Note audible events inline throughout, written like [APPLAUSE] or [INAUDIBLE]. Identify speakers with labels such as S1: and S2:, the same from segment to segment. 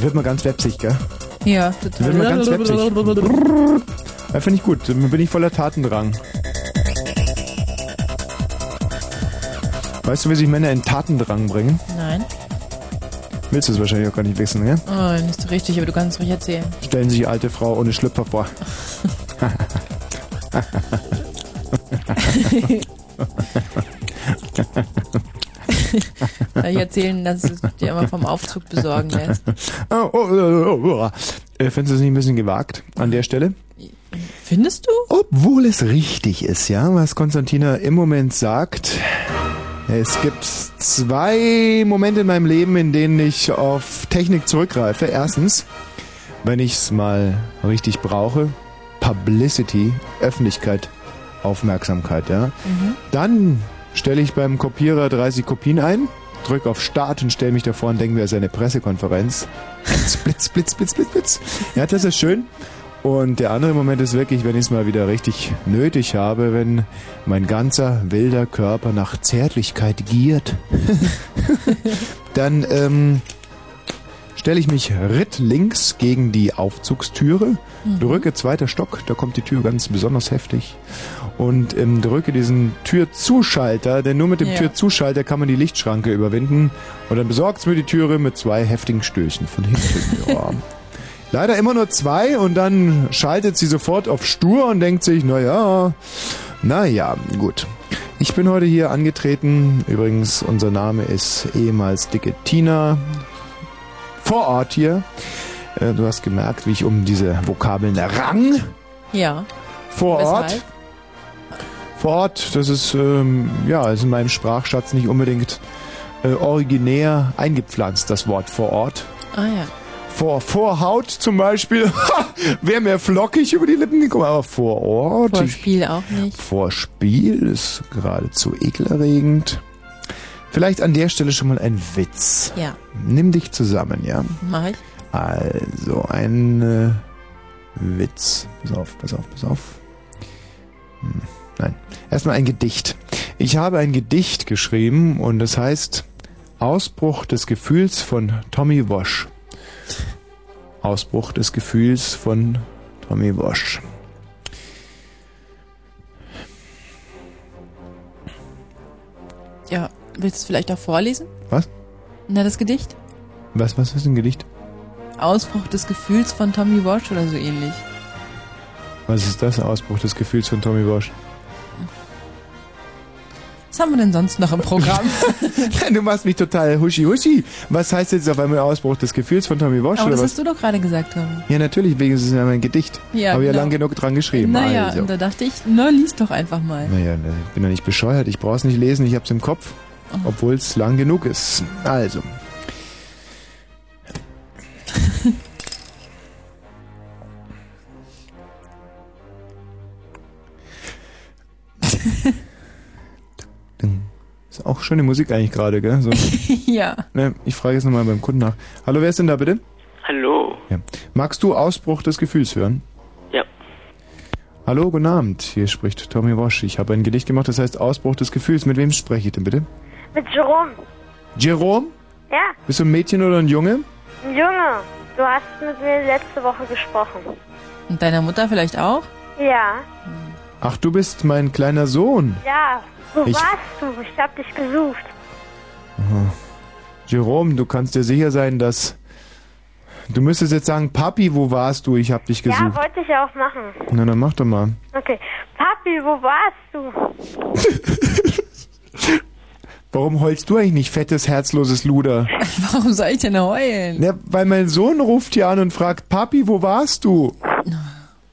S1: wird man ganz websig, gell?
S2: Ja,
S1: Da wird
S2: total.
S1: man ganz websig. Ja, finde ich gut. Da bin ich voller Tatendrang. Weißt du, wie sich Männer in Tatendrang bringen?
S2: Nein.
S1: Willst du es wahrscheinlich auch gar nicht wissen, gell?
S2: Oh, nicht so richtig, aber du kannst es ruhig erzählen.
S1: Stellen sich alte Frau ohne Schlüpper vor. [LAUGHS]
S2: Soll ich erzählen, dass du es dir immer vom Aufzug besorgen
S1: [LAUGHS]
S2: lässt?
S1: Oh, oh, oh, oh, oh. Äh, Findest du es nicht ein bisschen gewagt an der Stelle?
S2: Findest du?
S1: Obwohl es richtig ist, ja, was Konstantina im Moment sagt. Es gibt zwei Momente in meinem Leben, in denen ich auf Technik zurückgreife. Erstens, wenn ich es mal richtig brauche, Publicity, Öffentlichkeit, Aufmerksamkeit, ja.
S2: Mhm.
S1: Dann stelle ich beim Kopierer 30 Kopien ein, drücke auf Start und stelle mich davor und denke mir, es ist eine Pressekonferenz. Blitz, blitz, blitz, blitz, blitz, blitz. Ja, das ist schön. Und der andere Moment ist wirklich, wenn ich es mal wieder richtig nötig habe, wenn mein ganzer wilder Körper nach Zärtlichkeit giert, dann ähm, stelle ich mich rittlinks gegen die Aufzugstüre, drücke zweiter Stock, da kommt die Tür ganz besonders heftig und ähm, drücke diesen Türzuschalter, denn nur mit dem
S2: Ja.
S1: Türzuschalter kann man die Lichtschranke überwinden und dann besorgt mir die Türe mit zwei heftigen Stößen von hinten. Ja. Leider immer nur zwei und dann schaltet sie sofort auf stur und denkt sich, naja, naja, gut. Ich bin heute hier angetreten. Übrigens, unser Name ist ehemals Dicke Tina. Vor Ort hier. Äh, Du hast gemerkt, wie ich um diese Vokabeln rang.
S2: Ja.
S1: Vor Ort.
S2: Weshalb?
S1: Vor Ort, das ist, ähm, ja, ist in meinem Sprachschatz nicht unbedingt äh, originär eingepflanzt, das Wort vor Ort.
S2: Ah ja.
S1: Vor Vorhaut zum Beispiel, wäre mir flockig über die Lippen gekommen, aber vor Ort.
S2: Vor
S1: ich-
S2: Spiel auch nicht.
S1: vor Spiel ist geradezu ekelerregend. Vielleicht an der Stelle schon mal ein Witz.
S2: Ja,
S1: Nimm dich zusammen, ja?
S2: mach ich.
S1: Also, ein äh, Witz. Pass auf, pass auf, pass auf. Hm, nein. Erstmal ein Gedicht. Ich habe ein Gedicht geschrieben und es heißt Ausbruch des Gefühls von Tommy Wash. Ausbruch des Gefühls von Tommy Wash.
S2: Ja, willst du es vielleicht auch vorlesen?
S1: Was?
S2: Na, das Gedicht?
S1: Was, was ist ein Gedicht?
S2: Ausbruch des Gefühls von Tommy Walsh oder so ähnlich.
S1: Was ist das? Ausbruch des Gefühls von Tommy Wash.
S2: Was haben wir denn sonst noch im
S1: [LAUGHS]
S2: Programm?
S1: du machst mich total huschi-huschi. Was heißt jetzt auf einmal Ausbruch des Gefühls von Tommy Wash
S2: Aber
S1: oder
S2: das
S1: was?
S2: hast du doch gerade gesagt, Tommy.
S1: Ja, natürlich, wegen es ist ja mein Gedicht.
S2: Ja,
S1: Habe ja
S2: genau.
S1: lang genug dran geschrieben.
S2: Naja,
S1: also.
S2: und da dachte ich, na, lies doch einfach mal.
S1: naja, ne, ich bin ja nicht bescheuert. Ich brauch's nicht lesen, ich hab's im Kopf.
S2: Oh.
S1: Obwohl es lang genug ist. Also. Ist auch schöne Musik eigentlich gerade, gell? So.
S2: [LAUGHS] ja.
S1: Ne, ich frage jetzt nochmal beim Kunden nach. Hallo, wer ist denn da bitte?
S3: Hallo.
S1: Ja. Magst du Ausbruch des Gefühls hören?
S3: Ja.
S1: Hallo, guten Abend. Hier spricht Tommy Wash. Ich habe ein Gedicht gemacht, das heißt Ausbruch des Gefühls. Mit wem spreche ich denn bitte?
S4: Mit Jerome.
S1: Jerome?
S4: Ja,
S1: Bist du ein Mädchen oder ein Junge?
S4: Junge, du hast mit mir letzte Woche gesprochen.
S2: Und deiner Mutter vielleicht auch?
S4: Ja,
S1: Ach, du bist mein kleiner Sohn.
S4: ja. Wo
S1: Ich-
S4: warst du? Ich hab dich gesucht.
S1: Jerome, du kannst dir sicher sein, dass... Du müsstest jetzt sagen, Papi, wo warst du? Ich hab dich
S4: Ja,
S1: gesucht.
S4: wollte ich auch machen.
S1: Na, dann mach doch mal.
S4: Okay. Papi, wo warst du?
S1: Warum heulst du eigentlich nicht, fettes, herzloses Luder?
S2: [LAUGHS] Warum soll ich denn heulen?
S1: Na, weil mein Sohn ruft hier an und fragt, Papi, wo warst du?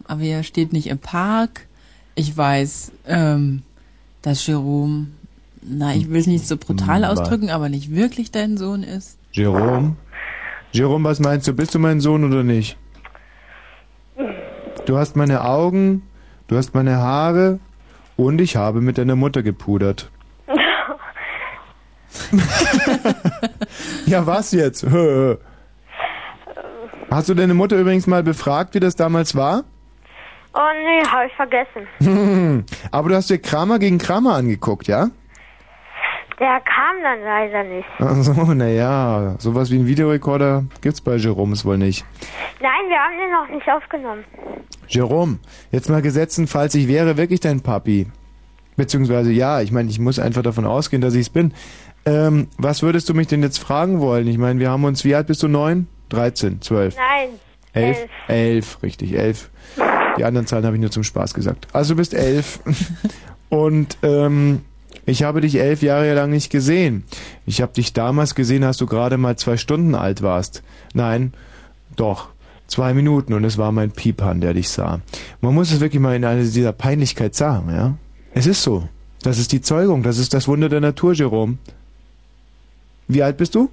S2: Aber er steht nicht im Park. Ich weiß, ähm, dass Jerome, na, ich will es nicht so brutal
S1: Wa-
S2: ausdrücken, aber nicht wirklich dein Sohn ist.
S1: Jerome? Jerome, was meinst du? Bist du mein Sohn oder nicht? Du hast meine Augen, du hast meine Haare und ich habe mit deiner Mutter gepudert. ja, was jetzt? Hö. Hast du deine Mutter übrigens mal befragt, wie das damals war? [LAUGHS]
S4: Oh nee, hab ich vergessen.
S1: Aber du hast dir Kramer gegen Kramer angeguckt, ja?
S4: Der kam dann leider nicht.
S1: [LAUGHS] Also, naja, sowas wie ein Videorekorder gibt's bei Jeromes wohl nicht.
S4: Nein, wir haben den noch nicht aufgenommen.
S1: Jerome, jetzt mal gesetzenfalls, ich wäre wirklich dein Papi. Beziehungsweise ja, ich meine, ich muss einfach davon ausgehen, dass ich's bin. Ähm, was würdest du mich denn jetzt fragen wollen? Ich meine, wir haben uns, wie alt bist du? Neun? 13, [LAUGHS] 12,
S4: Nein.
S1: 11? 11, richtig, 11. Die anderen Zahlen habe ich nur zum Spaß gesagt. Also du bist 11 und ähm, ich habe dich elf Jahre lang nicht gesehen. Ich habe dich damals gesehen, als du gerade mal zwei Stunden alt warst. Nein, doch, zwei Minuten und es war mein Piepan, der dich sah. Man muss es wirklich mal in einer dieser Peinlichkeit sagen, ja? Es ist so. Das ist die Zeugung, das ist das Wunder der Natur, Jerome. Wie alt bist du?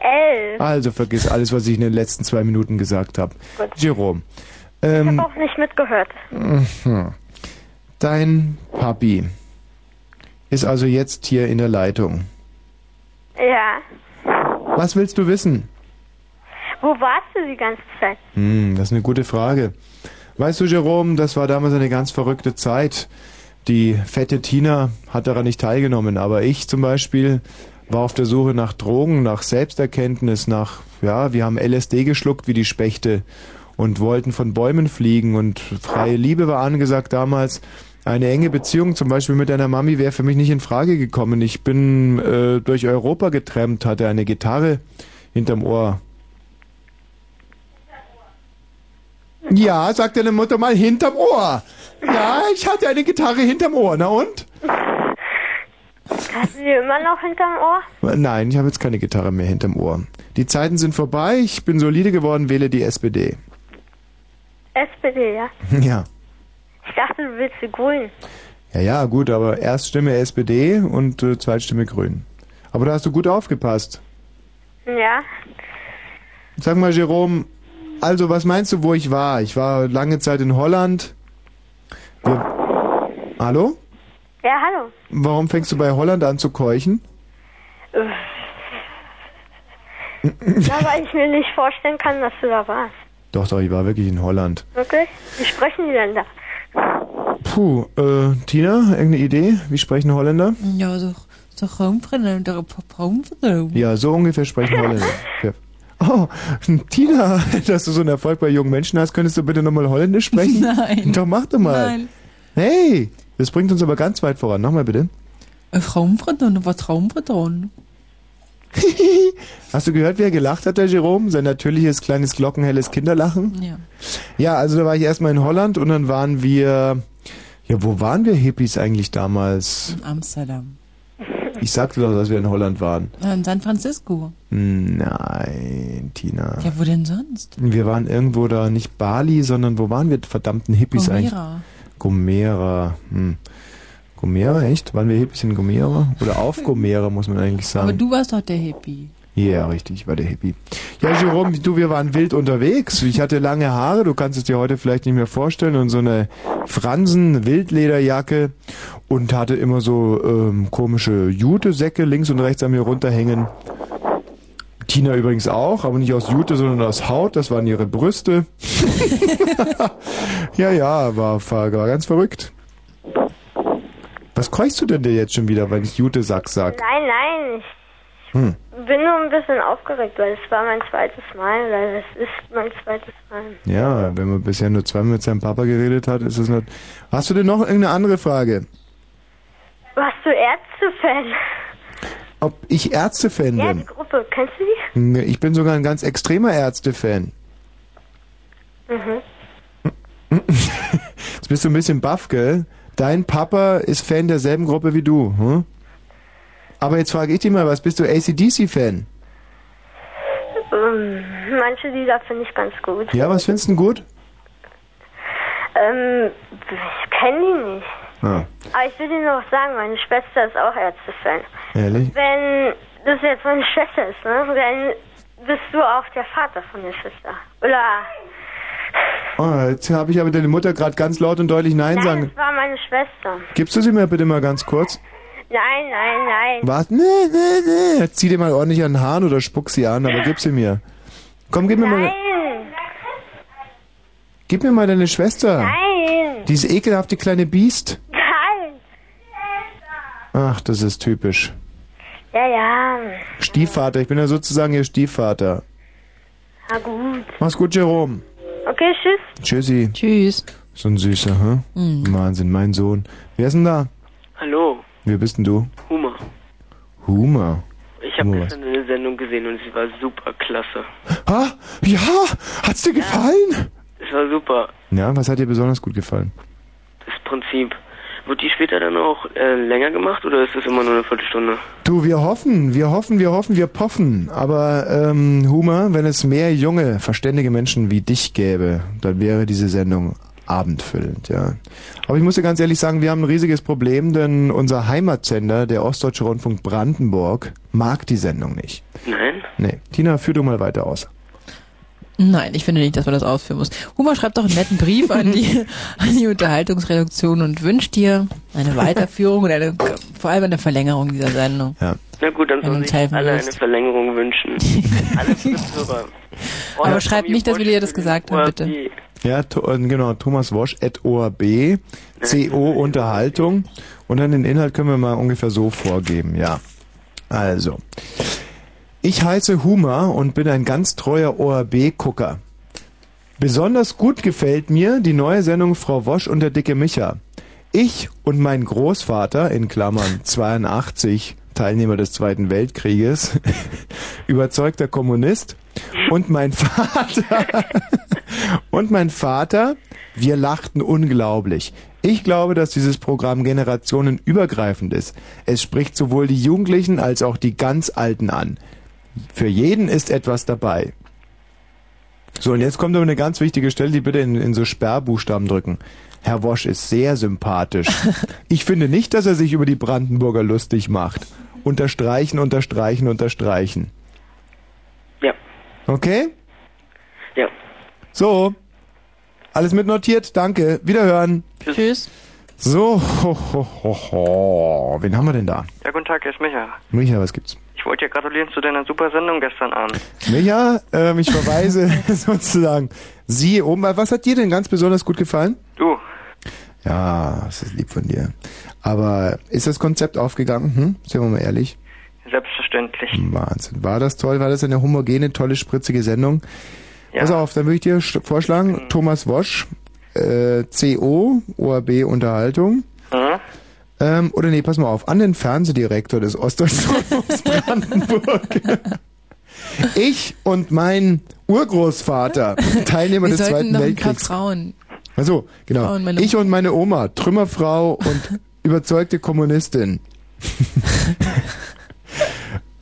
S4: Elf.
S1: Also vergiss alles, was ich in den letzten zwei Minuten gesagt habe.
S4: Gut.
S1: Jerome.
S4: Ich
S1: Ähm,
S4: habe auch nicht mitgehört.
S1: Mhm. Dein Papi ist also jetzt hier in der Leitung.
S4: Ja.
S1: Was willst du wissen?
S4: Wo warst du die ganze Zeit?
S1: Hm, das ist eine gute Frage. Weißt du, Jerome, das war damals eine ganz verrückte Zeit. Die fette Tina hat daran nicht teilgenommen, aber ich zum Beispiel war auf der Suche nach Drogen, nach Selbsterkenntnis, nach, ja, wir haben LSD geschluckt wie die Spechte und wollten von Bäumen fliegen und freie Liebe war angesagt damals. Eine enge Beziehung zum Beispiel mit deiner Mami wäre für mich nicht in Frage gekommen. Ich bin äh, durch Europa getrennt, hatte eine Gitarre hinterm Ohr. Ja, sagt deine Mutter mal hinterm Ohr. Ja, ich hatte eine Gitarre hinterm Ohr. Na und?
S4: Hast du die immer noch hinterm Ohr?
S1: Nein, ich habe jetzt keine Gitarre mehr hinterm Ohr. Die Zeiten sind vorbei. Ich bin solide geworden, wähle die SPD.
S4: SPD, ja.
S1: [LAUGHS] Ja.
S4: Ich dachte, du willst die Grünen.
S1: Ja, ja, gut, aber Erststimme SPD und äh, Zweitstimme Grün. Aber da hast du gut aufgepasst.
S4: Ja.
S1: Sag mal, Jerome, also was meinst du, wo ich war? Ich war lange Zeit in Holland. Wir Hallo?
S4: Ja, hallo.
S1: Warum fängst du bei Holland an zu keuchen?
S4: Ja, weil ich mir nicht vorstellen kann, dass du da warst.
S1: Doch, doch, ich war wirklich in Holland.
S4: Wirklich? Wie sprechen die denn da?
S1: Puh, äh, Tina, irgendeine Idee? Wie sprechen Holländer?
S2: Ja, doch, doch Raumfrinnen, doch Raumfrinnen.
S1: Ja, so ungefähr sprechen
S2: [LAUGHS]
S1: Holländer. Ja. Oh, Tina, [LAUGHS] dass du so einen Erfolg bei jungen Menschen hast, könntest du bitte nochmal
S2: [LAUGHS]
S1: Holländisch sprechen?
S2: Nein.
S1: Doch, mach doch mal.
S2: Nein.
S1: Hey, das bringt uns aber ganz weit voran. Nochmal bitte.
S2: Äh, Raumfrinnen, was Raumfrinnen?
S1: Hast du gehört, wie er gelacht hat, der Jerome? Sein natürliches, kleines, glockenhelles Kinderlachen?
S2: Ja.
S1: Ja, also da war ich erstmal in Holland und dann waren wir... Ja, wo waren wir Hippies eigentlich damals?
S2: Amsterdam.
S1: Ich sagte doch, dass wir in Holland waren.
S2: Äh, In San Francisco.
S1: Nein, Tina.
S2: Ja, wo denn sonst?
S1: Wir waren irgendwo da, nicht Bali, sondern wo waren wir verdammten Hippies eigentlich?
S2: Gomera.
S1: Gomera. Hm. Gomera, echt? Waren wir Hippies in Gomera? Oder auf Gomera, muss man eigentlich sagen.
S2: Äh, Aber du warst doch der Hippie.
S1: Ja, richtig, ich war der Hippie. Ja, Jerome, du, wir waren wild unterwegs. Ich hatte lange Haare, du kannst es dir heute vielleicht nicht mehr vorstellen, und so eine Fransen, Wildlederjacke und hatte immer so ähm, komische Jutesäcke links und rechts an mir runterhängen. Tina übrigens auch, aber nicht aus Jute, sondern aus Haut, das waren ihre Brüste. [LAUGHS] ja, ja, war, war ganz verrückt. Was keuchst du denn dir jetzt schon wieder, weil ich Jute-Sack sag?
S4: Nein, nein,
S1: Hm.
S4: ich bin nur ein bisschen aufgeregt, weil es war mein zweites Mal, weil es ist mein zweites Mal.
S1: Ja, wenn man bisher nur zweimal mit seinem Papa geredet hat, ist es nicht. Hast du denn noch irgendeine andere Frage?
S4: Warst du Ärzte-Fan?
S1: Ob ich Ärzte-Fan
S4: Ja,
S1: bin?
S4: die Gruppe, kennst du die?
S1: Nee, Ich bin sogar ein ganz extremer Ärzte-Fan. [LAUGHS]
S4: Mhm.
S1: Jetzt bist du ein bisschen baff, gell? Dein Papa ist Fan derselben Gruppe wie du, hm? Aber jetzt frage ich dich mal, was bist du ACDC-Fan?
S4: Ähm, manche Lieder finde ich ganz gut.
S1: Ja, was findest du denn gut?
S4: Ähm, ich kenne die nicht.
S1: Ah,
S4: Aber ich will dir noch sagen, meine Schwester ist auch Ärzte-Fan.
S1: ehrlich?
S4: Wenn das jetzt meine Schwester ist, ne, dann bist du auch der Vater von der Schwester. Oder?
S1: Oh, jetzt habe ich aber deine Mutter gerade ganz laut und deutlich Nein
S4: Nein,
S1: sagen.
S4: es war meine Schwester.
S1: Gibst du sie mir bitte mal ganz kurz?
S4: Nein, nein, nein.
S1: Was? Nee, nee, nee. Zieh dir mal ordentlich an den Haaren oder spuck sie an, aber gib sie mir. Komm, gib mir mal,
S4: Nein,
S1: gib mir mal deine Schwester.
S4: nein,
S1: Dieses ekelhafte kleine Biest.
S4: nein.
S1: Ach, das ist typisch.
S4: Ja, ja.
S1: Stiefvater, ich bin ja sozusagen ihr Stiefvater.
S4: Na gut.
S1: Mach's gut, Jerome.
S4: Okay, tschüss.
S1: Tschüssi.
S2: Tschüss.
S1: So ein süßer, hä? Wahnsinn, mein Sohn. Wer ist denn da?
S3: Hallo,
S1: Wer bist denn du?
S3: Humor.
S1: Huma.
S3: Ich habe
S1: Humor.
S3: gestern eine Sendung gesehen und sie war super klasse.
S1: Ha? Ja? Hat's dir gefallen?
S3: Es war super.
S1: Ja, was hat dir besonders gut gefallen?
S3: Das Prinzip. Wird die später dann auch äh, länger gemacht oder ist das immer nur eine Viertelstunde?
S1: Du, wir hoffen, wir hoffen, wir hoffen, wir poffen. Aber ähm, Huma, wenn es mehr junge, verständige Menschen wie dich gäbe, dann wäre diese Sendung abendfüllend, ja. Aber ich muss dir ganz ehrlich sagen, wir haben ein riesiges Problem, denn unser Heimatsender, der Ostdeutsche Rundfunk Brandenburg, mag die Sendung nicht.
S3: Nein?
S1: Nee, Tina, führ du mal weiter aus.
S2: Nein, ich finde nicht, dass man das ausführen muss. Huma schreibt doch einen netten Brief an die, an die Unterhaltungsredaktion und wünscht dir eine Weiterführung und eine, vor allem eine Verlängerung dieser Sendung.
S1: Ja.
S3: Na gut, dann
S2: Wenn du
S3: sollen
S2: uns
S3: sich
S2: helfen
S3: alle eine
S2: willst.
S3: Verlängerung wünschen. alle Zuhörer.
S2: Aber schreibt nicht, dass wir dir das gesagt haben, bitte.
S1: Ja, to, äh, genau, Thomas Wosch, at ORB, CO Unterhaltung. Und dann den Inhalt können wir mal ungefähr so vorgeben, ja. Also. Ich heiße Huma und bin ein ganz treuer ORB-Gucker. Besonders gut gefällt mir die neue Sendung Frau Wosch und der dicke Micha. Ich und mein Großvater, in Klammern 82, Teilnehmer des Zweiten Weltkrieges, [LAUGHS] überzeugter Kommunist, und mein Vater, [LAUGHS] und mein Vater, wir lachten unglaublich. Ich glaube, dass dieses Programm generationenübergreifend ist. Es spricht sowohl die Jugendlichen als auch die ganz Alten an. Für jeden ist etwas dabei. So, und jetzt kommt aber eine ganz wichtige Stelle, die bitte in, in so Sperrbuchstaben drücken. Herr Wosch ist sehr sympathisch. Ich finde nicht, dass er sich über die Brandenburger lustig macht. Unterstreichen, unterstreichen, unterstreichen.
S3: Ja.
S1: Okay?
S3: Ja.
S1: So. Alles mitnotiert, danke. Wiederhören.
S2: Tschüss.
S1: So, [LAUGHS] ho, ho, ho, ho. wen haben wir denn da?
S5: Ja, guten Tag, hier ist Micha.
S1: Micha, was gibt's?
S5: Ich wollte dir gratulieren zu deiner super Sendung gestern Abend.
S1: Micha, ähm, ich verweise [LAUGHS] sozusagen Sie oben. Was hat dir denn ganz besonders gut gefallen?
S5: Du,
S1: Ja, das ist lieb von dir. Aber ist das Konzept aufgegangen? Hm? Sind wir mal ehrlich.
S5: selbstverständlich.
S1: Wahnsinn. War das toll? War das eine homogene, tolle, spritzige Sendung?
S5: Ja. Mhm.
S1: Pass auf, dann würde ich dir sch- vorschlagen, Thomas Wosch, äh, CO, ORB Unterhaltung.
S5: Mhm.
S1: Ähm, oder nee, pass mal auf, an den Fernsehdirektor des Ostdeutschen
S2: [LAUGHS]
S1: Rundfunks Brandenburg. Ich und mein Urgroßvater, Teilnehmer
S2: Wir
S1: des
S2: sollten
S1: Zweiten
S2: noch ein paar
S1: Weltkriegs.
S2: Frauen.
S1: Also, genau.
S2: Frauen, meine
S1: ich und meine Oma, Trümmerfrau [LAUGHS] und überzeugte [LAUGHS] Kommunistin,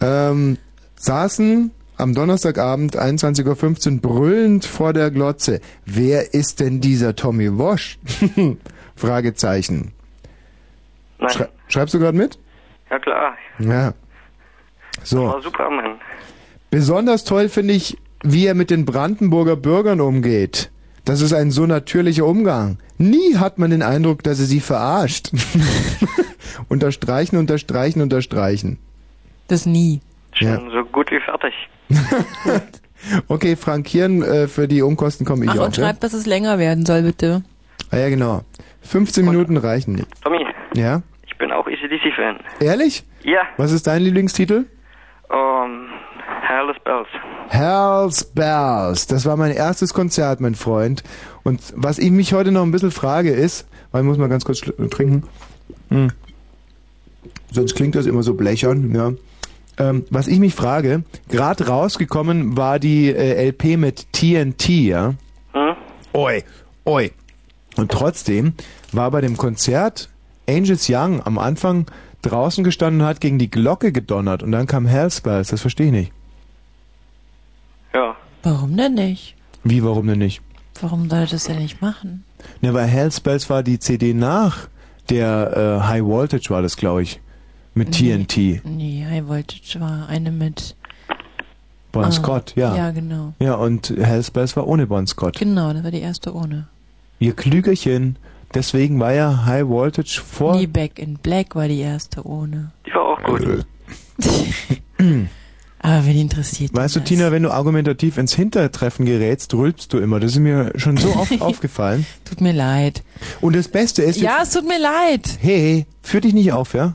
S1: ähm, saßen am Donnerstagabend 21.15 Uhr brüllend vor der Glotze. Wer ist denn dieser Tommy Walsh? [LAUGHS] Fragezeichen.
S5: Nein.
S1: Schrei- Schreibst du gerade mit?
S5: Ja klar, Oh
S1: Ja. So.
S5: war Superman.
S1: Besonders toll finde ich, wie er mit den Brandenburger Bürgern umgeht. Das ist ein so natürlicher Umgang. Nie hat man den Eindruck, dass er sie verarscht. [LAUGHS] unterstreichen, unterstreichen, unterstreichen.
S2: Das nie.
S1: Ja.
S5: So gut wie fertig.
S1: Okay, frankieren äh, für die Unkosten komme ich
S2: Ach,
S1: auch.
S2: und schreibt, dass es länger werden soll, bitte.
S1: ja? Ah ja, genau. 15 Minuten reichen.
S5: Tommy,
S1: Ja?
S5: ich bin auch ACDC-Fan.
S1: Ehrlich?
S5: Ja,
S1: Was ist dein Lieblingstitel?
S5: ähm, Hairless Bells.
S1: Hells Bells. Das war mein erstes Konzert, mein Freund. Und was ich mich heute noch ein bisschen frage ist, weil ich muss mal ganz kurz schl- trinken. Hm. Sonst klingt das immer so blechern, ja. Ähm, was ich mich frage, gerade rausgekommen war die äh, LP mit TNT, ja.
S5: Hm?
S1: Oi, oi. Und trotzdem war bei dem Konzert Angus Young am Anfang draußen gestanden und hat gegen die Glocke gedonnert und dann kam Hells Bells, das verstehe ich nicht.
S5: Ja,
S2: Warum denn nicht?
S1: Wie, warum denn nicht?
S2: Warum soll er das denn nicht machen?
S1: Ne, weil Hell Spells war die CD nach der äh, High Voltage war das, glaube ich. Mit
S2: Mhm.
S1: TNT.
S2: Nee, High Voltage war eine mit...
S1: Bon
S2: Ah,
S1: Scott, ja.
S2: Ja,
S1: ja.
S2: genau.
S1: und Hell Spells war ohne Bon Scott.
S2: Genau, das war die erste ohne.
S1: Ihr Klügerchen. Deswegen war ja High Voltage vor.
S2: Nee, Back in Black war die erste ohne.
S5: die war auch gut.
S2: [LAUGHS] Aber wen interessiert
S1: Weißt du,
S2: denn das?
S1: Tina, wenn du argumentativ ins Hintertreffen gerätst, rülpst du immer. Das ist mir schon so
S2: [LAUGHS]
S1: oft aufgefallen.
S2: Tut mir leid.
S1: Und das Beste ist,
S2: Ja, es tut mir leid. [LAUGHS]
S1: hey, hey, führ dich nicht auf, ja?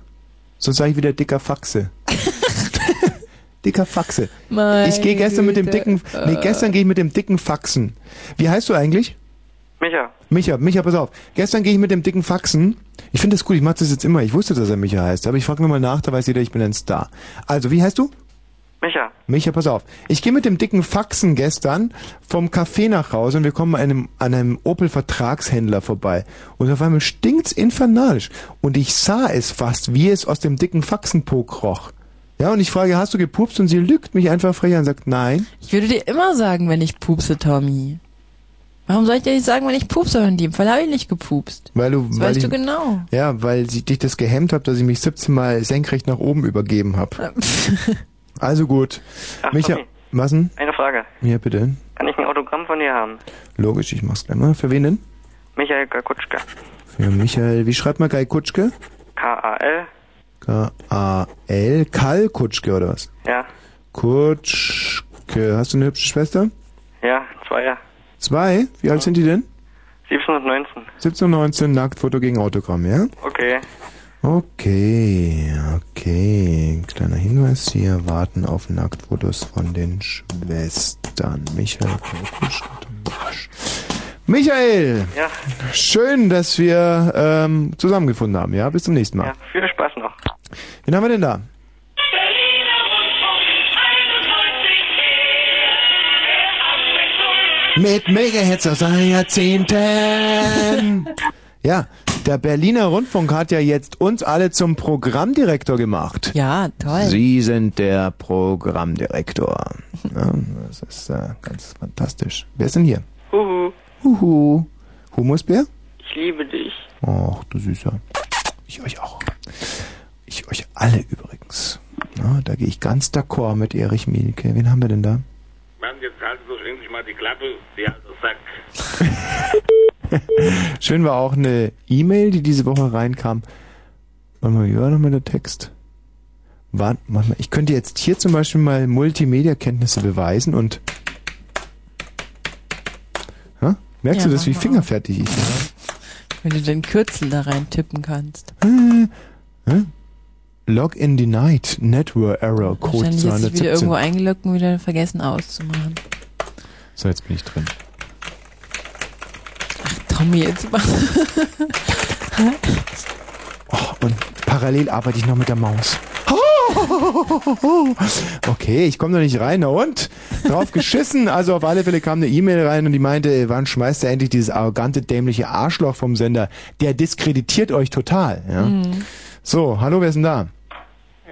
S1: Sonst sage ich wieder dicker Faxe. dicker Faxe.
S2: Meine
S1: ich gehe gestern mit dem
S2: Güte,
S1: dicken, nee,
S2: äh.
S1: gestern gehe ich mit dem dicken Faxen. Wie heißt du eigentlich?
S5: Micha.
S1: Micha, Micha, pass auf. Gestern gehe ich mit dem dicken Faxen. Ich finde das cool, ich mache das jetzt immer. Ich wusste, dass er Micha heißt, aber ich frage nochmal nach, da weiß jeder, ich bin ein Star. Also, wie heißt du?
S5: Micha.
S1: Micha, pass auf. Ich gehe mit dem dicken Faxen gestern vom Café nach Hause und wir kommen an einem, an einem Opel-Vertragshändler vorbei. Und auf einmal stinkt's infernalisch. Und ich sah es fast, wie es aus dem dicken Faxenpok roch. Ja, und ich frage, hast du gepupst? Und sie lügt mich einfach frech an und sagt, nein.
S2: Ich würde dir immer sagen, wenn ich pupse, Tommy. Warum soll ich dir nicht sagen, wenn ich pupse? In dem Fall habe ich nicht gepupst.
S1: Weil du,
S2: Das
S1: weil
S2: weißt
S1: ich,
S2: du genau.
S1: Ja, weil sie dich das gehemmt hat, dass ich mich 17 Mal senkrecht nach oben
S2: [LAUGHS]
S1: übergeben habe. also gut.
S5: Ach,
S1: Micha,
S5: Tommy.
S1: was denn?
S5: Eine Frage.
S1: Ja, bitte.
S5: Kann ich ein Autogramm von dir haben?
S1: Logisch, ich mach's gleich mal. Für wen denn?
S5: Michael Kakutschka.
S1: Für Michael. Wie schreibt man Kai Kutschke?
S5: K-A-L.
S1: K-A-L. Karl Kutschke oder was?
S5: Ja.
S1: Kutschke. Hast du eine hübsche Schwester?
S5: Ja, Zweier.
S1: Zwei? Wie alt sind die denn?
S5: 17 und 19.
S1: 17, 19, Nacktfoto gegen Autogramm, ja?
S5: Okay.
S1: Okay, okay. Kleiner Hinweis hier. Warten auf Nacktfotos von den Schwestern. Michael. Michael!
S5: Ja.
S1: Schön, dass wir ähm, zusammengefunden haben, ja? Bis zum nächsten Mal.
S5: Ja, viel Spaß noch.
S1: Wen haben wir denn da? Mit Megahertz aus allen Jahrzehnten. ja, der Berliner Rundfunk hat ja jetzt uns alle zum Programmdirektor gemacht.
S2: Ja, toll.
S1: Sie sind der Programmdirektor. Ja, das ist äh, ganz fantastisch. Wer ist denn hier?
S3: Huhu,
S1: Huhu. Humusbär?
S3: ich liebe dich.
S1: Ach, du Süßer. Ich euch auch. Ich euch alle übrigens. Na, da gehe ich ganz d'accord mit Erich Mielke. Wen haben wir denn da?
S6: Mann, jetzt haltet doch endlich mal die Klappe, die alte
S1: [LAUGHS]
S6: Sack.
S1: Schön war auch eine E-Mail, die diese Woche reinkam. Warte mal, wie war nochmal der Text? Warte mal, ich könnte jetzt hier zum Beispiel mal Multimedia-Kenntnisse beweisen und... Ha? Merkst
S2: Ja,
S1: du das, wie
S2: mach mal auf.
S1: fingerfertig ich bin?
S2: Wenn du den Kürzel da rein tippen kannst.
S1: Äh, hä? Log in denied. Network Error Code
S2: Wahrscheinlich ist es wieder
S1: 217.
S2: irgendwo eingeloggt und wieder vergessen auszumachen.
S1: So, jetzt bin ich drin.
S2: Tommy, jetzt mach.
S1: Oh, und parallel arbeite ich noch mit der Maus. Okay, ich komme da nicht rein. Na und? Drauf geschissen. Also auf alle Fälle kam eine E-Mail rein und die meinte, äh, wann schmeißt ihr endlich dieses arrogante, dämliche Arschloch vom Sender? Der diskreditiert euch total. Ja?
S7: Mhm.
S1: So, hallo, wer ist denn da?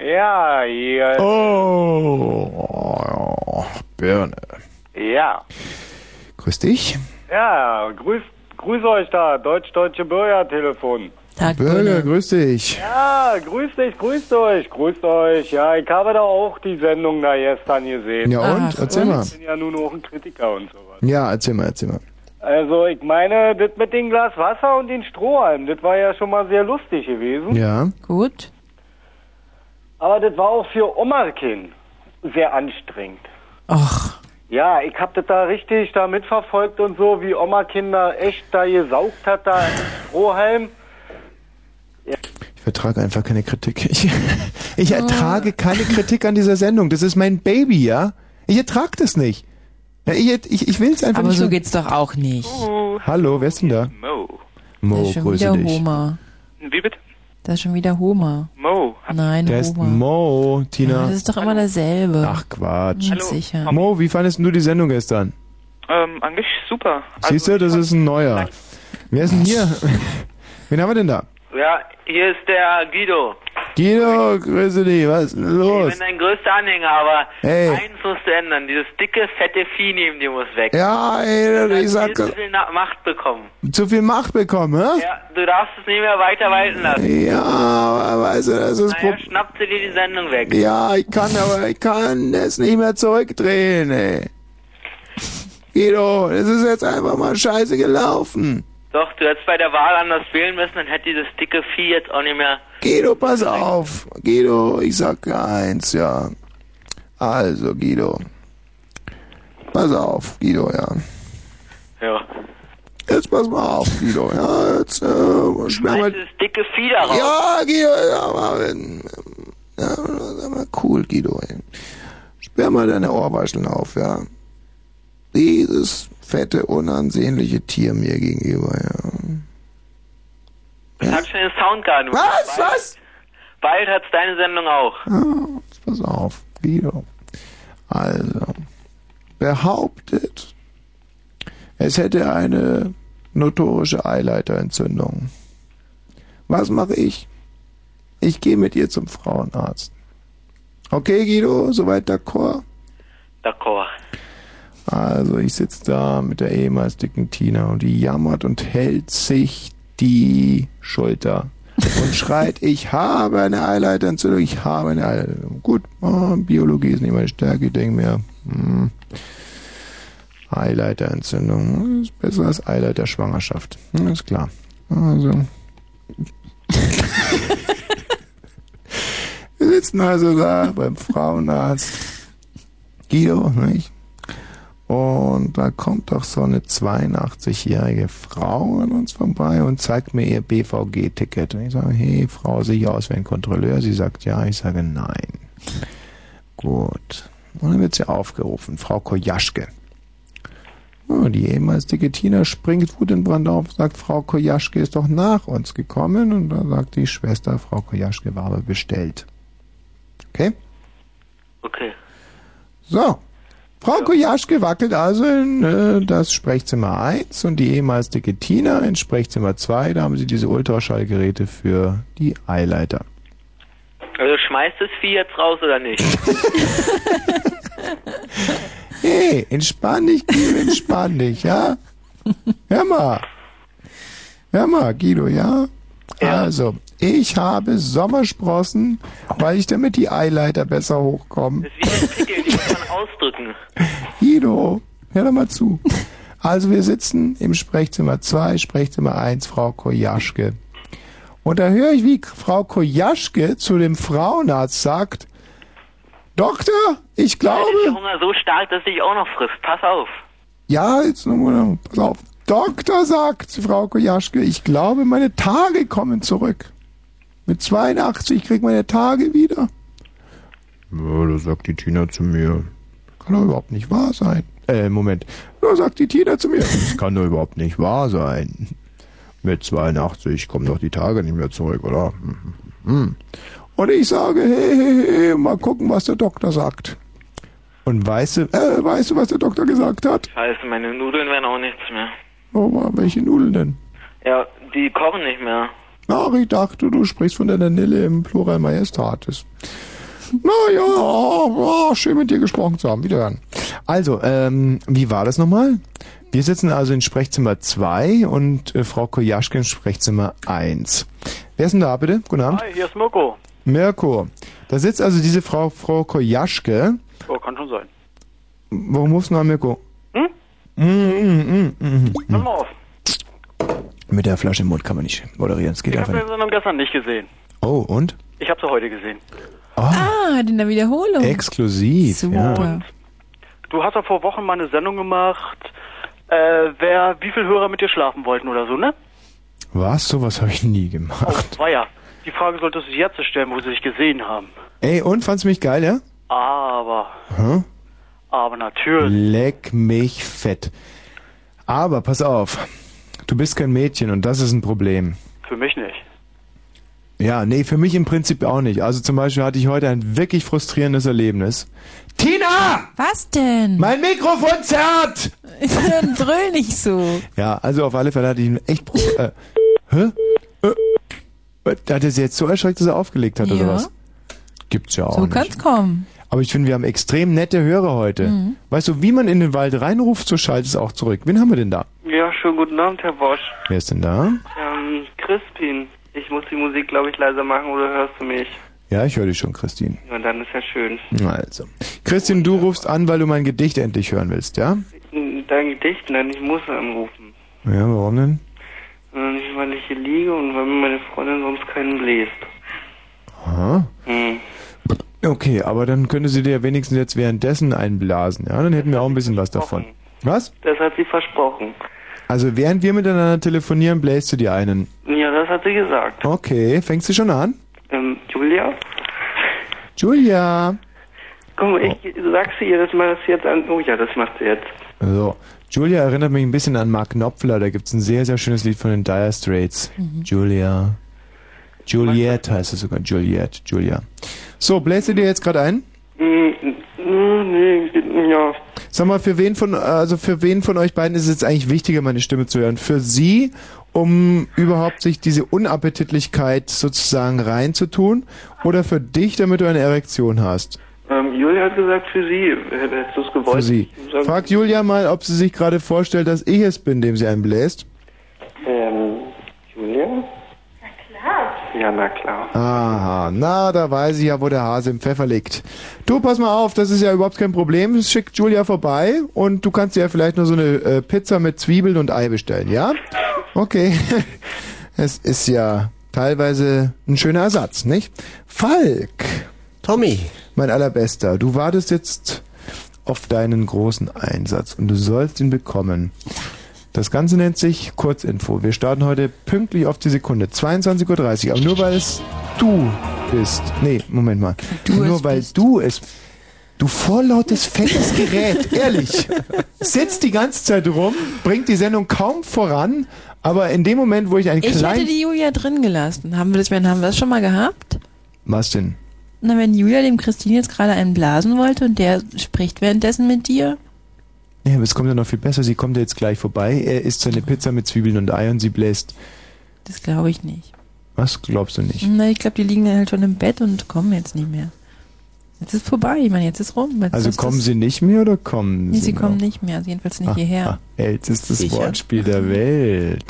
S7: Ja, hier.
S1: Oh, Birne.
S7: Ja.
S1: Grüß dich.
S7: Ja, grüß, grüß euch da, deutsch-deutsche Bürgertelefon.
S2: Tag,
S1: Bürger, grüß dich.
S7: Ja, grüß dich, grüßt euch, grüßt euch. Ja, ich habe da auch die Sendung da gestern gesehen.
S1: Ja, und? Ach, Erzähl mal.
S7: Ich bin ja nun auch ein Kritiker und so.
S1: Ja, erzähl mal, erzähl mal.
S7: Also, ich meine, das mit dem Glas Wasser und den Strohhalm, das war ja schon mal sehr lustig gewesen.
S1: [LAUGHS] Ja.
S2: Gut.
S7: Aber das war auch für Omarkin sehr anstrengend.
S2: Ach.
S7: Ja, ich hab das da richtig da mitverfolgt und so, wie Oma Kinder echt da gesaugt hat, da im Strohhalm.
S1: Ich vertrage einfach keine Kritik. [LAUGHS] Ich, ich
S2: Ah.
S1: ertrage keine Kritik an dieser Sendung. Das ist mein Baby, ja? Ich ertrage das nicht. Ja, Ich, ich, ich will es einfach
S2: Aber
S1: nicht.
S2: so
S1: hören.
S2: geht's doch auch nicht.
S1: Hallo, wer ist denn da?
S5: Mo.
S2: Das
S1: Mo,
S2: ist schon
S1: grüße
S2: wieder
S1: dich.
S2: Homer.
S5: Oh. Wie bitte?
S2: Das ist schon wieder Homer.
S5: Mo.
S2: Nein,
S1: Der ist
S2: Homer.
S1: Mo, Tina.
S2: Das ist doch immer dasselbe. Ach,
S1: Quatsch.
S2: Hallo. Sicher.
S1: Mo, wie fandest du die Sendung gestern?
S5: Ähm, eigentlich super.
S2: Also,
S1: Siehst du, das ist ein neuer. Wer ist denn hier? [LAUGHS] Wen haben wir denn da?
S8: Ja, hier ist der Guido.
S1: Guido, grüße dich. Was ist denn
S8: Ich
S1: los?
S8: bin dein größter Anhänger, aber
S1: Hey.
S8: eins musst du ändern. Dieses dicke, fette Vieh neben dir muss weg.
S1: Ja, ey,
S8: Du hast
S1: ich sag-
S8: viel zu viel Na- Macht bekommen.
S1: Zu viel Macht bekommen, hä?
S8: Ja, du darfst es nicht mehr weiter walten lassen.
S1: Ja, aber also, weißt du, das ist
S8: Naja,
S1: Pro-
S8: schnappt dir die Sendung weg.
S1: Ja, ich kann, aber ich kann es nicht mehr zurückdrehen, ey. Guido, es ist jetzt einfach mal scheiße gelaufen.
S8: Doch, du hättest bei der Wahl anders wählen müssen, dann hätte dieses dicke Vieh jetzt auch nicht mehr...
S1: Guido, pass auf. Guido, ich sag dir eins, ja. Also, Guido. Pass auf, Guido, ja.
S8: Ja.
S1: Jetzt pass mal auf, Guido, ja. Jetzt, äh, schwer mal.
S8: Dieses dicke Vieh darauf.
S1: Ja, Guido, ja, aber, ja, sag mal cool, Guido, ey. Wärm mal deine Ohrwascheln auf, ja. Dieses fette, unansehnliche Tier mir gegenüber, ja.
S8: Das hat schon in Soundgarden.
S1: Was? Was?
S8: Bald hat's deine Sendung auch.
S1: Ah, jetzt pass auf, Guido. Also, behauptet, es hätte eine notorische Eileiterentzündung. Was mache ich? Ich gehe mit ihr zum Frauenarzt. Okay, Guido, soweit d'accord?
S8: D'accord.
S1: Also ich sitze da mit der ehemals dicken Tina und die jammert und hält sich die Schulter und schreit, [LAUGHS] ich habe eine Eileiterentzündung, ich habe eine Eileiterentzündung. Gut, ah, Biologie ist nicht meine Stärke, ich denke mir, hm, Eileiterentzündung hm, ist besser als Eileiterschwangerschaft. Hm, Ist klar. Also. [LAUGHS] Wir sitzen also da beim Frauenarzt. Guido, nicht? Und da kommt doch so eine 82-jährige Frau an uns vorbei und zeigt mir ihr BVG-Ticket. Und ich sage, hey Frau, sicher aus wie ein Kontrolleur. Sie sagt ja, ich sage nein. Gut. Und dann wird sie aufgerufen, Frau Kojaschke. Oh, die ehemals dicke Tina springt wutentbrannt auf, sagt, Frau Kojaschke ist doch nach uns gekommen. Und dann sagt die Schwester, Frau Kojaschke war aber bestellt. Okay?
S8: Okay.
S1: So. Frau Kojaschke wackelt also in äh, das Sprechzimmer 1 und die ehemals dicke Tina in Sprechzimmer 2. Da haben sie diese Ultraschallgeräte für die Eileiter.
S8: Also schmeißt das Vieh jetzt raus oder nicht?
S1: Hey, entspann dich, Guido, entspann dich, ja? Hör mal. Hör mal, Guido, ja? Also, ich habe Sommersprossen, weil ich damit die Eileiter besser hochkommen.
S8: Kann ausdrücken.
S1: Guido, hör doch mal zu. Also wir sitzen im Sprechzimmer 2, Sprechzimmer 1, Frau Kojaschke. Und da höre ich, wie Frau Kojaschke zu dem Frauenarzt sagt, Doktor, ich
S8: Alter,
S1: glaube...
S8: ist der Hunger so stark, dass ich auch noch frisst. Pass auf.
S1: Ja, jetzt nochmal, pass auf. Doktor sagt, Frau Kojaschke, ich glaube, meine Tage kommen zurück. Mit 82 krieg meine Tage wieder. Ja, da sagt die Tina zu mir. Kann doch überhaupt nicht wahr sein. Äh, Moment. Da sagt die Tina zu mir. Das kann doch überhaupt nicht wahr sein. Mit 82 kommen doch die Tage nicht mehr zurück, oder? Hm, hm, hm. Und ich sage, hey, hey, hey, mal gucken, was der Doktor sagt. Und weißt du, äh, weißt du, was der Doktor gesagt hat?
S8: Scheiße, meine Nudeln werden auch nichts mehr.
S1: Oh, Mann, welche Nudeln denn?
S8: Ja, die kochen nicht mehr.
S1: Ach, ich dachte, du sprichst von deiner Nille im Plural Majestatis. Naja, oh, oh, schön mit dir gesprochen zu haben. Wiederhören. Also, ähm, wie war das nochmal? Wir sitzen also in Sprechzimmer 2 und äh, Frau Kojaschke in Sprechzimmer 1. Wer ist denn da bitte? Guten Abend.
S5: Hi, hier ist Mirko.
S1: Mirko. Da sitzt also diese Frau, Frau Kojaschke.
S5: Oh, kann schon sein.
S1: Warum rufst du noch an, Mirko? Hm? Mm, mm, mm, mm,
S5: Pass
S1: mm.
S5: mal auf.
S1: Mit der Flasche im Mund kann man nicht moderieren. Es geht
S5: Ich
S1: einfach
S5: habe
S1: nicht.
S5: die Sendung gestern nicht gesehen.
S1: Oh, und?
S5: Ich habe sie heute gesehen.
S2: Ah, in der Wiederholung.
S1: Exklusiv.
S2: Super.
S5: Du hast ja vor Wochen mal eine Sendung gemacht, äh, wer, wie viele Hörer mit dir schlafen wollten oder so, ne?
S1: Was? Sowas habe ich nie
S5: Oh,
S1: gemacht.
S5: war ja. Die Frage solltest du jetzt stellen, wo sie sich gesehen haben.
S1: Ey, und fandst mich geil, ja?
S5: Aber,
S1: Hä?
S5: aber natürlich.
S1: Leck mich fett. Aber pass auf, du bist kein Mädchen und das ist ein Problem.
S5: Für mich nicht.
S1: Ja, nee, für mich im Prinzip auch nicht. Also zum Beispiel hatte ich heute ein wirklich frustrierendes Erlebnis. Tina!
S2: Was denn?
S1: Mein
S9: [LAUGHS]
S1: Mikrofon zerrt!
S2: Dann brüll nicht so.
S1: Ja, also auf alle Fälle hatte ich ein echt
S2: [LAUGHS]
S1: Pro äh, Hä? Äh, hat er sie jetzt so erschreckt, dass er aufgelegt hat, oder
S2: Ja.
S1: was? Gibt's ja auch
S2: So
S1: Oh, nicht.
S2: kann's kommen.
S1: Aber ich finde, wir haben extrem nette Hörer heute.
S2: Mhm.
S1: Weißt du, wie man in den Wald reinruft, so schallt es auch zurück. Wen haben wir denn da?
S10: Ja, schönen guten Abend, Herr Bosch.
S1: Wer ist denn da?
S10: Ähm, Crispin, ich muss die Musik, glaube ich, leiser machen oder hörst du mich?
S1: Ja, ich höre dich schon, Christine.
S10: Na, dann ist ja schön.
S1: Also. Christine, du rufst an, weil du mein Gedicht endlich hören willst, ja?
S10: Dein Gedicht, nein, ich muss anrufen.
S1: Ja, warum denn?
S10: Äh, Nicht, weil ich hier liege und weil mir meine Freundin sonst keinen bläst.
S1: Aha.
S10: Hm.
S1: Okay, aber dann könnte sie dir wenigstens jetzt währenddessen einblasen, ja? Dann hätten wir auch ein bisschen was davon. Was?
S10: Das hat sie versprochen.
S1: Also während wir miteinander telefonieren, bläst du dir einen.
S10: Ja, das hat sie gesagt.
S8: Ähm,
S1: Okay, fängst du schon an?
S10: Ähm, Julia?
S1: Julia,
S8: Guck mal, ich
S1: Oh.
S8: sag's dir jedes Mal, dass sie jetzt an. Oh ja, das macht sie jetzt.
S1: So. Julia erinnert mich ein bisschen an Mark Knopfler. Da gibt es ein sehr, sehr schönes Lied von den Dire Straits.
S9: Mhm.
S1: Julia. Juliet heißt es sogar. Juliet. Julia. So, bläst du dir jetzt gerade ein?
S8: Hm, hm, nee, ja.
S1: Sag mal, für wen von, also für wen von euch beiden ist es jetzt eigentlich wichtiger, meine Stimme zu hören? Für sie, um überhaupt sich diese Unappetitlichkeit sozusagen reinzutun? Oder für dich, damit du eine Erektion hast?
S8: Ähm, Julia hat gesagt, für sie. Hättest du es gewollt?
S1: Für sie.
S8: Sagen-
S1: Fragt Julia mal, ob sie sich gerade vorstellt, dass ich es bin, dem sie einbläst.
S8: Ähm, Julia? Ja, na klar.
S1: Aha, na, da weiß ich ja, wo der Hase im Pfeffer liegt. Du, pass mal auf, das ist ja überhaupt kein Problem. Schick Julia vorbei und du kannst dir ja vielleicht nur so eine äh, Pizza mit Zwiebeln und Ei bestellen, ja? Okay. [LAUGHS] Es ist ja teilweise ein schöner Ersatz, nicht? Falk! Tommy! Mein allerbester, du wartest jetzt auf deinen großen Einsatz und du sollst ihn bekommen. Das Ganze nennt sich Kurzinfo. Wir starten heute pünktlich auf die Sekunde. 22.30 Uhr. Aber nur weil es du bist. Nee, Moment mal. nur weil du es. Du vorlautes, fettes Gerät. Ehrlich. Sitzt die ganze Zeit rum, bringt die Sendung kaum voran. Aber in dem Moment, wo ich ein
S9: Ich hätte
S1: kleines.
S9: die Julia drin gelassen. Haben wir das, haben wir das schon mal gehabt?
S1: Was denn?
S9: Na, wenn Julia dem Christine jetzt gerade einen blasen wollte und der spricht währenddessen mit dir.
S1: Ja, aber es kommt ja noch viel besser. Sie kommt ja jetzt gleich vorbei. Er isst seine Pizza mit Zwiebeln und Ei und sie bläst.
S9: Das glaube ich nicht.
S1: Was glaubst du nicht?
S9: Na, ich glaube, die liegen halt schon im Bett und kommen jetzt nicht mehr. Jetzt ist vorbei, ich meine, jetzt ist rum. Jetzt
S1: Also
S9: ist
S1: kommen
S9: das,
S1: sie nicht mehr oder kommen
S9: Nee,
S1: sie?
S9: sie
S1: noch?
S9: kommen nicht mehr, also jedenfalls nicht
S1: Ah,
S9: hierher.
S1: ah, ältestes
S9: Sicher.
S1: Wortspiel der Welt.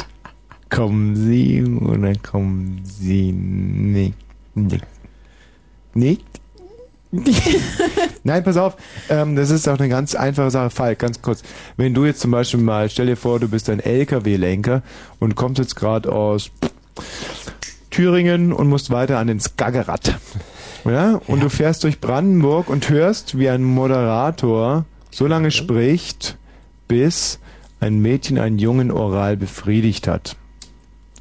S1: Kommen Sie oder kommen Sie nicht? Nicht? nicht? [LAUGHS] Nein, pass auf. Ähm, das ist auch eine ganz einfache Sache. Falk, ganz kurz. Wenn du jetzt zum Beispiel mal, stell dir vor, du bist ein LKW-Lenker und kommst jetzt gerade aus Thüringen und musst weiter an den Skagerrak. Ja? Und du fährst durch Brandenburg und hörst, wie ein Moderator so
S11: Mhm.
S1: lange spricht, bis ein Mädchen einen Jungen oral befriedigt hat.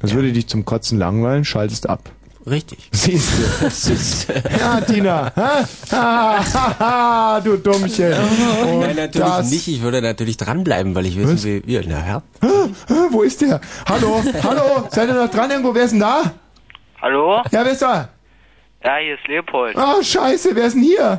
S1: Das würde dich zum Kotzen langweilen, schaltest ab. Richtig. Siehst du, das [LAUGHS] ist. Ja, Tina. Ha? Ha, ha, ha, du Dummchen. Und
S11: Nein, natürlich
S1: Oh, das-
S11: nicht. Ich würde natürlich dranbleiben, weil ich wissen will, ja, na ja.
S1: Ah, ah, Wo ist der? Hallo, hallo, seid ihr noch dran irgendwo? Wer ist denn da?
S8: Hallo?
S1: Ja, wer ist da?
S8: Ja, hier ist Leopold.
S1: Ah, scheiße, wer ist denn [LAUGHS] hier?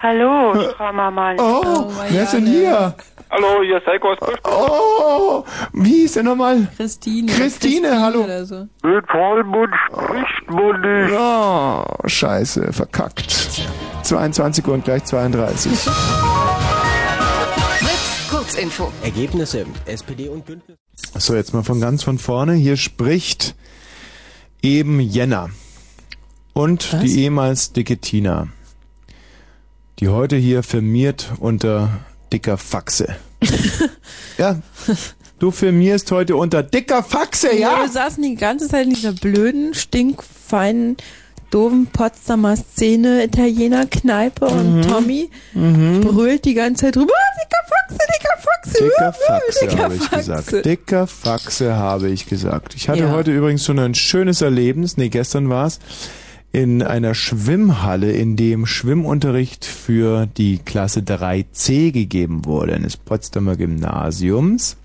S2: Hallo, Frau Mamann.
S1: Oh, wer ist denn hier?
S8: Hallo, hier ist Heiko aus
S1: Oh, wie hieß der nochmal?
S9: Christine.
S1: Christine, hallo.
S9: Oder so.
S1: Mit Vollmund spricht man nicht. Oh, scheiße, verkackt. 22 Uhr und gleich 32.
S12: Fritz, Kurzinfo.
S11: Ergebnisse, SPD und Bündnis.
S1: So, jetzt mal von ganz von vorne. Hier spricht eben Jenna und die ehemals dicke Tina, die heute hier firmiert unter dicker Faxe. ja, du firmierst heute unter dicker Faxe, ja?
S9: Wir saßen die ganze Zeit in dieser blöden, stinkfeinen, doofen Potsdamer Szene, Italiener-Kneipe
S1: Mhm.
S9: und Tommy brüllt die ganze Zeit drüber. Ah, dicker Faxe, dicker Faxe.
S1: Dicker
S9: uh, uh,
S1: Faxe
S9: dicker
S1: habe ich
S9: Faxe.
S1: gesagt. Dicker Faxe habe ich gesagt. Ich hatte
S9: Ja.
S1: heute übrigens schon ein schönes Erlebnis, nee, gestern war es, in einer Schwimmhalle, in dem Schwimmunterricht für die Klasse 3c gegeben wurde, eines Potsdamer Gymnasiums.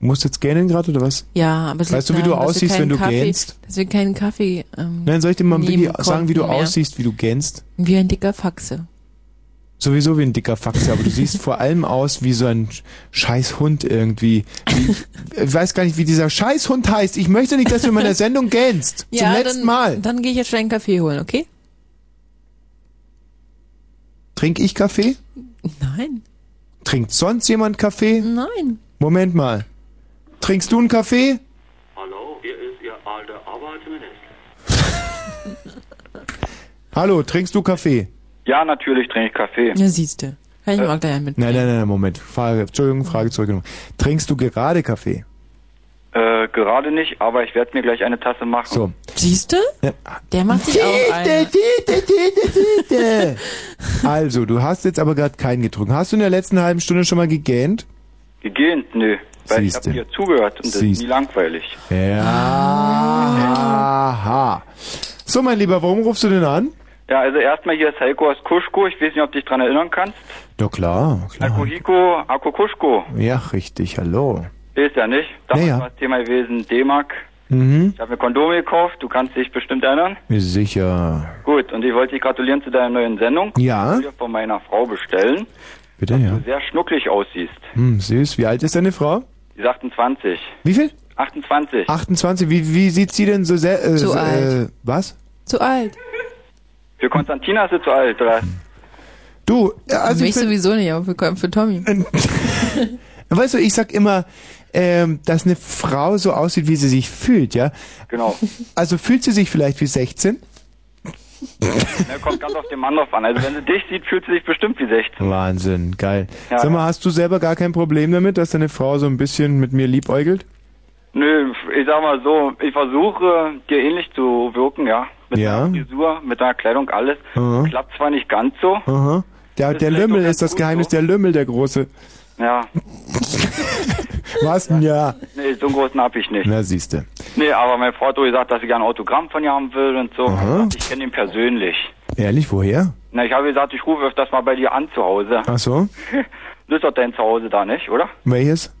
S1: Musst jetzt gähnen gerade oder was?
S9: Ja, aber es
S1: Weißt du,
S9: liegt
S1: wie du
S9: daran, dass wir
S1: aussiehst,
S9: keinen
S1: wenn du
S9: Kaffee,
S1: gähnst?
S9: Dass wir keinen Kaffee. Ähm,
S1: Nein, soll ich dir mal
S9: nehmen
S1: wie, sagen, wie du
S9: konnten mehr.
S1: aussiehst, wie du gähnst?
S9: Wie ein dicker Faxe.
S1: Sowieso wie ein dicker Faxe, aber du siehst vor allem aus wie so ein scheiß Hund irgendwie. Wie, ich weiß gar nicht, wie dieser scheiß Hund heißt. Ich möchte nicht, dass du in meiner Sendung gähnst. Zum
S9: ja,
S1: letzten
S9: dann,
S1: Mal.
S9: Dann gehe ich jetzt schnell einen Kaffee holen, okay?
S1: Trink ich Kaffee?
S9: Nein.
S1: Trinkt sonst jemand Kaffee?
S9: Nein.
S1: Moment mal. Trinkst du einen Kaffee?
S13: Hallo, hier ist Ihr alter Arbeitsminister.
S1: Hallo, trinkst du Kaffee? Äh,
S14: Ja, natürlich trinke ich Kaffee.
S9: Ja, siehst du. Kann ich mir auch gleich einen mit.
S1: Nein, nein, nein, Moment. Frage, Entschuldigung, Frage zurückgenommen. Trinkst du gerade Kaffee?
S14: Äh, gerade nicht, aber ich werde mir gleich eine Tasse machen.
S1: So.
S9: Siehst du? Der macht sich auch eine.
S1: Also, du hast jetzt aber gerade keinen getrunken. Hast du in der letzten halben Stunde schon mal gegähnt?
S14: Gegähnt, nö. Weil
S1: Siehste.
S14: ich habe dir zugehört und das
S1: Siehst.
S14: ist nie langweilig.
S1: Ja. Aha. So, mein Lieber, warum rufst du denn an?
S14: Ja, also erstmal hier ist Heiko aus Kuschko. Ich weiß nicht, ob du dich dran erinnern kannst.
S1: Ja, klar. klar.
S14: Kuhiko, Ako Kuschko.
S1: Ja, richtig, hallo.
S14: Ist ja nicht. Damals war das Thema gewesen D-Mark.
S1: Mhm.
S14: Ich habe mir Kondome gekauft. Du kannst dich bestimmt erinnern.
S1: Sicher.
S14: Gut, und ich wollte dich gratulieren zu deiner neuen Sendung.
S1: Ja.
S14: Die wir von meiner Frau bestellen.
S1: Bitte, ja.
S14: Du sehr schnucklig aussiehst.
S1: Hm, süß. Wie alt ist deine Frau?
S14: Sie ist 28.
S1: Wie viel?
S14: 28.
S1: 28. Wie, wie sieht sie denn so sehr... Äh,
S14: Zu
S1: so, Äh,
S14: alt.
S1: was?
S2: Zu alt.
S14: Für Konstantina ist sie zu alt,
S1: [LAUGHS]
S14: oder?
S1: Du, ja,
S2: Also
S1: also
S2: Mich
S1: ich bin,
S2: sowieso nicht, aber für, für Tommy.
S1: weißt du, ich sag immer, ähm, dass eine Frau so aussieht, wie sie sich fühlt, ja?
S14: Genau.
S1: Also fühlt sie sich vielleicht wie 16?
S14: Ne, kommt ganz auf den Mann drauf an. Also wenn sie dich sieht, fühlt sie sich bestimmt wie 16.
S1: Wahnsinn, geil.
S14: Ja.
S1: Sag mal, hast du selber gar kein Problem damit, dass deine Frau so ein bisschen mit mir liebäugelt?
S14: Nö, ich sag mal so, ich versuche dir ähnlich zu wirken, ja. Mit
S1: Ja.
S14: deiner Frisur, mit deiner Kleidung, alles.
S1: Mhm.
S14: Klappt zwar nicht ganz so,
S1: Aha. Der, der Lümmel ist das Geheimnis, der Lümmel, der
S14: [LAUGHS]
S1: große.
S14: ja.
S1: Was denn ja?
S14: Nee, so einen großen hab ich nicht.
S1: Na, siehste.
S14: Nee, aber meine Frau hat doch gesagt, dass sie gerne ein Autogramm von ihr haben will und so.
S1: Aha.
S14: Ich kenne ihn persönlich.
S1: Ehrlich, woher?
S14: Na, ich habe gesagt, ich rufe öfters mal bei dir an zu Hause. [LAUGHS]
S1: Ach so.
S14: Das ist doch dein Zuhause da, nicht, oder?
S1: Welches?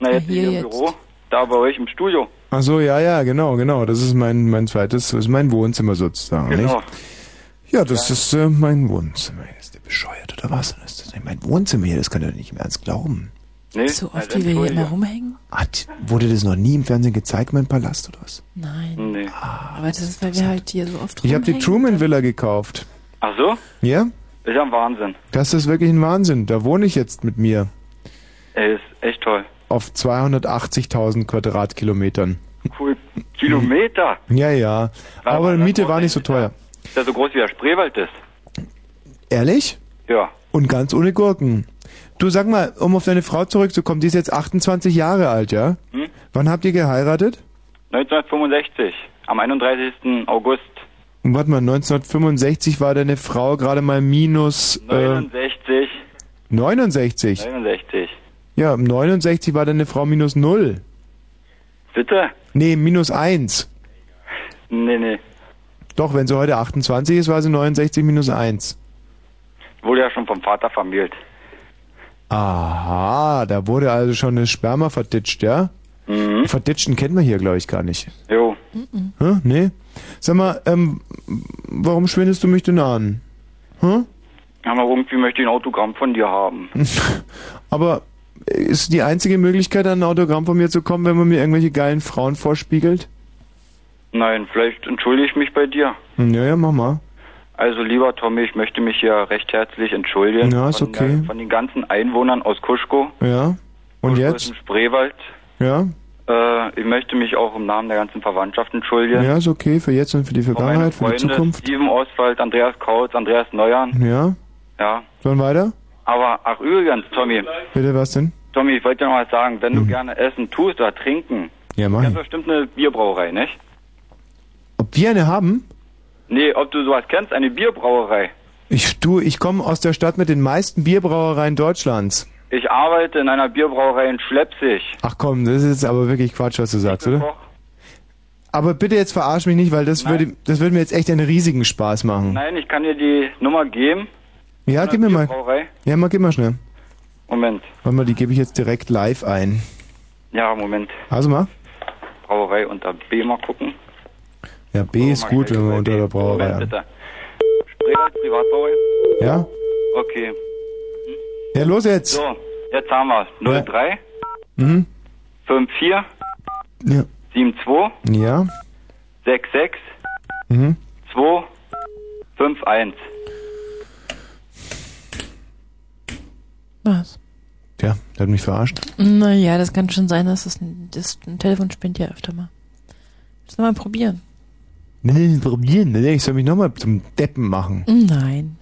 S14: Na, jetzt
S2: hier
S14: hier im
S2: jetzt.
S14: Büro. Da bei euch im Studio.
S1: Ach so, ja, ja, genau, genau. Das ist mein, mein zweites, das ist mein Wohnzimmer sozusagen,
S14: Genau.
S1: nicht? Ja, das ist äh, mein Wohnzimmer. Ist der bescheuert oder was? Das ist nicht mein Wohnzimmer hier, das könnt ihr nicht im Ernst glauben.
S14: Nee,
S2: so
S9: also
S2: oft, wie wir hier immer rumhängen?
S1: Hat, wurde das noch nie im Fernsehen gezeigt, mein Palast oder was?
S2: Nein.
S14: Nee.
S9: Ah.
S2: Aber das ist, weil wir halt hier so oft
S1: Ich habe die
S2: rumhängen.
S1: Truman Villa gekauft.
S14: Ach so?
S1: Ja?
S14: Ist ja ein Wahnsinn.
S1: Das ist wirklich ein Wahnsinn. Da wohne ich jetzt mit mir
S14: Ey, ist echt toll.
S1: auf 280.000 Quadratkilometern.
S14: Cool. Kilometer.
S1: Ja, ja. Aber die Miete war nicht so teuer.
S14: Ist ja so groß wie der Spreewald ist.
S1: Ehrlich?
S14: Ja.
S1: Und ganz ohne Gurken. Du sag mal, um auf deine Frau zurückzukommen, die ist jetzt 28 Jahre alt, ja?
S14: Hm?
S1: Wann habt ihr geheiratet?
S14: 1965. Am 31. August.
S1: Und Warte mal, 1965 war deine Frau gerade mal minus äh,
S14: 69.
S1: 69.
S14: 69.
S1: Ja, 69 war deine Frau minus 0.
S14: Bitte?
S1: Nee, minus 1.
S14: Nee, nee.
S1: Doch, wenn sie heute 28 ist, war sie 69 minus 1.
S14: Wurde ja schon vom Vater vermählt.
S1: Aha, da wurde also schon eine Sperma verditscht, ja?
S14: Mhm.
S1: Verditschen kennt man hier, glaube ich, gar nicht.
S14: Jo.
S1: Hä? Nee? Sag mal, ähm, warum schwindest du mich denn an? Hm?
S14: Aber irgendwie möchte ich ein Autogramm von dir haben.
S1: Aber ist die einzige Möglichkeit, an ein Autogramm von mir zu kommen, wenn man mir irgendwelche geilen Frauen vorspiegelt?
S14: Nein, vielleicht entschuldige ich mich bei dir.
S1: Naja, mach mal.
S14: Also lieber Tommy, ich möchte mich hier recht herzlich entschuldigen
S1: Ja, ist
S14: von,
S1: okay.
S14: der, von den ganzen Einwohnern aus Kuschko,
S1: Ja. Und
S14: aus
S1: jetzt?
S14: dem Spreewald.
S1: Ja?
S14: Äh, ich möchte mich auch im Namen der ganzen Verwandtschaft entschuldigen.
S1: Ja, ist okay. Für jetzt und für die
S14: Meine
S1: Vergangenheit, für die
S14: Freunde,
S1: Zukunft.
S14: Steven Oswald, Andreas Kautz, Andreas Neuern.
S1: Ja?
S14: Ja.
S1: Sollen weiter?
S14: Aber ach übrigens, Tommy,
S1: Bitte, was denn?
S14: Tommy, ich wollte dir noch was sagen. Wenn du gerne essen tust oder trinken,
S1: Hm. Ja,
S14: du
S1: mach
S14: kennst
S1: ich.
S14: bestimmt eine Bierbrauerei, nicht?
S1: Ob wir eine haben?
S14: Nee, ob du sowas kennst, eine Bierbrauerei.
S1: Ich, du, ich komme aus der Stadt mit den meisten Bierbrauereien Deutschlands.
S14: Ich arbeite in einer Bierbrauerei in Schleppzig.
S1: Ach komm, das ist aber wirklich Quatsch, was du sagst, oder? Aber bitte jetzt verarsch mich nicht, weil das würde, das würde mir jetzt echt einen riesigen Spaß machen.
S14: Nein, ich kann dir die Nummer geben.
S1: Ja,
S14: Von
S1: gib
S14: der
S1: mir mal.
S14: Bierbrauerei.
S1: Ja, mal, gib mal schnell.
S14: Moment.
S1: Warte mal, die gebe ich jetzt direkt live ein.
S14: Ja, Moment.
S1: Also mal.
S14: Brauerei unter B mal gucken.
S1: Ja, B ist gut, wenn wir unter der
S14: Moment
S1: Brauerei an.
S14: bitte. Spreewald Privatbrauerei.
S1: Ja?
S14: Okay.
S1: Ja, los jetzt.
S14: So, jetzt haben wir 03
S1: Mhm.
S14: 54
S1: Ja.
S14: 72
S1: Ja.
S14: 66
S1: Mhm.
S14: 2 51.
S2: Was?
S1: Tja, der hat mich verarscht.
S2: Naja, das kann schon sein, dass das, das ein Telefon spinnt ja öfter mal. Lass mal probieren.
S1: Nee, nee, probieren. Nee, ich soll mich nochmal zum Deppen machen.
S2: Nein.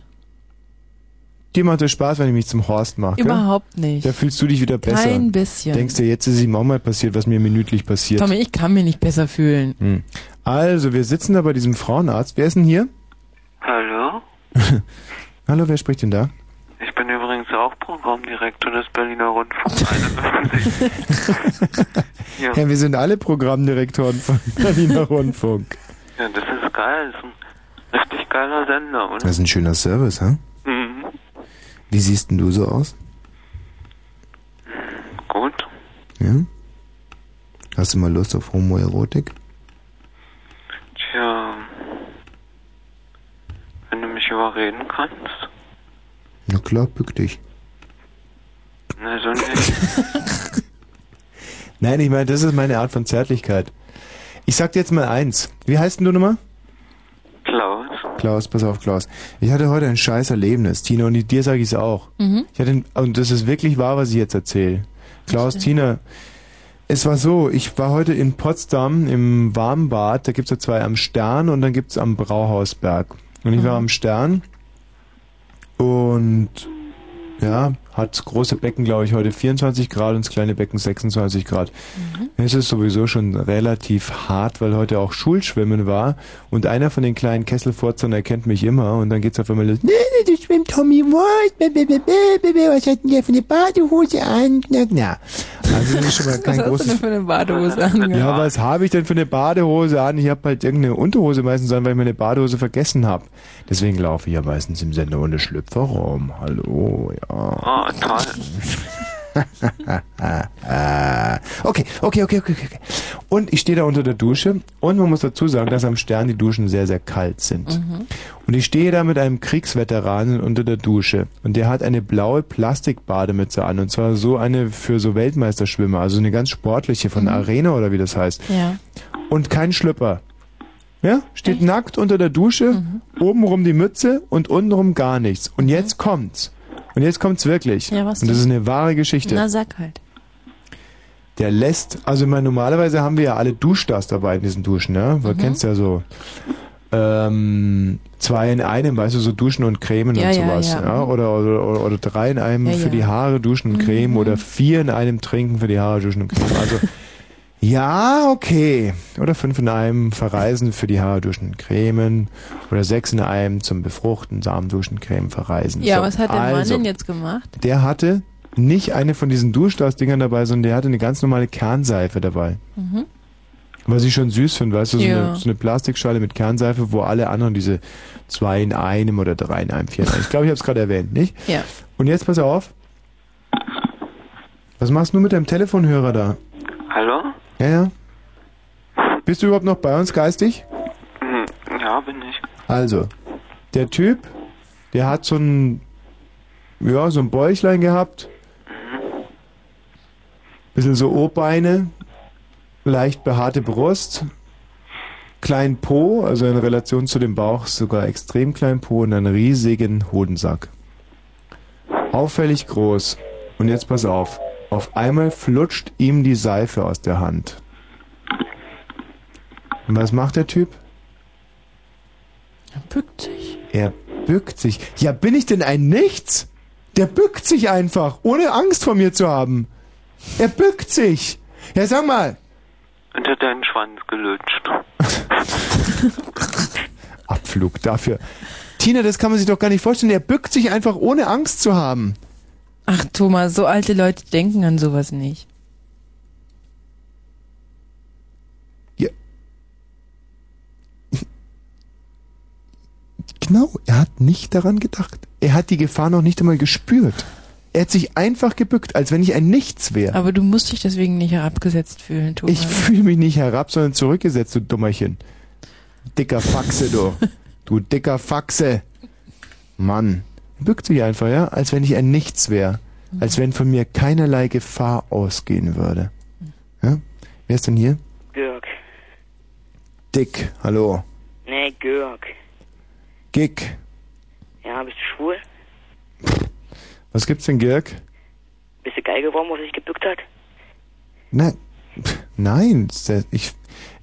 S1: Dir macht es Spaß, wenn ich mich zum Horst mache. gell?
S2: Überhaupt nicht.
S1: Da fühlst du dich wieder besser.
S2: Kein bisschen.
S1: Denkst du, jetzt ist ihm auch mal passiert, was mir minütlich passiert.
S2: Tommy, ich kann mich nicht besser fühlen.
S1: Hm. Also, wir sitzen da bei diesem Frauenarzt. Wer ist denn hier? [LAUGHS]
S15: Hallo?
S1: Hallo, wer spricht denn da?
S15: Ich bin übrigens auch Programmdirektor des Berliner Rundfunks
S16: [LAUGHS]
S15: 91.
S1: [LAUGHS]
S15: ja.
S1: Hey, wir sind alle Programmdirektoren von Berliner Rundfunk.
S15: ja, das ist geil. Das ist ein Richtig geiler Sender, oder?
S1: Das ist ein schöner Service, hä?
S15: Mhm.
S1: Wie siehst denn du so aus?
S15: Gut.
S1: Ja? Hast du mal Lust auf Homoerotik?
S15: Tja. Wenn du mich überreden kannst.
S1: Na klar, bück dich.
S15: Na, Ne, so nicht.
S1: Nein, ich meine, das ist meine Art von Zärtlichkeit. Ich sag dir jetzt mal eins. Wie heißt denn du nochmal?
S15: Klaus.
S1: Klaus, pass auf, Klaus. Ich hatte heute ein scheiß Erlebnis, Tina, und dir sage ich es auch.
S13: Mhm.
S1: Ich hatte, ein- und das ist wirklich wahr, was ich jetzt erzähle. Klaus, Tina, es war so, ich war heute in Potsdam im Warmbad, da gibt's ja zwei am Stern und dann gibt's am Brauhausberg. Und ich war am Stern und ja, hat große Becken, glaube ich, heute 24 Grad und das kleine Becken 26 Grad.
S2: Mhm.
S1: Es ist sowieso schon relativ hart, weil heute auch Schulschwimmen war und einer von den kleinen Kesselfurzern erkennt mich immer und dann geht's auf einmal los.
S16: [LAUGHS] Nee, nee, du schwimmt Tommy White. Bäh, bäh, bäh, bäh, bäh, bäh. Was hat denn der für eine Badehose an? Na, na.
S1: Also das ist
S2: [LAUGHS]
S1: schon mal kein
S2: Was hast du
S1: großes...
S2: denn für eine Badehose angehabt?
S1: Ja, was habe ich denn für eine Badehose an? Ich habe halt irgendeine Unterhose meistens an, weil ich meine Badehose vergessen habe. Deswegen laufe ich ja meistens im Sender ohne Schlüpfer rum. Hallo, ja.
S15: Oh, toll.
S1: [LAUGHS] okay, okay, okay, okay, okay. okay. Und ich stehe da unter der Dusche und man muss dazu sagen, dass am Stern die Duschen sehr, sehr kalt sind. Und ich stehe da mit einem Kriegsveteranen unter der Dusche und der hat eine blaue Plastikbademütze an und zwar so eine für so Weltmeisterschwimmer, also eine ganz sportliche von der Arena oder wie das heißt.
S2: Ja.
S1: Und kein Schlüpper. Ja, steht nackt unter der Dusche,
S2: Mhm.
S1: obenrum die Mütze und untenrum gar nichts. Und jetzt kommt's. Und jetzt kommt's wirklich.
S2: Ja, was
S1: und das
S2: denn?
S1: ist eine wahre Geschichte.
S2: Na, sag halt.
S1: Der lässt, also ich meine, normalerweise haben wir ja alle Duschstars dabei in diesen Duschen, ne?
S2: Mhm.
S1: Du kennst ja so ähm, zwei in einem, weißt du, so Duschen und Cremen
S2: Ja,
S1: und
S2: ja,
S1: sowas.
S2: ja.
S1: Ja, Oder, oder, oder, oder drei in einem
S2: Ja,
S1: für
S2: ja. Mhm.
S1: die Haare duschen und Creme oder vier in einem trinken für die Haare duschen und Creme. Also [LAUGHS] ja, okay. Oder fünf in einem verreisen für die Haare duschen und Cremen. Oder sechs in einem zum Befruchten, Samen duschen, Creme verreisen.
S2: Ja,
S1: So,
S2: was hat der Mann
S1: also,
S2: denn jetzt gemacht?
S1: der hatte nicht eine von diesen Duschstars-Dingern dabei, sondern der hatte eine ganz normale Kernseife dabei.
S2: Mhm.
S1: Was ich schon süß finde, weißt du, so,
S2: Ja.
S1: eine, so eine Plastikschale mit Kernseife, wo alle anderen diese zwei in einem oder drei in einem, vier in einem. Ich glaube, ich habe es gerade erwähnt, nicht?
S2: Ja.
S1: Und jetzt pass auf. Was machst du mit deinem Telefonhörer da?
S15: Hallo?
S1: Ja, ja. Bist du überhaupt noch bei uns geistig?
S15: Hm, Ja, bin ich.
S1: Also, der Typ, der hat so ein, ja, so ein Bäuchlein gehabt. Bisschen so O-Beine, leicht behaarte Brust, kleinen Po, also in Relation zu dem Bauch sogar extrem kleinen Po und einen riesigen Hodensack. Auffällig groß. Und jetzt pass auf. Auf einmal flutscht ihm die Seife aus der Hand. Und was macht der Typ? Er bückt sich. Ja, bin ich denn ein Nichts? Der bückt sich einfach, ohne Angst vor mir zu haben. Er bückt sich. Ja,
S2: [LAUGHS]
S1: sag mal.
S15: Unter deinen Schwanz gelutscht.
S1: Abflug dafür. Tina, das kann man sich doch gar nicht vorstellen. Er bückt sich einfach, ohne Angst zu haben.
S2: Ach, Thomas, so alte Leute denken an sowas nicht.
S1: Genau, er hat nicht daran gedacht. Er hat die Gefahr noch nicht einmal gespürt. Er hat sich einfach gebückt, als wenn ich ein Nichts wäre.
S2: Aber du musst dich deswegen nicht herabgesetzt fühlen, Thomas.
S1: Ich fühle mich nicht herab, sondern zurückgesetzt, du Dummerchen. Dicker Faxe, du. Du dicker Faxe. Mann. Er Bückt sich einfach, ja? Als wenn ich ein Nichts wäre. Als wenn von mir keinerlei Gefahr ausgehen würde. Ja? Wer ist denn hier?
S3: Dirk.
S1: Dick, hallo.
S3: Nee, Georg.
S1: Gick.
S3: Ja, bist du schwul?
S1: Was gibt's denn, Girk?
S3: Bist du geil geworden, wo er sich gebückt hat?
S1: Na, pff, Ne, nein, se- ich,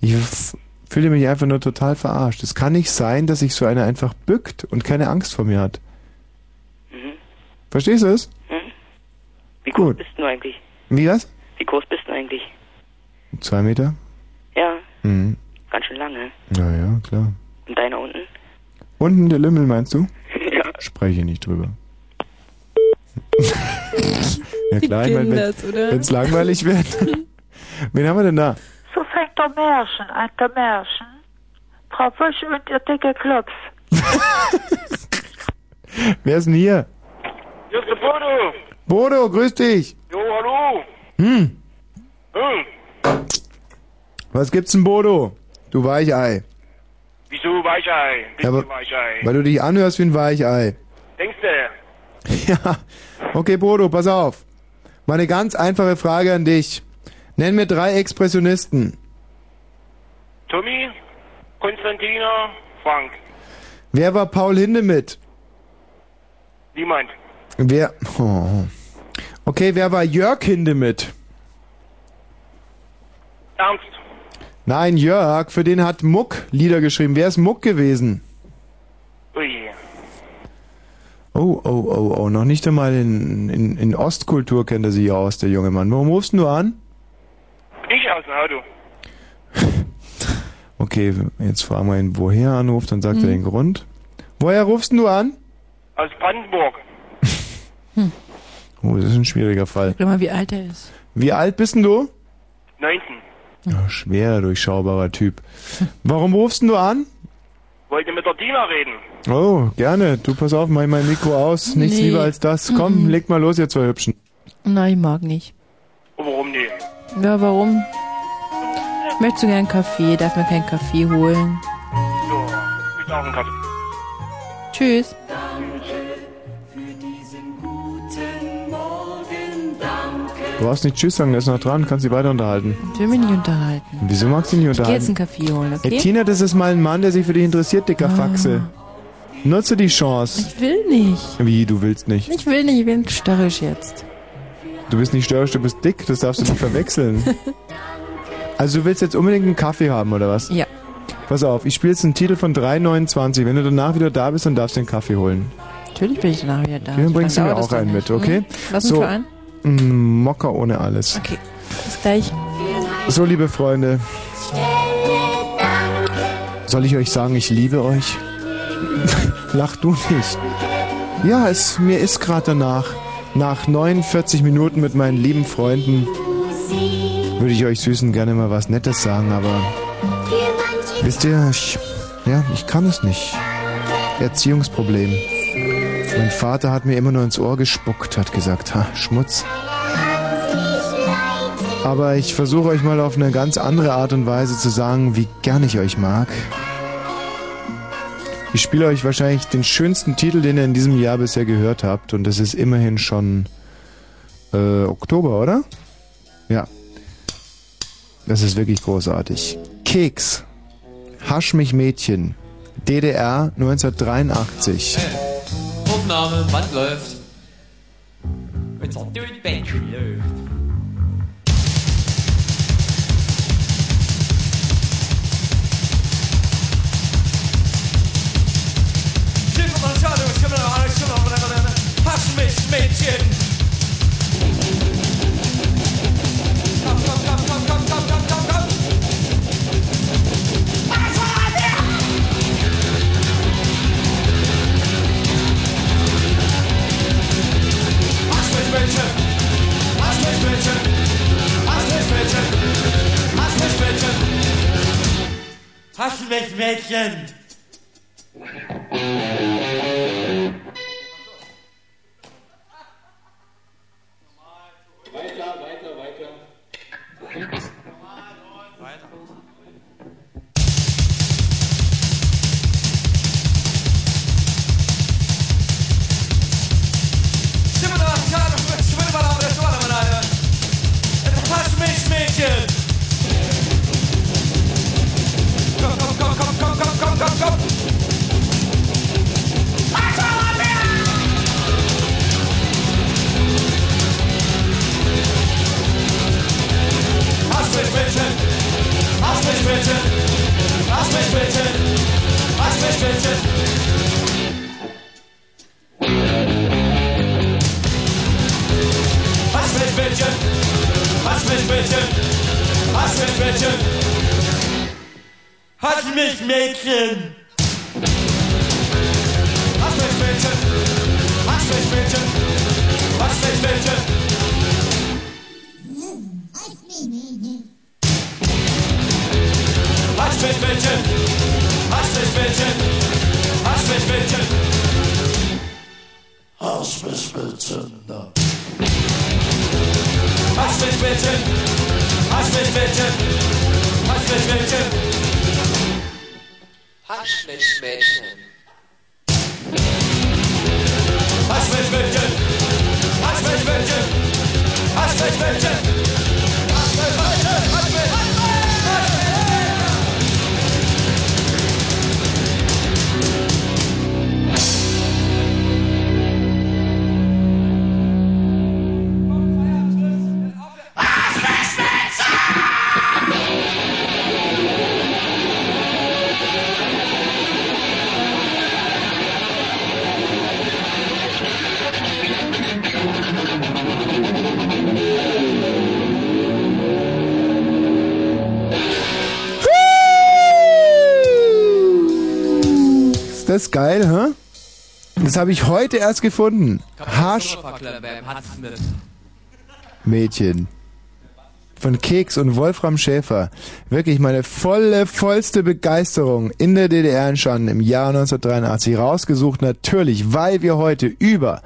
S1: ich f- fühle mich einfach nur total verarscht. Es kann nicht sein, dass sich so einer einfach bückt und keine Angst vor mir hat.
S3: Mhm.
S1: Verstehst du es?
S3: Mhm.
S1: Wie Gut.
S3: Bist du eigentlich?
S1: Wie das?
S3: Wie groß bist du eigentlich?
S1: Zwei Meter?
S3: Ja,
S1: Mhm.
S3: ganz schön lange.
S1: Naja, klar.
S3: Und deiner unten?
S1: Unten der Lümmel, meinst du?
S3: [LAUGHS] ja.
S1: Spreche nicht
S3: [LAUGHS]
S1: drüber. ja klar, ich mein,
S12: kennen
S1: wenn
S12: das, oder?
S1: wenn's langweilig wird. [LAUGHS] Wen haben wir denn da?
S12: So fängt der Märchen an, der Märchen. Frau Wisch und ihr dicker Klops.
S1: Wer ist denn hier?
S13: Hier ist der Bodo.
S1: Bodo, grüß dich.
S13: Jo, hallo.
S1: Hm,
S13: Hm.
S1: was gibt's denn, Bodo? Du Weichei.
S13: Wieso Weichei? Bist
S1: Ja, aber-
S13: du Weichei?
S1: Weil du dich anhörst wie ein Weichei.
S13: Denkst du?
S1: [LAUGHS] Ja. Okay, Bodo, pass auf. Mal eine ganz einfache Frage an dich. Nenn mir drei Expressionisten.
S13: Tommy, Konstantina, Frank.
S1: Wer war Paul Hindemith?
S13: Niemand.
S1: Wer. [LAUGHS] Oh. Okay, wer war Jörg Hindemith?
S13: Ernst.
S1: Nein, Jörg, für den hat Muck Lieder geschrieben. Wer ist Muck gewesen?
S13: Ui.
S1: Oh, oh, oh, oh, noch nicht einmal in, in, in Ostkultur kennt er sich aus, der junge Mann. Warum rufst denn du an?
S13: Ich aus dem Auto.
S1: Okay, jetzt fragen wir ihn, woher er anruft, dann sagt
S9: Mhm.
S1: er den Grund. Woher rufst denn du an?
S13: Aus Brandenburg.
S1: Oh, das ist ein schwieriger Fall.
S9: Guck mal, wie alt er ist.
S1: Wie alt bist denn du?
S13: 19.
S1: Ja, schwer durchschaubarer Typ. Warum rufst denn du an?
S13: Wollte mit der Dina reden.
S1: Oh, gerne. Du, pass auf, mach mein Mikro aus. Nichts
S9: Nee.
S1: lieber als das. Komm,
S9: Mhm.
S1: leg mal los, ihr zwei Hübschen.
S9: Nein, ich mag nicht.
S13: Oh, Warum nicht?
S9: Ja, warum? Ich möchte so gerne einen Kaffee. Darf mir keinen Kaffee holen.
S13: Ja, ich auch einen Kaffee.
S9: Tschüss.
S1: Du brauchst nicht Tschüss sagen, der ist noch dran, kannst dich weiter unterhalten.
S9: Ich will mich nicht unterhalten.
S1: Wieso magst du ihn nicht
S9: Ich gehe jetzt einen
S1: unterhalten?
S9: Kaffee holen, okay?
S1: Ey, Tina, das ist mal ein Mann, der sich für dich interessiert,
S9: Ah.
S1: dicker Faxe. Nutze die Chance.
S9: Ich will nicht.
S1: Wie, du willst nicht?
S9: Ich will nicht. Ich bin störrisch jetzt.
S1: Du bist nicht störrisch, du bist dick, das darfst du
S9: [LAUGHS]
S1: nicht verwechseln. Also du willst jetzt unbedingt einen Kaffee haben, oder was?
S9: Ja.
S1: Pass auf, ich spiele jetzt einen Titel von 3,29. Wenn du danach wieder da bist, dann darfst du den Kaffee holen.
S9: Natürlich bin ich danach wieder da.
S1: Okay, dann bringst du
S9: Wann
S1: mir
S9: dauert
S1: auch
S9: das
S1: einen
S9: denn?
S1: mit, okay?
S9: Hm? Was denn
S1: so,
S9: für einen?
S1: ein? Mocker ohne alles.
S9: Okay. Bis gleich.
S1: So, liebe Freunde. Soll ich euch sagen, ich liebe euch? [LAUGHS] Lach du nicht. Ja, es, mir ist gerade danach. Nach 49 Minuten mit meinen lieben Freunden würde ich euch Süßen gerne mal was Nettes sagen, aber wisst ihr, ich, ja, ich kann es nicht. Erziehungsproblem. Mein Vater hat mir immer nur ins Ohr gespuckt, hat gesagt, ha, Schmutz. Aber ich versuche euch mal auf eine ganz andere Art und Weise zu sagen, wie gern ich euch mag. Ich spiele euch wahrscheinlich den schönsten Titel, den ihr in diesem Jahr bisher gehört habt. Und das ist immerhin schon äh, Oktober, oder? Ja. Das ist wirklich großartig. Keks. Hasch mich Mädchen. DDR 1983.
S17: Aufnahme, was läuft? Wenn's auch durch Bench läuft. Schiff mal Schade, Schimmel, Haare, Schimmel, blablabla. Hasch mich, Mädchen! Komm, komm, komm, komm, komm, komm, komm, komm, komm! Hasch mich, Mädchen! Hasch mich, Mädchen! Hasch mich, Mädchen! Hasch mich, Mädchen! Hasch mich, Mädchen! Hasch mich, Mädchen! Hasch mich, Mädchen! Hasch mich, Mädchen! Hasch mich, Mädchen! Hasch mich, Mädchen! Hasch mich, Mädchen! Hasch
S13: Sünder. Hast mich bitte, hast mich bitte, hast mich bitte. Hast mich bitte. Hast mich bitte, hast mich bitte, hast mich bitte. Hast mich bitte, hast mich
S1: Ist das geil, hä? Das habe ich heute erst gefunden. Hasch
S11: beim Hatzmith.
S1: Mädchen. Von Keks und Wolfram Schäfer. Wirklich meine volle, vollste Begeisterung in der DDR entstanden im Jahr 1983. Rausgesucht natürlich, weil wir heute über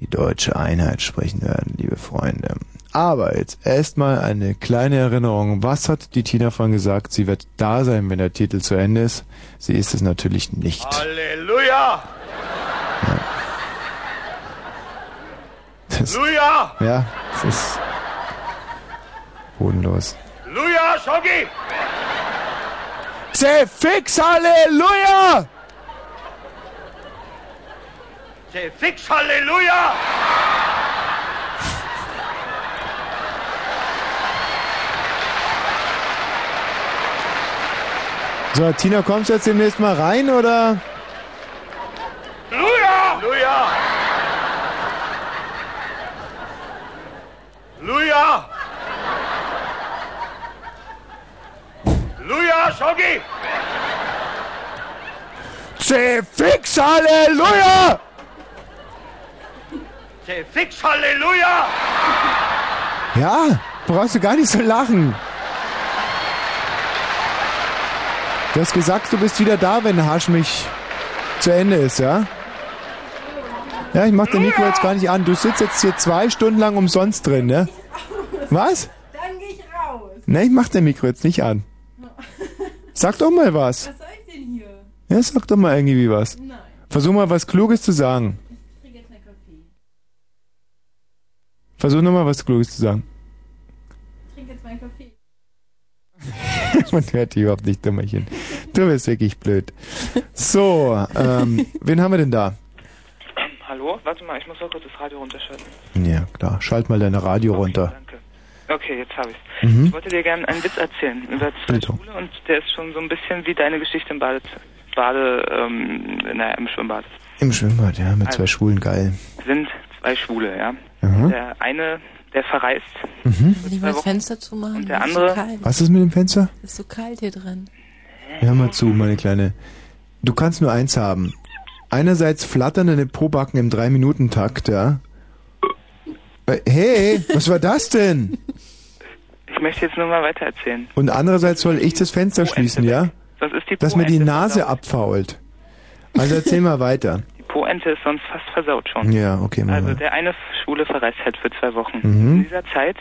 S1: die deutsche Einheit sprechen werden, liebe Freunde. Aber jetzt erstmal eine kleine Erinnerung. Was hat die Tina von gesagt? Sie wird da sein, wenn der Titel zu Ende ist. Sie ist es natürlich nicht.
S13: Halleluja!
S1: Das-
S13: Luja!
S1: Ja, es ist bodenlos.
S13: Luja, Schoggi!
S1: Zerfix Halleluja!
S13: Der Fix, Halleluja!
S1: So, Tina, kommst du jetzt demnächst mal rein oder?
S13: Luja! Luja! Luja! Luja, Schoggi!
S1: Zerfix Halleluja!
S13: Der Fix, Halleluja!
S1: Ja, brauchst du gar nicht so lachen. Du hast gesagt, du bist wieder da, wenn Hasch mich zu Ende ist, ja? Ja, ich mach den Mikro jetzt gar nicht an. Du sitzt jetzt hier zwei Stunden lang umsonst drin, ne? Was?
S9: Dann gehe ich raus.
S1: Ne, ich mach den Mikro jetzt nicht an. Sag doch mal was.
S9: Was soll ich denn hier?
S1: Ja, sag doch mal irgendwie was.
S9: Nein.
S1: Versuch mal was Kluges zu sagen.
S9: Ich trinke jetzt einen Kaffee.
S1: Versuch nochmal was Kluges zu sagen.
S9: Ich trinke jetzt meinen Kaffee.
S1: [LAUGHS] Man hört dich überhaupt nicht, Dummerchen. Du bist wirklich blöd. So, ähm, wen haben wir denn da?
S18: Ähm, Hallo? Warte mal, ich muss noch kurz das Radio runterschalten.
S1: Ja, klar. Schalt mal deine Radio runter.
S18: Okay, jetzt habe ich's.
S1: Mhm.
S18: Ich wollte dir gerne einen Witz erzählen über zwei
S1: Bitte.
S18: Schwule und der ist schon so ein bisschen wie deine Geschichte im Bade, Bade ähm, naja, im Schwimmbad.
S1: Im Schwimmbad, ja, mit
S18: Also.
S1: zwei Schwulen, geil.
S18: Sind zwei Schwule, ja.
S1: Mhm.
S18: Der eine, der verreist.
S1: Mhm.
S9: Will ich mal das Fenster zumachen?
S18: Und der
S9: Ist
S18: andere-
S9: So kalt.
S1: Was ist mit dem Fenster?
S9: Ist so kalt hier drin.
S1: Hör mal zu, meine Kleine. Du kannst nur eins haben. Einerseits flatternde Pobacken im Drei-Minuten-Takt, ja. Äh, Hey, was war das denn?
S18: Ich möchte jetzt nur mal weiter erzählen.
S1: Und andererseits soll ich das Fenster schließen, ja?
S18: Sonst ist die
S1: Dass mir die Nase abfault. Also erzähl mal weiter.
S18: Die Po-Ente ist sonst fast versaut schon.
S1: Genau, Ja, okay, mal.
S18: Also der eine Schwule verreist halt für zwei Wochen.
S1: Mhm.
S18: In dieser Zeit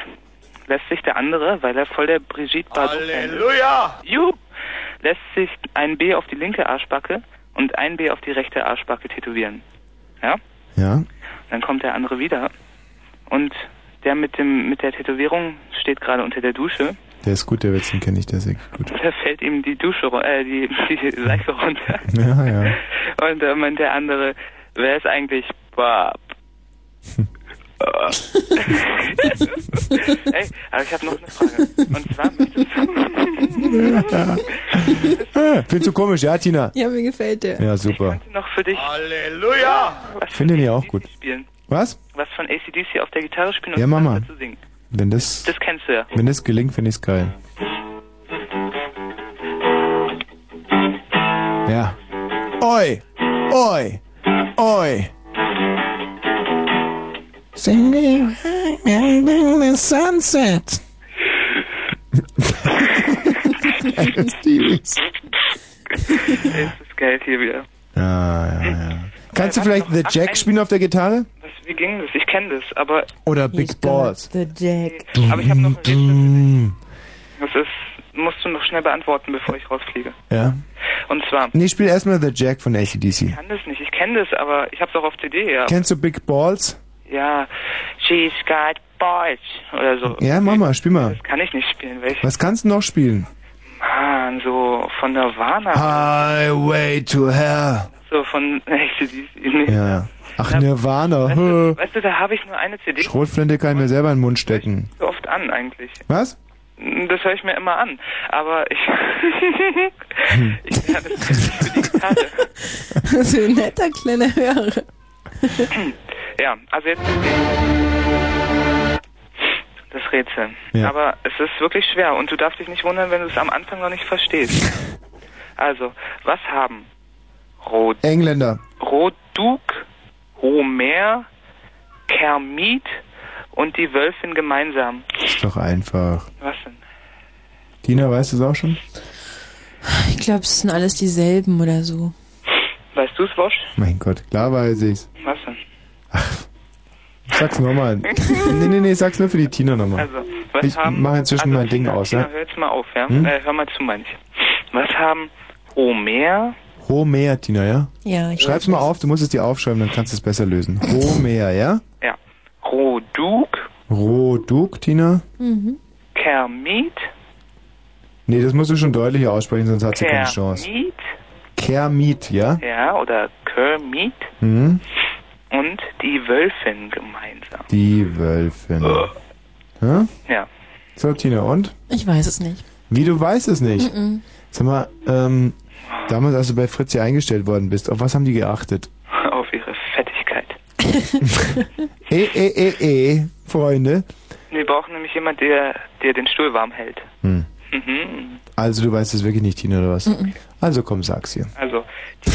S18: lässt sich der andere, weil er voll der Brigitte Bardot
S13: Halleluja!
S18: Juhu! lässt sich ein B auf die linke Arschbacke und ein B auf die rechte Arschbacke tätowieren. Ja?
S1: Ja.
S18: Dann kommt der andere wieder und der mit dem mit der Tätowierung steht gerade unter der Dusche
S1: Der ist gut, der Witz, den kenne ich, der ist wirklich gut.
S18: und da fällt ihm die Dusche ru- äh, die, die Seife runter
S1: [LAUGHS] Ja,
S18: [LAUGHS]
S1: ja.
S18: und da meint der andere, wer ist eigentlich
S1: [LAUGHS]
S18: Bob? Äh. [LAUGHS] Ey, aber ich habe noch eine Frage. Und zwar möchtest
S1: Findest du komisch, ja, Tina?
S9: Ja, mir gefällt der.
S1: Ja, super.
S18: du noch für dich Halleluja!
S1: Ich finde den ja auch gut.
S18: spielen.
S1: Was?
S18: Was von ACDC auf der Gitarre spielen
S1: Ja,
S18: und
S1: Mama.
S18: dazu singen.
S1: Wenn das,
S18: Das kennst du ja.
S1: wenn das gelingt, finde ich es geil. Ja. Oi, oi, oi.
S19: Sing me right in the sunset.
S1: Stevens.
S18: Ist das Geld hier wieder.
S1: Ah, Ja, ja, ja. Kannst du vielleicht The Jack spielen auf der Gitarre?
S18: Was wie ging das? Ich kenne das, aber
S1: Oder Big Balls.
S9: The Jack.
S18: Aber ich habe noch
S1: ein
S18: das ist, musst du noch schnell beantworten, bevor ich rausfliege.
S1: Ja.
S18: Und zwar,
S1: Nee, spiel erstmal The Jack von
S18: ich
S1: ACDC.
S18: kann das nicht, ich kenne das, aber ich hab's auch auf CD, ja.
S1: Kennst du Big Balls?
S18: ja, she's got boys oder so.
S1: Ja, mach mal, spiel mal.
S18: Das kann ich nicht spielen, welches?
S1: Was kannst du noch spielen?
S18: Mann, so von Nirvana,
S1: Ah. Highway to Hell.
S18: so von [LAUGHS] ACDC. Nee.
S1: Ja. Ach, Nirvana. Hö.
S18: Weißt du, da habe ich nur eine CD
S1: Schrotflinte kann ich mir selber in den Mund stecken.
S18: so oft an eigentlich.
S1: Was?
S18: Das höre ich mir immer an, aber ich, [LAUGHS] ich lerne das jetzt für die Gitarre.
S9: So ein netter kleiner Hörer.
S18: Ja, also jetzt das Rätsel.
S13: Ja.
S18: Aber es ist wirklich schwer und du darfst dich nicht wundern, wenn du es am Anfang noch nicht verstehst. Also, was haben Rot.
S1: Engländer.
S18: Roduk, Homer, Kermit und die Wölfin gemeinsam?
S1: Ist doch einfach.
S18: Was denn?
S1: Tina, weißt du es auch schon?
S9: Ich glaube, es sind alles dieselben oder so.
S18: Weißt du es, Bosch?
S1: Mein Gott, klar weiß ich's.
S18: Was denn?
S1: Sag's nochmal. nee, nee, nee, sag's nur für die Tina nochmal.
S18: Also, was
S1: ich
S18: haben- also
S1: mache inzwischen mein Ding aus,
S18: Tina,
S1: ja?
S18: hör jetzt mal auf, ja?
S1: Hm?
S18: Äh, hör mal zu, meine ich. Was haben Homer,
S1: Homer, Tina, ja?
S9: Ja,
S18: ich
S1: Schreib's mal auf, du musst es dir aufschreiben, dann kannst du es
S18: [LAUGHS]
S1: besser lösen. Homer, ja?
S18: ja, Roduk,
S1: Roduk, Tina?
S18: Kermit,
S1: Nee, das musst du schon deutlicher aussprechen, sonst hat sie keine Chance.
S18: Kermit,
S1: Kermit, ja?
S18: ja, oder Kermit
S1: Mhm.
S18: und die Wölfin gemeinsam. [LAUGHS]
S1: Die Wölfin. Hä?
S18: Äh. Ja.
S1: So, Tina, und?
S9: Ich weiß es nicht.
S1: Wie, du weißt es nicht?
S9: Mhm.
S1: Sag mal, ähm, damals, als du bei Fritzi eingestellt worden bist, auf was haben die geachtet?
S18: Auf ihre Fettigkeit.
S1: Eh, eh, eh, eh, Freunde.
S18: Wir brauchen nämlich jemanden, der, der den Stuhl warm hält.
S1: Hm.
S18: Mhm.
S1: Also, du weißt es wirklich nicht, Tina, oder was?
S18: Mhm.
S1: Also, komm, sag's hier.
S18: Also, die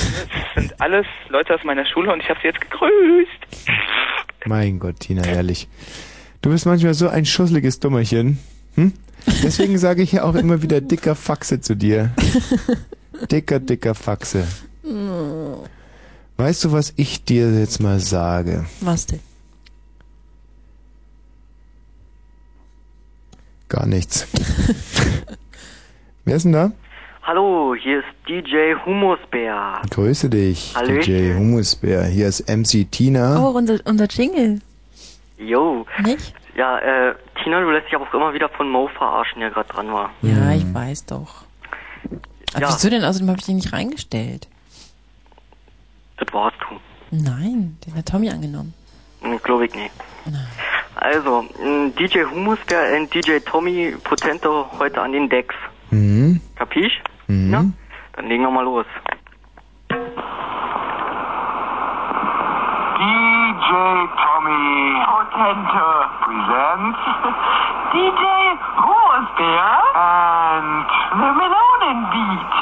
S18: sind alles Leute aus meiner Schule und ich habe sie jetzt gegrüßt.
S1: Mein Gott, Tina, ehrlich. Du bist manchmal so ein schusseliges Dummerchen. Hm? Deswegen sage ich ja auch immer wieder dicker Faxe zu dir. Dicker, dicker Faxe.
S9: Hm.
S1: Weißt du, was ich dir jetzt mal sage?
S9: Was denn?
S1: Gar nichts. Wer ist denn da?
S8: Hallo, hier ist DJ Humusbär.
S1: Grüße dich,
S8: Hallöchen.
S1: DJ Humusbär. Hier ist MC Tina.
S8: Oh.
S9: Oh, unser, unser Jingle.
S8: Jo.
S9: Nicht?
S8: Ja, äh, Tina, du lässt dich auch immer wieder von Mo verarschen, der gerade dran war.
S9: Ja, ich weiß doch. Aber
S8: Ja.
S9: wieso denn? Außerdem habe ich den nicht reingestellt.
S8: Das warst du.
S9: Nein, den hat Tommy angenommen.
S8: Hm, Glaub ich nicht. Also, mh, DJ Humusbär und DJ Tommy Potente heute an den Decks.
S1: Mhm.
S8: Kapisch?
S1: Mhm.
S8: Dann legen wir mal los.
S13: DJ Tommy Potente presents [LAUGHS] DJ Rosebeer and the Melonen Beat.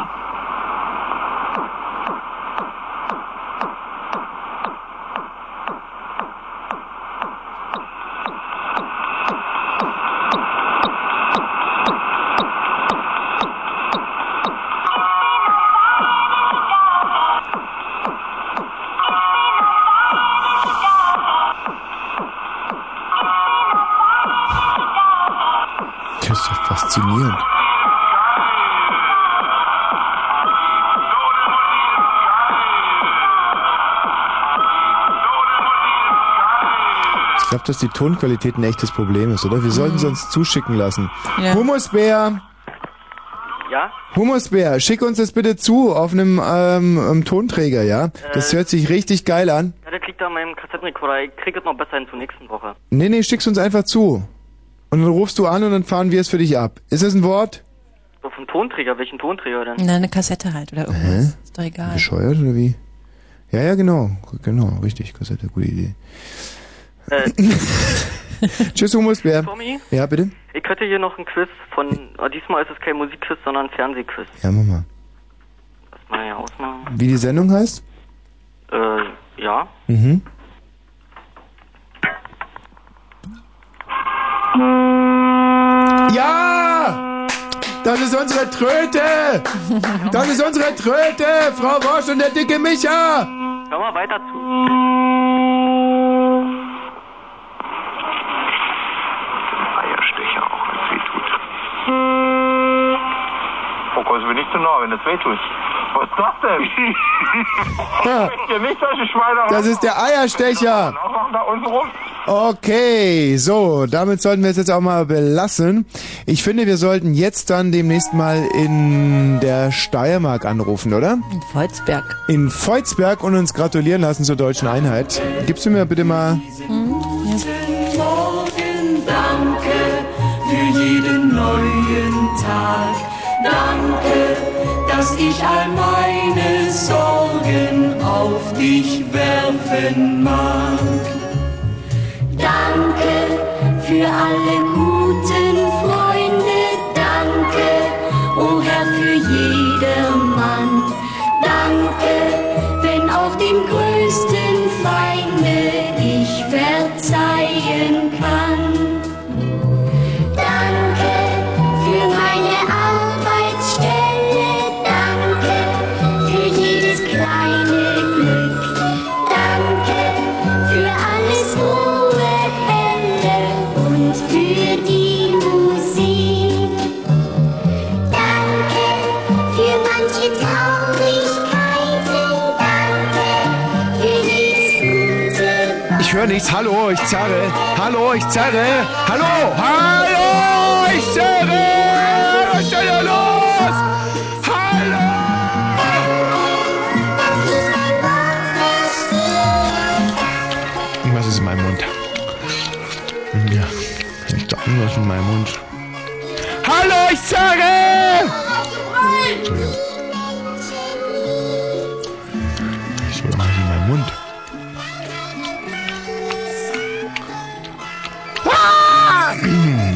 S1: Das ist ja faszinierend. Ich glaube, dass die Tonqualität ein echtes Problem ist, oder? Wir sollten sie uns zuschicken lassen. Humusbär,
S8: Ja?
S1: Humusbär, schick uns das bitte zu auf einem ähm, ähm, Tonträger, ja? Das
S8: Äh.
S1: hört sich richtig geil an.
S8: Ja, das liegt an meinem Kassettenrekorder. Ich krieg das noch besser hin zur nächsten Woche.
S1: Nee, nee, schick's uns einfach zu. Und dann rufst du an und dann fahren wir es für dich ab. Ist das ein Wort?
S8: Auf den Tonträger, welchen Tonträger denn?
S9: Na, eine Kassette halt oder irgendwas. Ist doch egal.
S1: Bescheuert oder wie? Ja, ja, genau. Genau, richtig. Kassette, gute Idee. [LAUGHS] Tschüss, Humusbär.
S8: Äh. Tommy?
S1: Ja, bitte?
S8: Ich hätte hier noch ein Quiz von, äh, diesmal ist es kein Musikquiz, sondern ein Fernsehquiz.
S1: Ja, mach mal.
S8: Lass mal hier ausmachen.
S1: Wie die Sendung heißt?
S8: Äh, ja.
S1: Mhm. Ja! Das ist unsere Tröte! Das ist unsere Tröte! Frau Rosch und der dicke Micha!
S8: Hör mal weiter zu.
S6: Oh Gott, ich bin nicht zu nah, wenn das wehtut. Was ist das denn? [LAUGHS] ich will nicht solche Schweine genau,
S1: Das ist der Eierstecher.
S6: machen da unten rum.
S1: Okay, so, damit sollten wir es jetzt auch mal belassen. Ich finde, wir sollten jetzt dann demnächst mal in der Steiermark anrufen, oder? In
S2: Volzberg.
S1: In Volzberg und uns gratulieren lassen zur deutschen Einheit. Gibst du mir bitte mal...
S13: Guten Morgen, danke für jeden neuen Tag. Danke, dass ich all meine Sorgen auf dich werfen mag. Danke für alle guten Freunde. Danke, o Herr, für jedermann. Danke, wenn auch dem größten Feinde ich verzeihen kann. Danke für meine Arbeitsstelle. Danke für jedes kleine Glück. Danke für alles hohe Helle und für die Musik. Danke für manche Traurigkeiten. Danke für jedes gute
S1: Ich höre nichts. Hallo, ich zerre. Hallo, ich zerre. Hallo, hallo, ich zerre. Was ist denn da los? Irgendwas ist in meinem Mund. Ja, ich da irgendwas in meinem Mund. Hallo, ich zerre. Ich will irgendwas in meinem Mund. [CLEARS THROAT] Ah!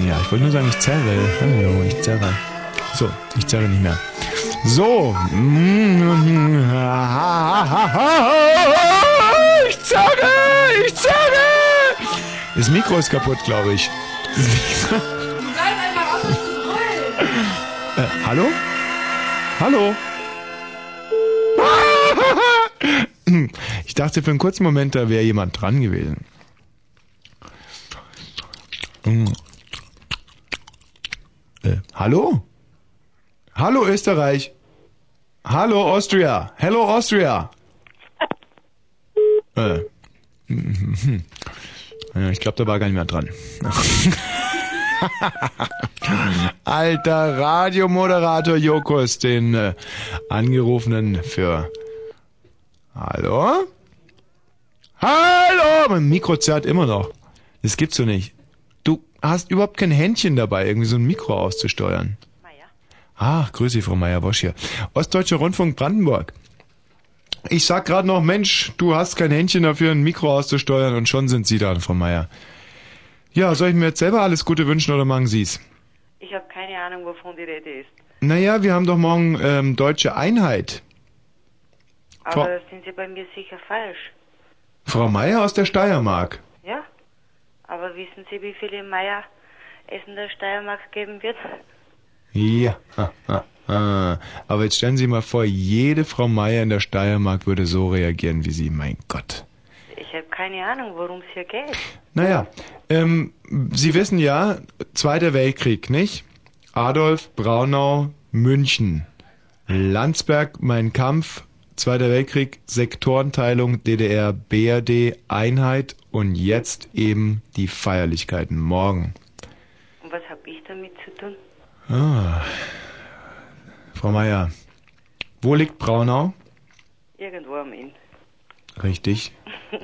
S1: Ja, ich wollte nur sagen, ich zerre. Hallo, ich zerre. So, ich zerre nicht mehr. So. [LAUGHS] Ich zerre, ich zerre. Das Mikro ist kaputt, glaube ich. [LAUGHS] Äh, hallo? Hallo? Ich dachte für einen kurzen Moment, da wäre jemand dran gewesen. Hm. Äh, hallo? Hallo Österreich. Hallo Austria. Hello Austria. Äh. Mhm. Ja, Ich glaube, da war gar niemand dran. [LAUGHS] Alter Radiomoderator Jokus, den äh, Angerufenen für... Hallo? Hallo! Mein Mikro zerrt immer noch. Das gibt's so nicht. Du hast überhaupt kein Händchen dabei, irgendwie so ein Mikro auszusteuern. Ach, grüß Sie, Frau Meier-Bosch hier. Ostdeutscher Rundfunk Brandenburg. Ich sag gerade noch, Mensch, du hast kein Händchen dafür, ein Mikro auszusteuern und schon sind Sie dran, Frau Meier. Ja, soll ich mir jetzt selber alles Gute wünschen oder machen Sie's?
S20: Ich habe keine Ahnung, wovon die Rede ist.
S1: Naja, wir haben doch morgen ähm, Deutsche Einheit.
S20: Aber
S1: Frau,
S20: sind Sie bei mir sicher falsch.
S1: Frau Meier aus der Steiermark.
S20: Ja? Aber wissen Sie, wie viele Meier es in der Steiermark geben wird?
S1: Ja. ha, ha, ha. Aber jetzt stellen Sie mal vor, jede Frau Meier in der Steiermark würde so reagieren wie Sie. Mein Gott.
S20: Ich habe keine Ahnung, worum es hier geht.
S1: Naja, ähm, Sie wissen ja, Zweiter Weltkrieg, nicht? Adolf, Braunau, München. Landsberg, Mein Kampf, Zweiter Weltkrieg, Sektorenteilung, DDR, BRD, Einheit und jetzt eben die Feierlichkeiten morgen.
S20: Und was habe ich damit zu tun?
S1: Ah. Frau Meier, wo liegt Braunau?
S20: Irgendwo am Inn.
S1: Richtig.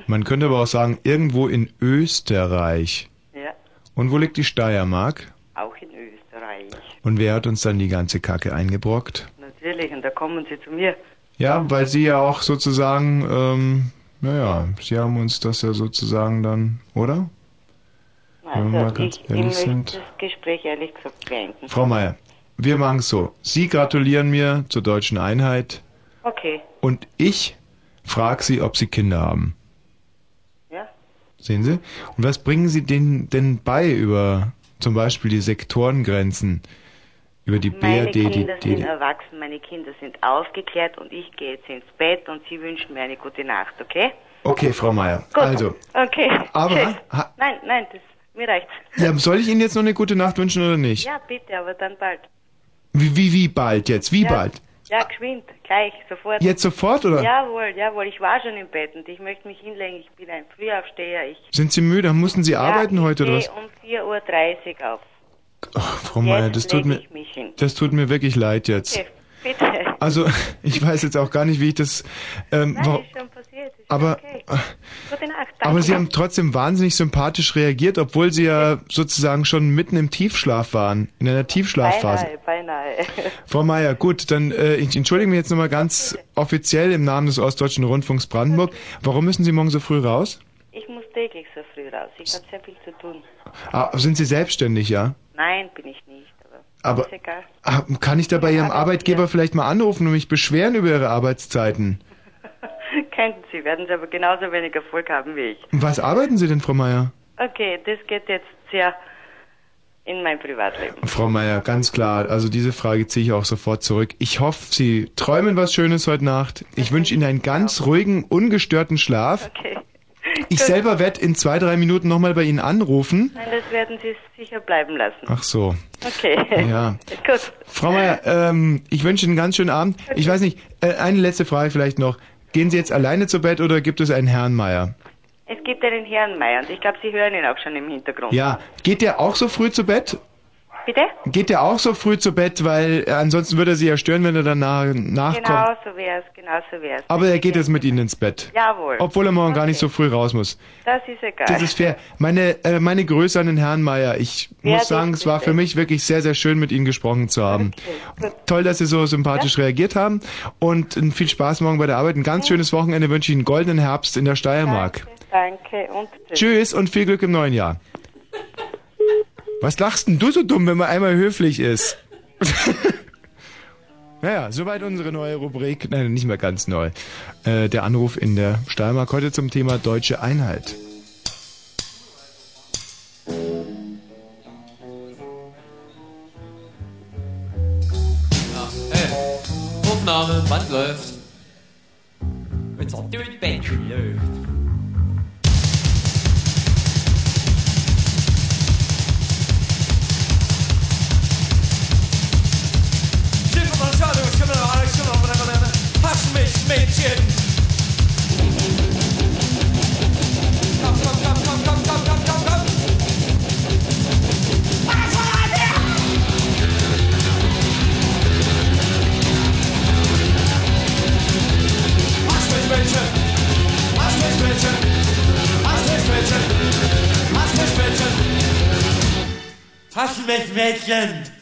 S1: Man könnte aber auch sagen, irgendwo in Österreich.
S20: Ja,
S1: Und wo liegt die Steiermark?
S20: auch in Österreich.
S1: Und wer hat uns dann die ganze Kacke eingebrockt?
S20: Natürlich, und da kommen Sie zu mir.
S1: Ja, weil Sie ja auch sozusagen, ähm, naja, Sie haben uns das ja sozusagen dann, oder? Wenn wir mal
S20: Also,
S1: ganz
S20: ich, ich
S1: ehrlich
S20: möchte
S1: sind.
S20: das Gespräch ehrlich gesagt beenden.
S1: Frau Meier, wir machen es so. Sie gratulieren mir zur deutschen Einheit
S20: Okay,
S1: und ich frage Sie, ob Sie Kinder haben.
S20: ja.
S1: Sehen Sie? Und was bringen Sie denen denn bei über zum Beispiel die Sektorengrenzen, über die
S20: Meine
S1: BRD, die
S20: Kinder sind
S1: DDR?
S20: erwachsen, meine Kinder sind aufgeklärt und ich gehe jetzt ins Bett und Sie wünschen mir eine gute Nacht, okay?
S1: Okay, Frau Meier,
S20: Gut.
S1: also,
S20: Okay.
S1: Aber-
S20: Tschüss.
S1: ha-
S20: [LAUGHS] nein, nein, das, mir reicht's.
S1: ja, soll ich Ihnen jetzt noch eine gute Nacht wünschen oder nicht?
S20: Ja, bitte, aber dann bald.
S1: Wie, wie, wie bald jetzt? Wie
S20: ja,
S1: bald?
S20: Ja, geschwind, gleich, sofort.
S1: Jetzt sofort, oder?
S20: Jawohl, jawohl, ich war schon im Bett und ich möchte mich hinlegen, ich bin ein Frühaufsteher. Ich
S1: Sind Sie müde? Mussten Sie arbeiten
S20: ja, ich
S1: heute oder was?
S20: stehe um 4.30 Uhr auf.
S1: Ach, Frau Meier, das tut
S20: leg
S1: mir,
S20: ich mich hin.
S1: das tut mir wirklich leid jetzt.
S20: Okay, bitte.
S1: Also, [LAUGHS] ich weiß jetzt auch gar nicht, wie ich das, ähm,
S20: Nein,
S1: wa-
S20: ist schon passiert. Ist
S1: aber,
S20: okay.
S1: äh,
S20: Gute Nacht. Danke.
S1: aber Sie haben trotzdem wahnsinnig sympathisch reagiert, obwohl Sie ja sozusagen schon mitten im Tiefschlaf waren, in einer Tiefschlafphase.
S20: Beinahe, beinahe. [LAUGHS]
S1: Frau Mayer, gut, dann äh, ich entschuldige mich jetzt nochmal ganz offiziell im Namen des Ostdeutschen Rundfunks Brandenburg. Warum müssen Sie morgen so früh raus?
S20: Ich muss täglich so früh raus. Ich habe sehr viel zu tun.
S1: Ah, sind Sie selbstständig, ja?
S20: Nein, bin ich nicht.
S1: Aber
S20: Ist egal. [LAUGHS]
S1: ah, kann ich da bei Ihrem Arbeitgeber vielleicht mal anrufen und mich beschweren über Ihre Arbeitszeiten?
S20: Könnten Sie, werden Sie aber genauso wenig Erfolg haben wie ich.
S1: Was arbeiten Sie denn, Frau Meier?
S20: Okay, das geht jetzt sehr in mein Privatleben.
S1: Frau Meier, ganz klar. Also diese Frage ziehe ich auch sofort zurück. Ich hoffe, Sie träumen was Schönes heute Nacht. Ich wünsche Ihnen einen ganz ruhigen, ungestörten Schlaf.
S20: Okay.
S1: Ich selber werde in zwei, drei Minuten nochmal bei Ihnen anrufen.
S20: Nein, das werden Sie sicher bleiben lassen.
S1: Ach so.
S20: Okay.
S1: Ja.
S20: [LAUGHS] Gut.
S1: Frau Meier, ähm, ich wünsche Ihnen einen ganz schönen Abend. Ich weiß nicht, äh, eine letzte Frage vielleicht noch. Gehen Sie jetzt alleine zu Bett oder gibt es einen Herrn Meier?
S20: Es gibt einen Herrn Mayer und ich glaube, Sie hören ihn auch schon im Hintergrund.
S1: Ja, geht der auch so früh zu Bett?
S20: Bitte?
S1: Geht der auch so früh zu Bett, weil äh, ansonsten würde er Sie ja stören, wenn er danach nachkommt.
S20: Genau so wäre es, genau so wäre es.
S1: Aber er geht jetzt mit Ihnen ins Bett.
S20: Jawohl.
S1: Obwohl er morgen gar nicht so früh raus muss.
S20: Das ist egal.
S1: Das ist fair. Meine, äh, meine Grüße an den Herrn Meier. Ich
S20: Ja,
S1: muss sagen,
S20: das
S1: es war
S20: ist
S1: für
S20: es.
S1: mich wirklich sehr, sehr schön, mit Ihnen gesprochen zu haben. Toll, dass Sie so sympathisch reagiert haben und äh, viel Spaß morgen bei der Arbeit. Ein ganz schönes Wochenende wünsche ich Ihnen goldenen Herbst in der Steiermark.
S20: Danke und tschüss.
S1: Tschüss und viel Glück im neuen Jahr. Was lachst denn du so dumm, wenn man einmal höflich ist? [LAUGHS] naja, soweit unsere neue Rubrik. Nein, nicht mehr ganz neu. Äh, der Anruf in der Steiermark heute zum Thema deutsche Einheit.
S17: Ja, ey. Aufnahme, Band läuft. Wenn's auch die Band läuft. Schiffe von Schade und Schimmel, alle Schimmel, blablabla. Hasch mich, Mädchen. Komm, komm, komm, komm, komm, komm, komm, komm, komm. Was war
S13: Hast mich bitte, hast mich bitte, hast mich bitte, hast mich bitte.
S17: Hast mich, Mädchen.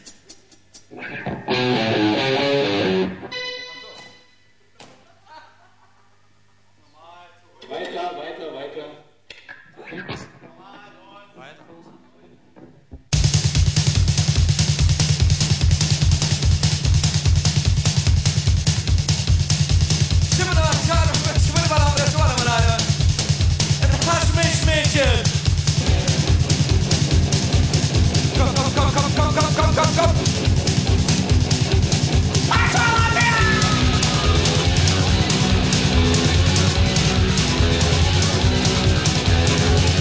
S6: Weiter, weiter, weiter.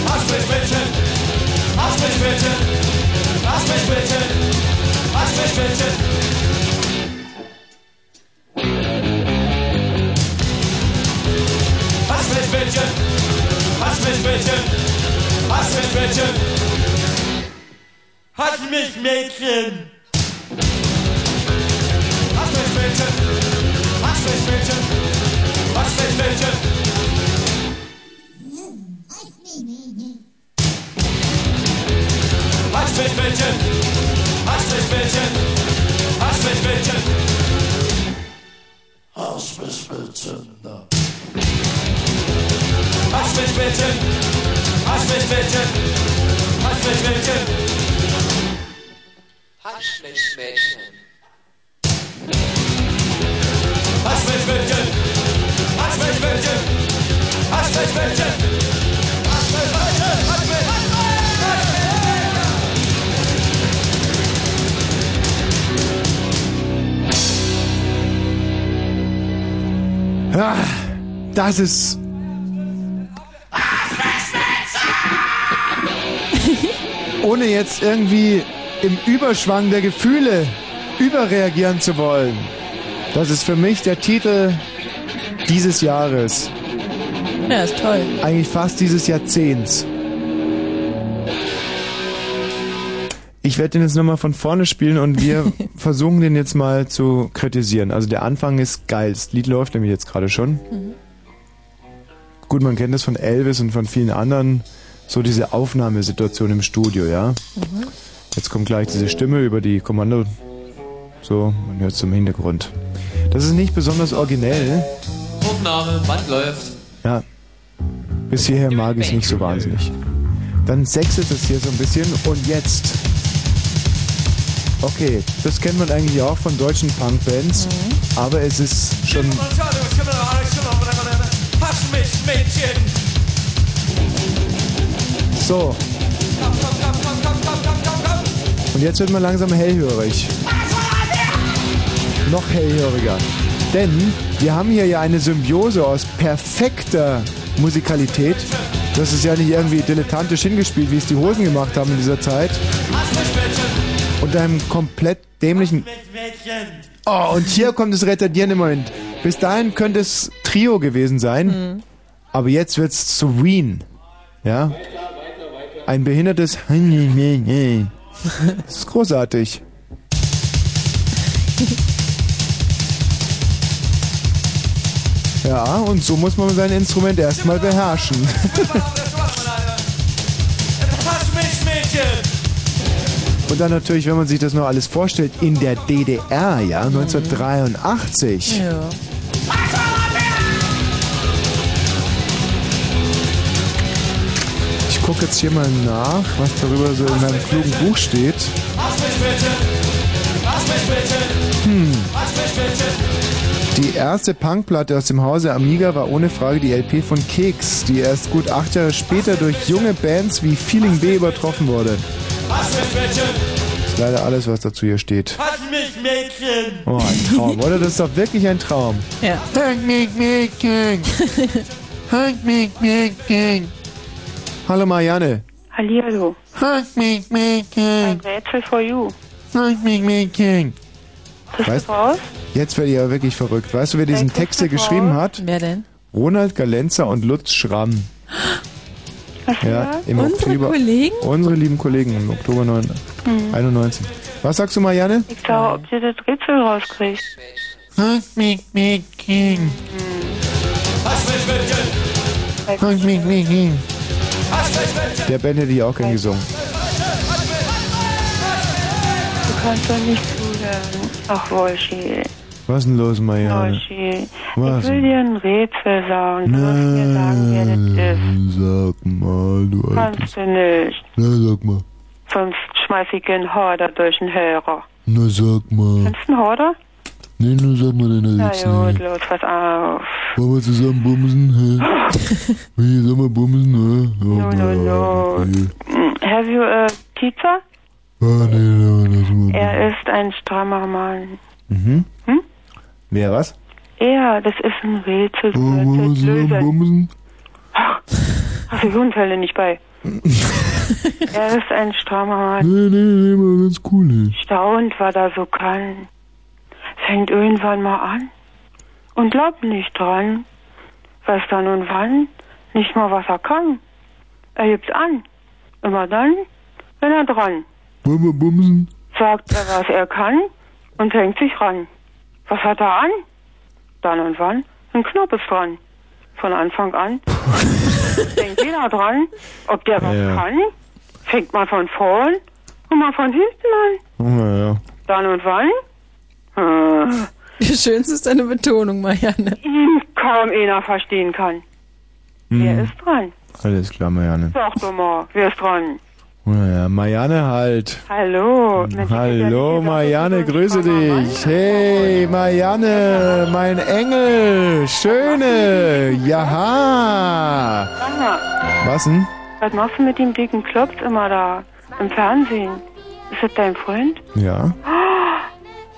S13: Hast mich bitte, hast mich bitte, hast mich bitte, hast mich bitte. Hast mich bitte, hast mich bitte, hast mich bitte. Hast mich Mädchen. Hast mich bitte, hast mich bitte, hast mich bitte. Hast mich bitte, hast mich bitte, hast mich bitte. Hast mich bitte, Hast mich bitte, hast mich bitte, hast mich bitte.
S17: Hast mich, Mädchen.
S13: Hast mich bitte, hast mich bitte, hast mich bitte. Hast mich bitte, hast mich, hast mich.
S1: Ah, das ist Ah. ohne jetzt irgendwie im Überschwang der Gefühle überreagieren zu wollen. Das ist für mich der Titel dieses Jahres.
S9: Ja, ist toll.
S1: Eigentlich fast dieses Jahrzehnts. Ich werde den jetzt nochmal von vorne spielen und
S9: [LAUGHS]
S1: wir versuchen den jetzt mal zu kritisieren. Also der Anfang ist geil. Das Lied läuft nämlich jetzt gerade schon.
S9: Mhm.
S1: Gut, man kennt das von Elvis und von vielen anderen. So diese Aufnahmesituation im Studio, ja.
S17: Mhm.
S1: Jetzt kommt gleich diese Stimme über die Kommando. So, man hört es im Hintergrund. Das ist nicht besonders originell.
S17: Aufnahme, Band läuft.
S1: Ja. Bis hierher mag ich es nicht so wahnsinnig. Dann sechset es hier so ein bisschen und jetzt. Okay, das kennt man eigentlich auch von deutschen Punkbands, aber es ist schon
S17: Hast mich, Mädchen.
S1: so.
S17: Komm, komm, komm, komm, komm, komm, komm, komm.
S1: Und jetzt wird man langsam hellhörig. Noch hellhöriger. Denn wir haben hier ja eine Symbiose aus perfekter Musikalität. Das ist ja nicht irgendwie dilettantisch hingespielt, wie es die Hosen gemacht haben in dieser Zeit. Und einem komplett dämlichen...
S17: Mädchen.
S1: Oh, und hier kommt das retardierende Moment. Bis dahin könnte es Trio gewesen sein, aber jetzt wird's zu Wien. Ja? Ein behindertes. [LAUGHS] Das ist großartig. Ja, und so muss man sein Instrument erstmal beherrschen.
S17: Hast mich, Mädchen.
S1: Und dann natürlich, wenn man sich das noch alles vorstellt, in der DDR, ja, 1983.
S9: Ja.
S1: Ich gucke jetzt hier mal nach, was darüber so in meinem klugen Buch steht.
S17: Hast mich, Mädchen. Hast mich, Mädchen.
S1: Hm.
S17: Hast mich, Mädchen.
S1: Die erste Punkplatte aus dem Hause Amiga war ohne Frage die LP von Keks, die erst gut acht Jahre später durch junge Bands wie Feeling B übertroffen wurde.
S17: Hast mich, Mädchen.
S1: Das ist leider alles, was dazu hier steht.
S17: Hast mich, Mädchen.
S1: Oh, ein Traum, oder? Das ist doch wirklich ein Traum.
S9: Ja.
S13: Hang mich,
S9: [LAUGHS]
S13: Mädchen. Hang mich, Mädchen.
S1: Hallo Marianne.
S2: Hallihallo.
S13: Hang mich,
S2: I'm
S13: Mädchen.
S2: grateful for you.
S13: Hang mich, Mädchen.
S1: Weißt,
S2: Raus?
S1: jetzt werde ich aber wirklich verrückt. Weißt du, wer diesen Text hier geschrieben hat?
S9: Wer denn?
S1: Ronald Galenzer und Lutz Schramm. Ja, im
S9: Unsere
S1: Oktober.
S9: Kollegen?
S1: Unsere lieben Kollegen im Oktober 9,
S2: Mhm.
S1: 91. Was sagst du, Marianne?
S2: Ich glaube, ob sie das Rätsel rauskriegt.
S13: Hang mich, Mädchen.
S17: Hast mich, Mädchen.
S13: Hang mich, Mädchen.
S17: Hast mich, Mädchen.
S1: Der Band hätte ich auch gern gesungen.
S2: Du kannst doch nicht zuhören. Ach, Wolschi,
S1: Was ist denn los, Marianne?
S2: Wolschi.
S1: Was? Ne.
S2: Ich will dir ein Rätsel sagen. Du musst mir sagen, wer das ist.
S1: Nein, sag mal, du altes.
S2: Kannst du nicht.
S1: Na, sag mal.
S2: Sonst schmeiß ich einen Horder durch den Hörer.
S1: Na, sag mal.
S2: Ist ein Horder?
S1: Nee, nur sag mal deine
S2: Na
S1: Sätze.
S2: gut, los, pass auf.
S1: Wollen wir
S2: [LAUGHS]
S1: zusammen bumsen, hä? Wie, sollen wir bumsen, hä?
S2: No, no, no. Mm, Have you a pizza?
S1: Ah, nee, nee, nee, lass mal.
S2: Er ist ein strammer Mann.
S1: Mhm.
S2: Hm?
S1: Wer was?
S2: Ja, das ist halt ein Rätsel. das
S1: Wollen wir
S2: ist
S1: zusammen
S2: lösen.
S1: bumsen?
S2: Hast du die Hundhölle nicht bei? er ist ein strammer Mann.
S1: Nee, nee, nee, mal ganz cool, hä?
S2: Staunt, was er so kann. Fängt irgendwann mal an. Und glaubt nicht dran. Weiß dann und wann. Nicht mal, was er kann. Er gibt's an. Immer dann, wenn er dran.
S1: Wollen wir bumsen?
S2: Sagt er, was er kann. Und hängt sich ran. Was hat er an? Dann und wann. Ein Knopf ist dran. Von Anfang an. Denkt jeder dran, ob der was
S1: Ja.
S2: kann. Fängt mal von vorn und mal von hinten an.
S1: Oh, Naja.
S2: Dann und wann? Äh,
S9: Schön ist deine Betonung, Marianne.
S2: ihn kaum einer verstehen kann. Wer ist dran?
S1: Mhm. Alles klar, Marianne.
S2: Sag doch mal, wer ist dran?
S1: Naja, Marianne halt.
S2: Hallo. Mensch,
S1: Hallo Marianne, grüße dich. Hey Marianne, mein Engel, schöne. Jaha.
S2: sag mal,
S1: Was denn?
S2: was machst du mit dem dicken Klops immer da im Fernsehen? Ist das dein Freund?
S1: Ja.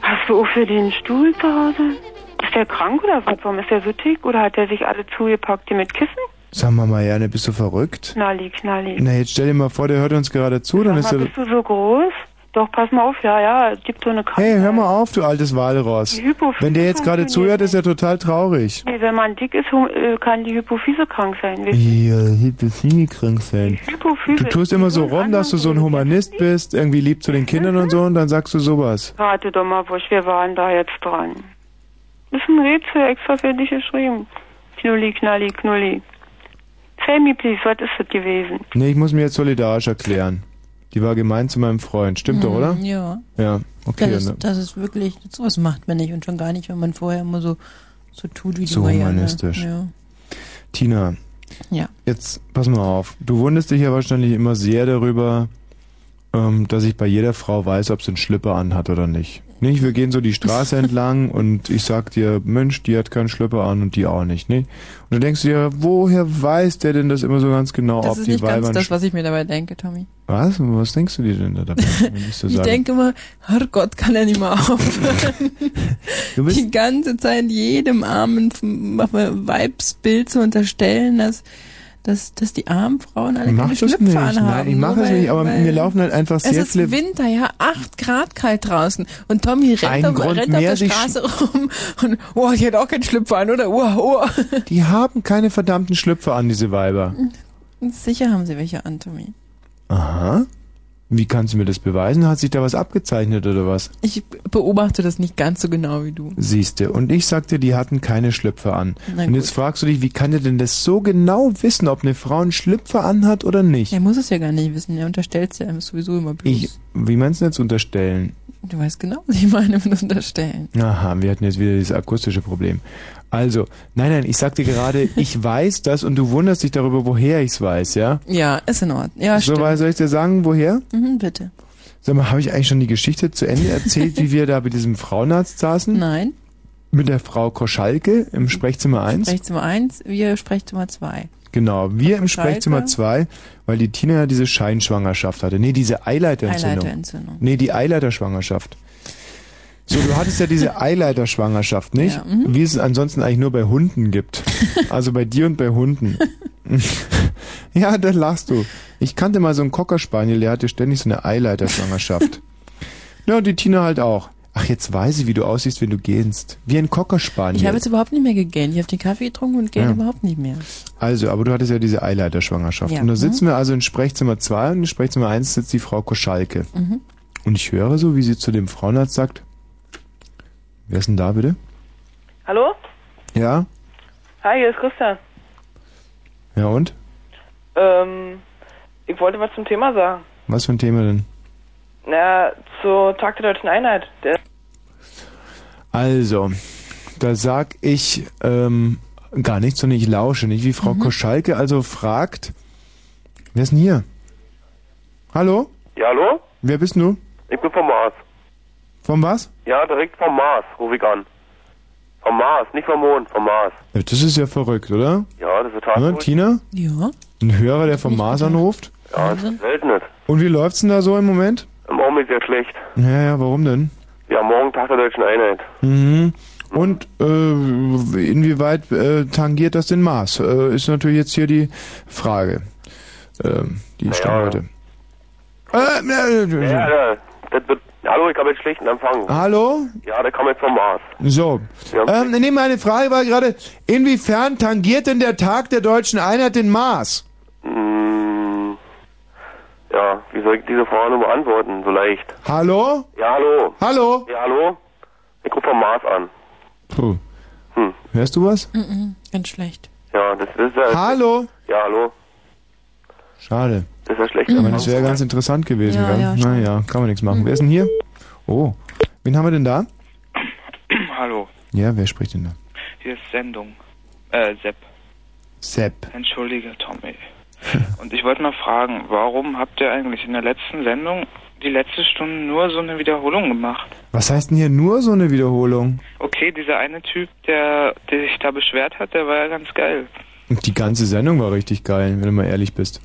S2: Hast du auch für den Stuhl zu Hause? Ist der krank oder was? Warum ist der so dick? Oder hat er sich alle zugepackt, die mit Kissen?
S1: Sag mal Marianne, bist du verrückt?
S2: Knalli, knalli.
S1: Na, jetzt stell dir mal vor, der hört uns gerade zu, dann
S2: Sag
S1: ist
S2: mal,
S1: er...
S2: bist du so groß?
S12: Doch, pass mal auf, ja, ja, es gibt so eine Karte.
S1: Hey, hör mal auf, du altes Walross.
S12: Die Hypophyse
S1: Wenn der jetzt gerade zuhört, ist er total traurig.
S12: Nee, wenn man dick ist, hum- äh, kann die Hypophyse krank sein. Die
S1: Ja, Hypophilie krank sein.
S12: Hypophyse
S1: Du tust immer so rum, dass du so ein Humanist bist, irgendwie lieb zu den Kindern und so, und dann sagst du sowas.
S12: Rate doch mal, Busch, wir waren da jetzt dran. Das ist ein Rätsel extra für dich geschrieben. Knulli, knalli, knulli. Tell me please, was ist das gewesen?
S1: Nee, ich muss mir jetzt solidarisch erklären. Die war gemein zu meinem Freund. Stimmt doch,
S9: Mhm,
S1: oder?
S9: ja.
S1: Ja, okay.
S9: das,
S1: ne?
S9: ist, das ist wirklich, sowas macht man nicht und schon gar nicht, wenn man vorher immer so, so tut wie die
S1: So
S9: Marianne.
S1: humanistisch.
S9: Ja.
S1: Tina,
S9: ja.
S1: jetzt pass mal auf. Du wundest dich ja wahrscheinlich immer sehr darüber, ähm, dass ich bei jeder Frau weiß, ob sie einen Schlüpper anhat oder nicht. Nicht? Wir gehen so
S9: [LAUGHS]
S1: die Straße entlang und ich sag dir, Mensch, die hat keinen Schlüpper an und die auch nicht. Ne? Und dann denkst du dir, woher weiß der denn das immer so ganz genau,
S9: Das
S1: ob
S9: ist
S1: die
S9: nicht ganz
S1: Weiber einen
S9: das, was ich mir dabei denke, Tommy.
S1: Was? Was denkst du dir denn da dabei? wenn ich's so
S9: Ich
S1: sage?
S9: denke immer, Herrgott, kann er nicht mal aufhören.
S1: Du bist-
S9: die ganze Zeit jedem armen F- Weibsbild zu unterstellen, dass, dass, dass die armen Frauen alle
S1: mach
S9: keine
S1: das
S9: Schlüpfer
S1: nicht.
S9: anhaben.
S1: Nein, ich
S9: nur
S1: mache es
S9: weil-
S1: nicht, aber
S9: weil
S1: mir laufen halt einfach
S9: Es
S1: sehr
S9: ist
S1: viele.
S9: Winter, ja, 8 Grad kalt draußen. Und Tommy rennt,
S1: Ein
S9: auf,
S1: Grund
S9: rennt auf
S1: mehr,
S9: der
S1: sich-
S9: Straße rum und, oh, ich hätte auch keinen Schlüpfer an, oder? Oh, oh.
S1: Die haben keine verdammten Schlüpfer an, diese Weiber.
S9: Sicher haben sie welche an, Tommy.
S1: Aha. Wie kannst du mir das beweisen? Hat sich da was abgezeichnet oder was?
S9: Ich beobachte das nicht ganz so genau wie du.
S1: Siehste. Und ich sagte, die hatten keine Schlüpfer an.
S9: Na
S1: Und jetzt fragst du dich, wie kann der denn das so genau wissen, ob eine Frau einen Schlüpfer anhat oder nicht?
S9: Er muss es ja gar nicht wissen, er unterstellt es ja ihm sowieso immer bloß.
S1: Ich, wie meinst du denn jetzt unterstellen?
S9: Du weißt genau, was ich meine mit unterstellen.
S1: Aha, wir hatten jetzt wieder dieses akustische Problem. Also, nein, nein, ich
S9: [LAUGHS]
S1: sagte gerade, ich weiß das und du wunderst dich darüber, woher ich's weiß, ja?
S9: Ja, ist in Ordnung. Ja,
S1: so,
S9: stimmt.
S1: weil soll ich dir sagen, woher?
S9: Mhm, bitte.
S1: Sag mal, habe ich eigentlich schon die Geschichte zu Ende erzählt, wie wir da bei diesem Frauenarzt saßen?
S9: Nein.
S1: Mit der Frau Koschalke im Sprechzimmer 1?
S9: Sprechzimmer 1, wir Sprechzimmer 2.
S1: Genau, wir im
S9: Koschalke?
S1: Sprechzimmer 2, weil die Tina ja diese Scheinschwangerschaft hatte. Nee, diese Eileiterentzündung.
S9: Eileiterentzündung.
S1: Nee, die Eileiterschwangerschaft. So, du hattest
S9: [LAUGHS]
S1: ja diese Eileiterschwangerschaft, nicht?
S9: Ja, mhm.
S1: Wie es ansonsten eigentlich nur bei Hunden gibt. Also bei dir und
S9: [LAUGHS]
S1: bei Hunden. ja, da lachst du. Ich kannte mal so einen Cockerspaniel, der hatte ständig so
S9: [LAUGHS]
S1: eine Eileiterschwangerschaft. Ja, und die Tina halt auch. Ach, jetzt weiß ich, wie du aussiehst, wenn du gähnst. Wie ein Cockerspaniel.
S9: Ich habe jetzt überhaupt nicht mehr gegähnt. Ich habe den Kaffee getrunken und gähne
S1: Ja.
S9: überhaupt nicht mehr.
S1: Also, aber du hattest ja diese Eileiterschwangerschaft.
S9: Ja.
S1: Und da
S9: Mhm.
S1: sitzen wir also in Sprechzimmer 2 und in Sprechzimmer 1 sitzt die Frau Koschalke.
S9: Mhm.
S1: Und ich höre so, wie sie zu dem Frauenarzt sagt, wer ist denn da bitte?
S21: Hallo?
S1: Ja,
S21: Hi, hier ist Christian.
S1: ja und?
S21: Ähm, ich wollte was zum Thema sagen.
S1: Was für ein Thema denn?
S21: Na, zur Tag der Deutschen Einheit. Der
S1: Also, da sag ich ähm, gar nichts und ich lausche nicht, wie
S9: Mhm.
S1: Frau Koschalke also fragt, wer ist denn hier? Hallo?
S22: Ja, hallo?
S1: Wer bist denn du?
S22: Ich bin vom Mars.
S1: Vom was?
S22: Ja, direkt vom Mars rufe ich an. Vom Mars, nicht vom Mond, vom Mars.
S1: Ja, Das ist ja verrückt, oder?
S22: Ja, das ist total
S1: Ja, Ne, Tina?
S9: Ja.
S1: Ein Hörer, der vom Mars anruft?
S22: Ja, das ist seltenes.
S1: Und wie läuft's denn da so im Moment?
S22: Im Augenblick sehr schlecht.
S1: Ja, ja, warum denn?
S22: Ja, morgen Tag der Deutschen Einheit.
S1: Mhm. Und äh, inwieweit äh, tangiert das den Mars? Äh, ist natürlich jetzt hier die Frage, ähm, die ich Ähm, stelle heute.
S22: Ja, ja, das wird, hallo, ich habe jetzt schlechten Empfang.
S1: Hallo?
S22: Ja, der kam jetzt vom Mars.
S1: So. Ähm, nee, meine Frage war gerade, inwiefern tangiert denn der Tag der deutschen Einheit den Mars?
S22: Hm, ja, wie soll ich diese Frage nur beantworten, so leicht?
S1: Hallo?
S22: Ja, hallo.
S1: Hallo?
S22: Ja, hallo. Ich rufe vom Mars an.
S1: Puh.
S22: Hm.
S1: Hörst du was?
S9: Mhm, ganz schlecht.
S22: Ja, das ist ja...
S1: Hallo?
S22: Ja, hallo.
S1: Schade.
S22: Das ist ja schlecht.
S1: Ich meine, das wäre ganz interessant gewesen.
S22: Ja,
S1: gell?
S22: ja, stimmt.
S1: naja, kann man nichts machen. Wer ist denn hier? Oh, wen haben wir denn da?
S10: [CLEARS THROAT] Hallo,
S1: Ja, wer spricht denn da?
S10: hier ist Sendung. Äh, Sepp.
S1: Sepp.
S10: Entschuldige, Tommy. Und ich wollte mal fragen, warum habt ihr eigentlich in der letzten Sendung die letzte Stunde nur so eine Wiederholung gemacht?
S1: Was heißt denn hier nur so eine Wiederholung?
S10: Okay, dieser eine Typ, der, der sich da beschwert hat, der war ja ganz geil.
S1: Die ganze Sendung war richtig geil, wenn du mal ehrlich bist.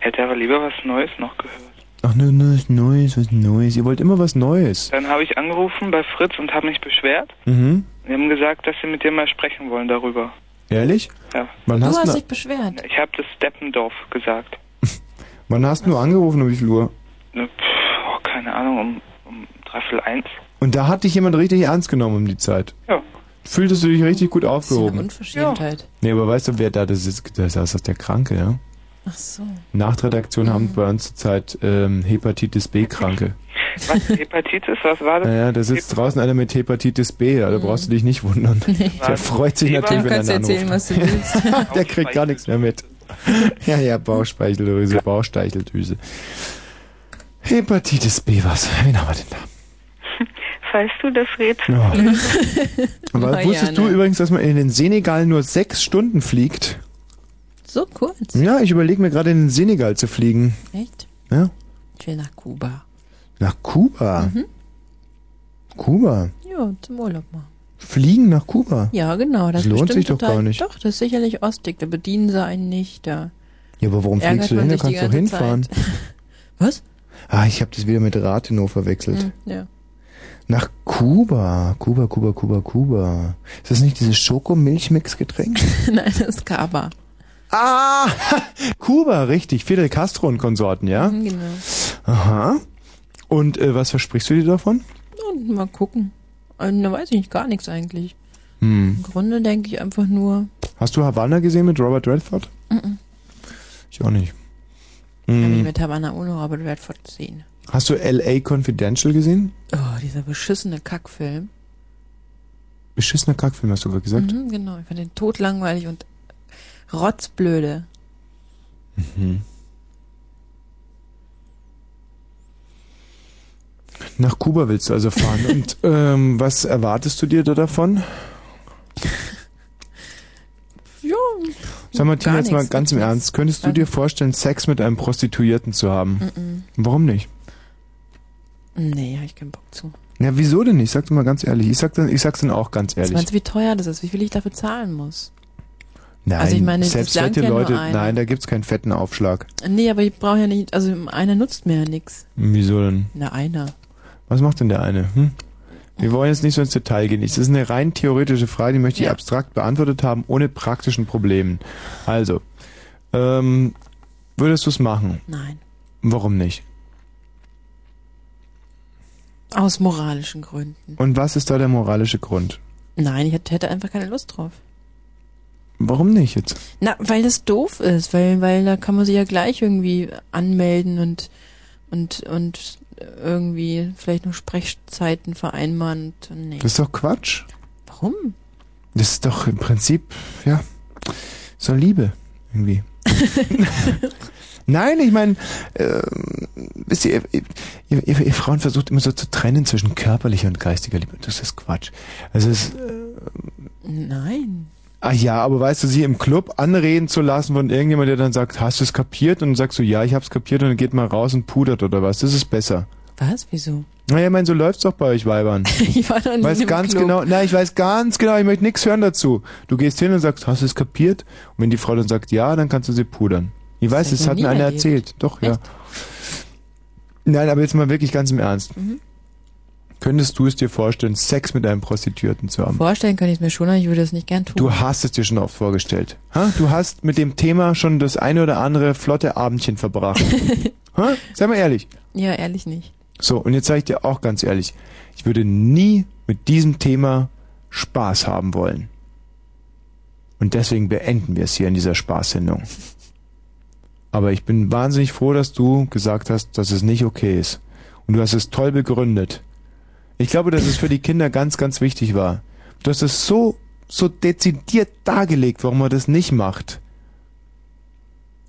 S10: Hätte aber lieber was Neues noch gehört.
S1: Ach, ne, neues, neues, was Neues. Ihr wollt immer was Neues.
S10: Dann habe ich angerufen bei Fritz und habe mich beschwert.
S1: Mhm.
S10: Die haben gesagt, dass sie mit dir mal sprechen wollen darüber.
S1: Ehrlich?
S10: Ja.
S1: Wann hast, du,
S9: beschwert.
S10: Ich habe das Steppendorf gesagt.
S1: wann hast du angerufen, um wie viel Uhr?
S10: Ne, pff, oh, keine Ahnung, um, um dreiviertel eins.
S1: Und da hat dich jemand richtig ernst genommen um die Zeit.
S10: Ja.
S1: Fühltest du dich richtig gut aufgehoben.
S9: Unverschämtheit.
S1: Nee, aber weißt du, wer da das ist? Das ist das der Kranke, ja?
S9: Ach so. Mhm.
S1: Nachtredaktion haben bei uns zurzeit ähm, Hepatitis B-Kranke.
S10: Was, Hepatitis, was war das?
S1: Naja, da sitzt draußen einer mit Hepatitis B, also brauchst du dich nicht wundern. Der freut sich
S9: Dem
S1: natürlich, wenn er
S9: Mhm. kannst du
S1: einen
S9: erzählen,
S1: anruft.
S9: was du willst.
S1: [LAUGHS] Der kriegt gar nichts mehr mit. Ja, ja, Bauchspeicheldrüse, Bauchspeicheldrüse. Hepatitis B, was? [LAUGHS] Wen haben wir denn da?
S12: Weißt du das Rätsel?
S1: Ja. Aber
S12: Marianne.
S9: ne.
S1: wusstest du übrigens, dass man in den Senegal nur sechs Stunden fliegt?
S9: So kurz.
S1: Ja, ich überlege mir gerade in den Senegal zu fliegen.
S9: Echt?
S1: Ja,
S9: Ich will nach Kuba.
S1: nach Kuba.
S9: Mhm.
S1: Kuba.
S9: Ja, zum Urlaub mal.
S1: Fliegen nach Kuba.
S9: Ja, genau. Das
S1: Das lohnt
S9: bestimmt
S1: sich doch
S9: total,
S1: gar nicht.
S9: Doch, das ist sicherlich Ostig. Da bedienen sie einen nicht. Da
S1: Ja, aber warum
S9: Ärgert
S1: fliegst du
S9: man
S1: hin? Da
S9: sich die
S1: kannst du doch
S9: ganze
S1: hinfahren.
S9: [LAUGHS] Was?
S1: Ah, ich habe das wieder mit Rathenow verwechselt.
S9: Hm, ja. [LAUGHS]
S1: Nach Kuba. Kuba, Kuba, Kuba, Kuba. Ist das nicht
S9: [LAUGHS]
S1: dieses Schokomilchmix-Getränk?
S9: Nein, das ist Kaba.
S1: Ah! Kuba, richtig. Fidel Castro und Konsorten, ja?
S9: Mhm, genau.
S1: Aha. Und äh, was versprichst du dir davon?
S9: Und mal gucken. Und da weiß ich nicht, gar nichts eigentlich.
S1: Hm.
S9: Im Grunde denke ich einfach nur,
S1: Hast du Havanna gesehen mit Robert Redford?
S9: Mhm.
S1: Ich auch nicht.
S9: habe ich
S1: Hm.
S9: mit Havana Uno Robert Redford gesehen.
S1: Hast du LA Confidential gesehen?
S9: Oh, dieser beschissene Kackfilm.
S1: Beschissener Kackfilm, hast du gerade gesagt.
S9: Mhm, genau, ich fand den totlangweilig und rotzblöde.
S1: Mhm. Nach Kuba willst du also fahren. [LAUGHS] Und ähm, was erwartest du dir da davon?
S9: Ja.
S1: Sag mal, Tina,
S9: gar
S1: jetzt mal
S9: nichts,
S1: ganz im Ernst. Könntest du dir vorstellen, Sex mit einem Prostituierten zu haben?
S9: Mhm.
S1: Warum nicht?
S9: Nee, habe ich keinen Bock zu.
S1: Ja, wieso denn nicht? Sag doch mal ganz ehrlich. Ich sag dann, ich sag's dann auch ganz
S9: Was meinst
S1: ehrlich.
S9: du, wie teuer das ist? Wie viel ich dafür zahlen muss?
S1: Nein,
S9: also ich meine, das
S1: selbst
S9: langt
S1: fette
S9: ja nur
S1: Leute,
S9: ein.
S1: nein, da gibt's keinen fetten Aufschlag.
S9: Nee, aber ich brauche ja nicht, also einer nutzt mir ja nichts.
S1: Wieso denn?
S9: Na, einer.
S1: Was macht denn der eine? Hm? Wir wollen jetzt nicht so ins Detail gehen. Das ist eine rein theoretische Frage, die möchte ich abstrakt beantwortet haben, ohne praktischen Problemen. Also, ähm, würdest du es machen?
S9: Nein.
S1: Warum nicht?
S9: Aus moralischen Gründen.
S1: Und was ist da der moralische Grund?
S9: Nein, ich hätte hätte einfach keine Lust drauf.
S1: Warum nicht jetzt?
S9: Na, weil das doof ist, weil, weil da kann man sich ja gleich irgendwie anmelden und, und, und irgendwie vielleicht nur Sprechzeiten vereinbaren und nee.
S1: Das ist doch Quatsch.
S9: Warum?
S1: Das ist doch im Prinzip, ja, so Liebe irgendwie. Nein, ich meine, äh, wisst ihr, ihr, ihr, ihr Frauen versucht immer so zu trennen zwischen körperlicher und geistiger Liebe. Das ist Quatsch. Also es, ist, äh,
S9: Nein.
S1: ah ja, aber weißt du, sie im Club anreden zu lassen von irgendjemand, der dann sagt, hast du es kapiert? Und dann sagst du, ja, ich hab's kapiert und dann geht mal raus und pudert oder was. Das ist besser.
S9: Was? Wieso? [LAUGHS]
S1: Naja, ich meine, so läuft's doch bei euch Weibern.
S9: Ich war doch nie
S1: weiß
S9: im
S1: ganz
S9: Club.
S1: genau, nein, ich weiß ganz genau, ich möchte nichts hören dazu. Du gehst hin und sagst, hast du es kapiert? Und wenn die Frau dann sagt, ja, dann kannst du sie pudern. Ich weiß,
S9: hab ich
S1: das
S9: noch
S1: hat
S9: nie
S1: mir einer
S9: erlebt.
S1: erzählt. Doch, ja. Nein, aber jetzt mal wirklich ganz im Ernst.
S9: Mhm.
S1: Könntest du es dir vorstellen, Sex mit einem Prostituierten zu haben?
S9: Vorstellen kann ich es mir schon, aber ich würde es nicht gern tun.
S1: Du hast es dir schon oft vorgestellt. Ha? Du hast mit dem Thema schon das eine oder andere flotte
S9: [LAUGHS]
S1: Abendchen verbracht. ha? Sei mal ehrlich.
S9: ja, ehrlich nicht.
S1: So, und jetzt sage ich dir auch ganz ehrlich, ich würde nie mit diesem Thema Spaß haben wollen. Und deswegen beenden wir es hier in dieser Spaßsendung. Aber ich bin wahnsinnig froh, dass du gesagt hast, dass es nicht okay ist. Und du hast es toll begründet. Ich glaube, dass es für die Kinder ganz, ganz wichtig war. Du hast es so, so dezidiert dargelegt, warum man das nicht macht.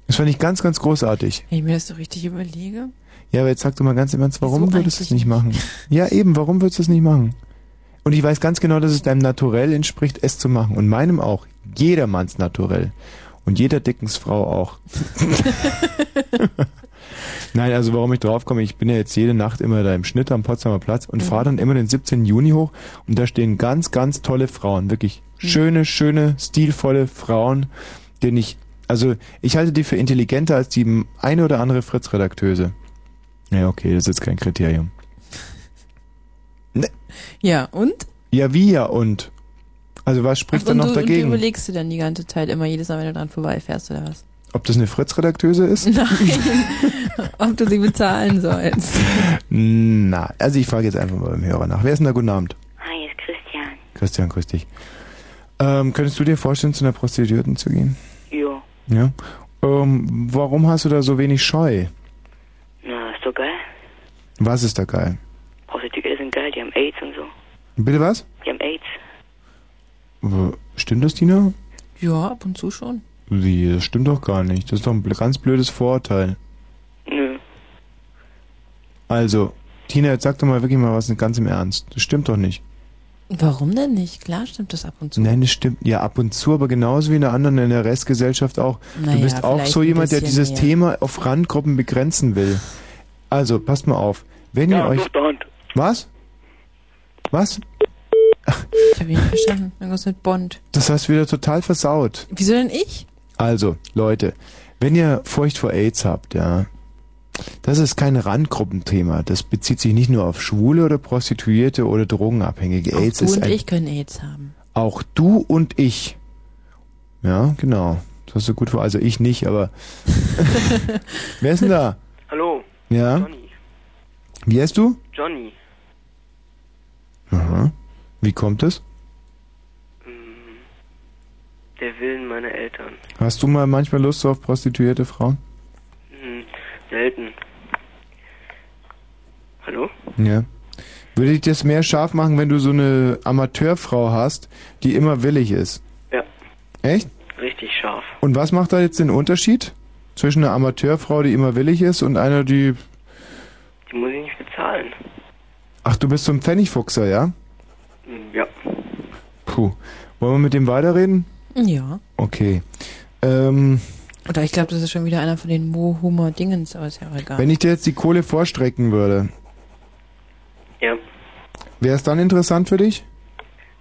S1: Das fand ich ganz, ganz großartig.
S9: Wenn ich mir das so richtig überlege.
S1: Ja, aber jetzt sag doch mal ganz im Ernst, warum
S9: Wieso
S1: würdest du es nicht machen? Ja, eben, warum würdest du es nicht machen? Und ich weiß ganz genau, dass es deinem Naturell entspricht, es zu machen. Und meinem auch. Jedermanns Naturell. Und jeder Dickens Frau auch. Nein, also warum ich draufkomme, ich bin ja jetzt jede Nacht immer da im Schnitt am Potsdamer Platz und fahre dann immer den 17. Juni hoch und da stehen ganz, ganz tolle Frauen, wirklich schöne, schöne, stilvolle Frauen, denen ich, also ich halte die für intelligenter als die eine oder andere Fritz-Redakteuse. Ja, okay, das ist jetzt kein Kriterium. Ne.
S9: Ja, und?
S1: Ja, wie ja und? Also was spricht
S9: und
S1: denn noch
S9: du, Und du
S1: dagegen?
S9: überlegst du dann die ganze Zeit immer jedes Mal, wenn du dran vorbeifährst oder was? [LAUGHS]
S1: Ob das eine Fritz-Redakteuse ist?
S9: Nein. Ob du sie bezahlen
S1: [LAUGHS]
S9: sollst.
S1: Na, also ich frage jetzt einfach mal beim Hörer nach. Wer ist denn da? Guten Abend.
S4: Hi, ist Christian.
S1: Christian, grüß dich. Ähm, könntest du dir vorstellen, zu einer Prostituierten zu gehen?
S4: Ja.
S1: Ja. Ähm, warum hast du da so wenig Scheu?
S4: Na, ist doch geil.
S1: Was ist da geil?
S4: Prostituierte sind geil, die haben AIDS und so.
S1: Bitte was?
S4: Die haben AIDS.
S1: Äh, Stimmt das, Tina?
S9: Ja, ab und zu schon.
S1: Wie? Das stimmt doch gar nicht. Das ist doch ein bl- ganz blödes Vorurteil.
S4: Nö.
S1: Also, Tina, jetzt sag doch mal wirklich mal was ganz im Ernst. Das stimmt doch nicht.
S9: Warum denn nicht? Klar stimmt das ab und zu.
S1: Nein, das stimmt. Ja, ab und zu, aber genauso wie in der anderen, in der Restgesellschaft auch.
S9: Naja,
S1: du bist auch
S9: vielleicht
S1: so
S9: ein
S1: jemand, der
S9: bisschen
S1: dieses
S9: mehr.
S1: Thema auf Randgruppen begrenzen will. Also, passt mal auf. Wenn ihr euch. Was? Was?
S9: Ich habe ihn nicht verstanden. Irgendwas mit Bond.
S1: Das hast du wieder total versaut.
S9: Wieso denn ich?
S1: Also, Leute, wenn ihr Furcht vor AIDS habt, ja, das ist kein Randgruppenthema. Das bezieht sich nicht nur auf Schwule oder Prostituierte oder Drogenabhängige. AIDS
S9: du
S1: ist
S9: und
S1: ein,
S9: ich können AIDS haben.
S1: auch du und ich. Ja, genau. Das hast du gut vor. Also ich nicht, aber wer ist denn da?
S3: Hallo,
S1: Ja. Wie heißt du?
S3: Johnny.
S1: Aha. Wie kommt es?
S3: Der Willen meiner Eltern.
S1: Hast du mal manchmal Lust auf prostituierte Frauen?
S3: Hm, selten. Hallo?
S1: Ja. Würde ich das mehr scharf machen, wenn du so eine Amateurfrau hast, die immer willig ist?
S3: Ja.
S1: Echt?
S3: Richtig scharf.
S1: Und was macht da jetzt den Unterschied zwischen einer Amateurfrau, die immer willig ist, und einer, die...
S3: Die muss ich nicht bezahlen.
S1: Ach, du bist so ein Pfennigfuchser, ja?
S3: Hm, Ja.
S1: Puh. Wollen wir mit dem weiterreden?
S9: Ja.
S1: Okay. Ähm,
S9: Oder ich glaube, das ist schon wieder einer von den Mo-Humor-Dingens, aber ist ja auch egal.
S1: wenn ich dir jetzt die Kohle vorstrecken würde,
S3: Ja.
S1: wäre es dann interessant für dich?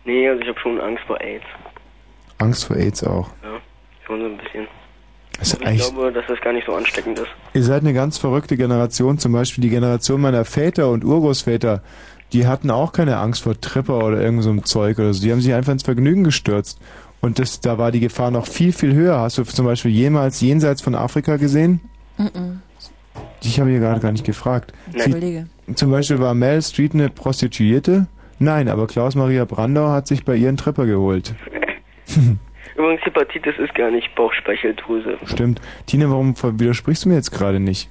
S3: Nee, also ich habe schon Angst vor AIDS.
S1: Angst vor AIDS auch.
S3: Ja. Schon so ein bisschen.
S1: Das ist
S3: Aber ich
S1: eigentlich-
S3: glaube, dass das gar nicht so ansteckend ist.
S1: Ihr seid eine ganz verrückte Generation. Zum Beispiel die Generation meiner Väter und Urgroßväter. Die hatten auch keine Angst vor Tripper oder irgend so einem Zeug oder so. Die haben sich einfach ins Vergnügen gestürzt. Und das, da war die Gefahr noch viel, viel höher. Hast du zum Beispiel jemals jenseits von Afrika gesehen?
S9: Mhm.
S1: Ich habe hier gerade gar nicht gefragt.
S9: Nein. Kollege.
S1: Zum Beispiel war Mel Street eine Prostituierte? Nein, aber Klaus-Maria Brandau hat sich bei ihr einen Tripper geholt.
S3: Übrigens, Hepatitis ist gar nicht Bauchspeicheldrüse.
S1: Stimmt. Tina, warum ver- widersprichst du mir jetzt gerade nicht?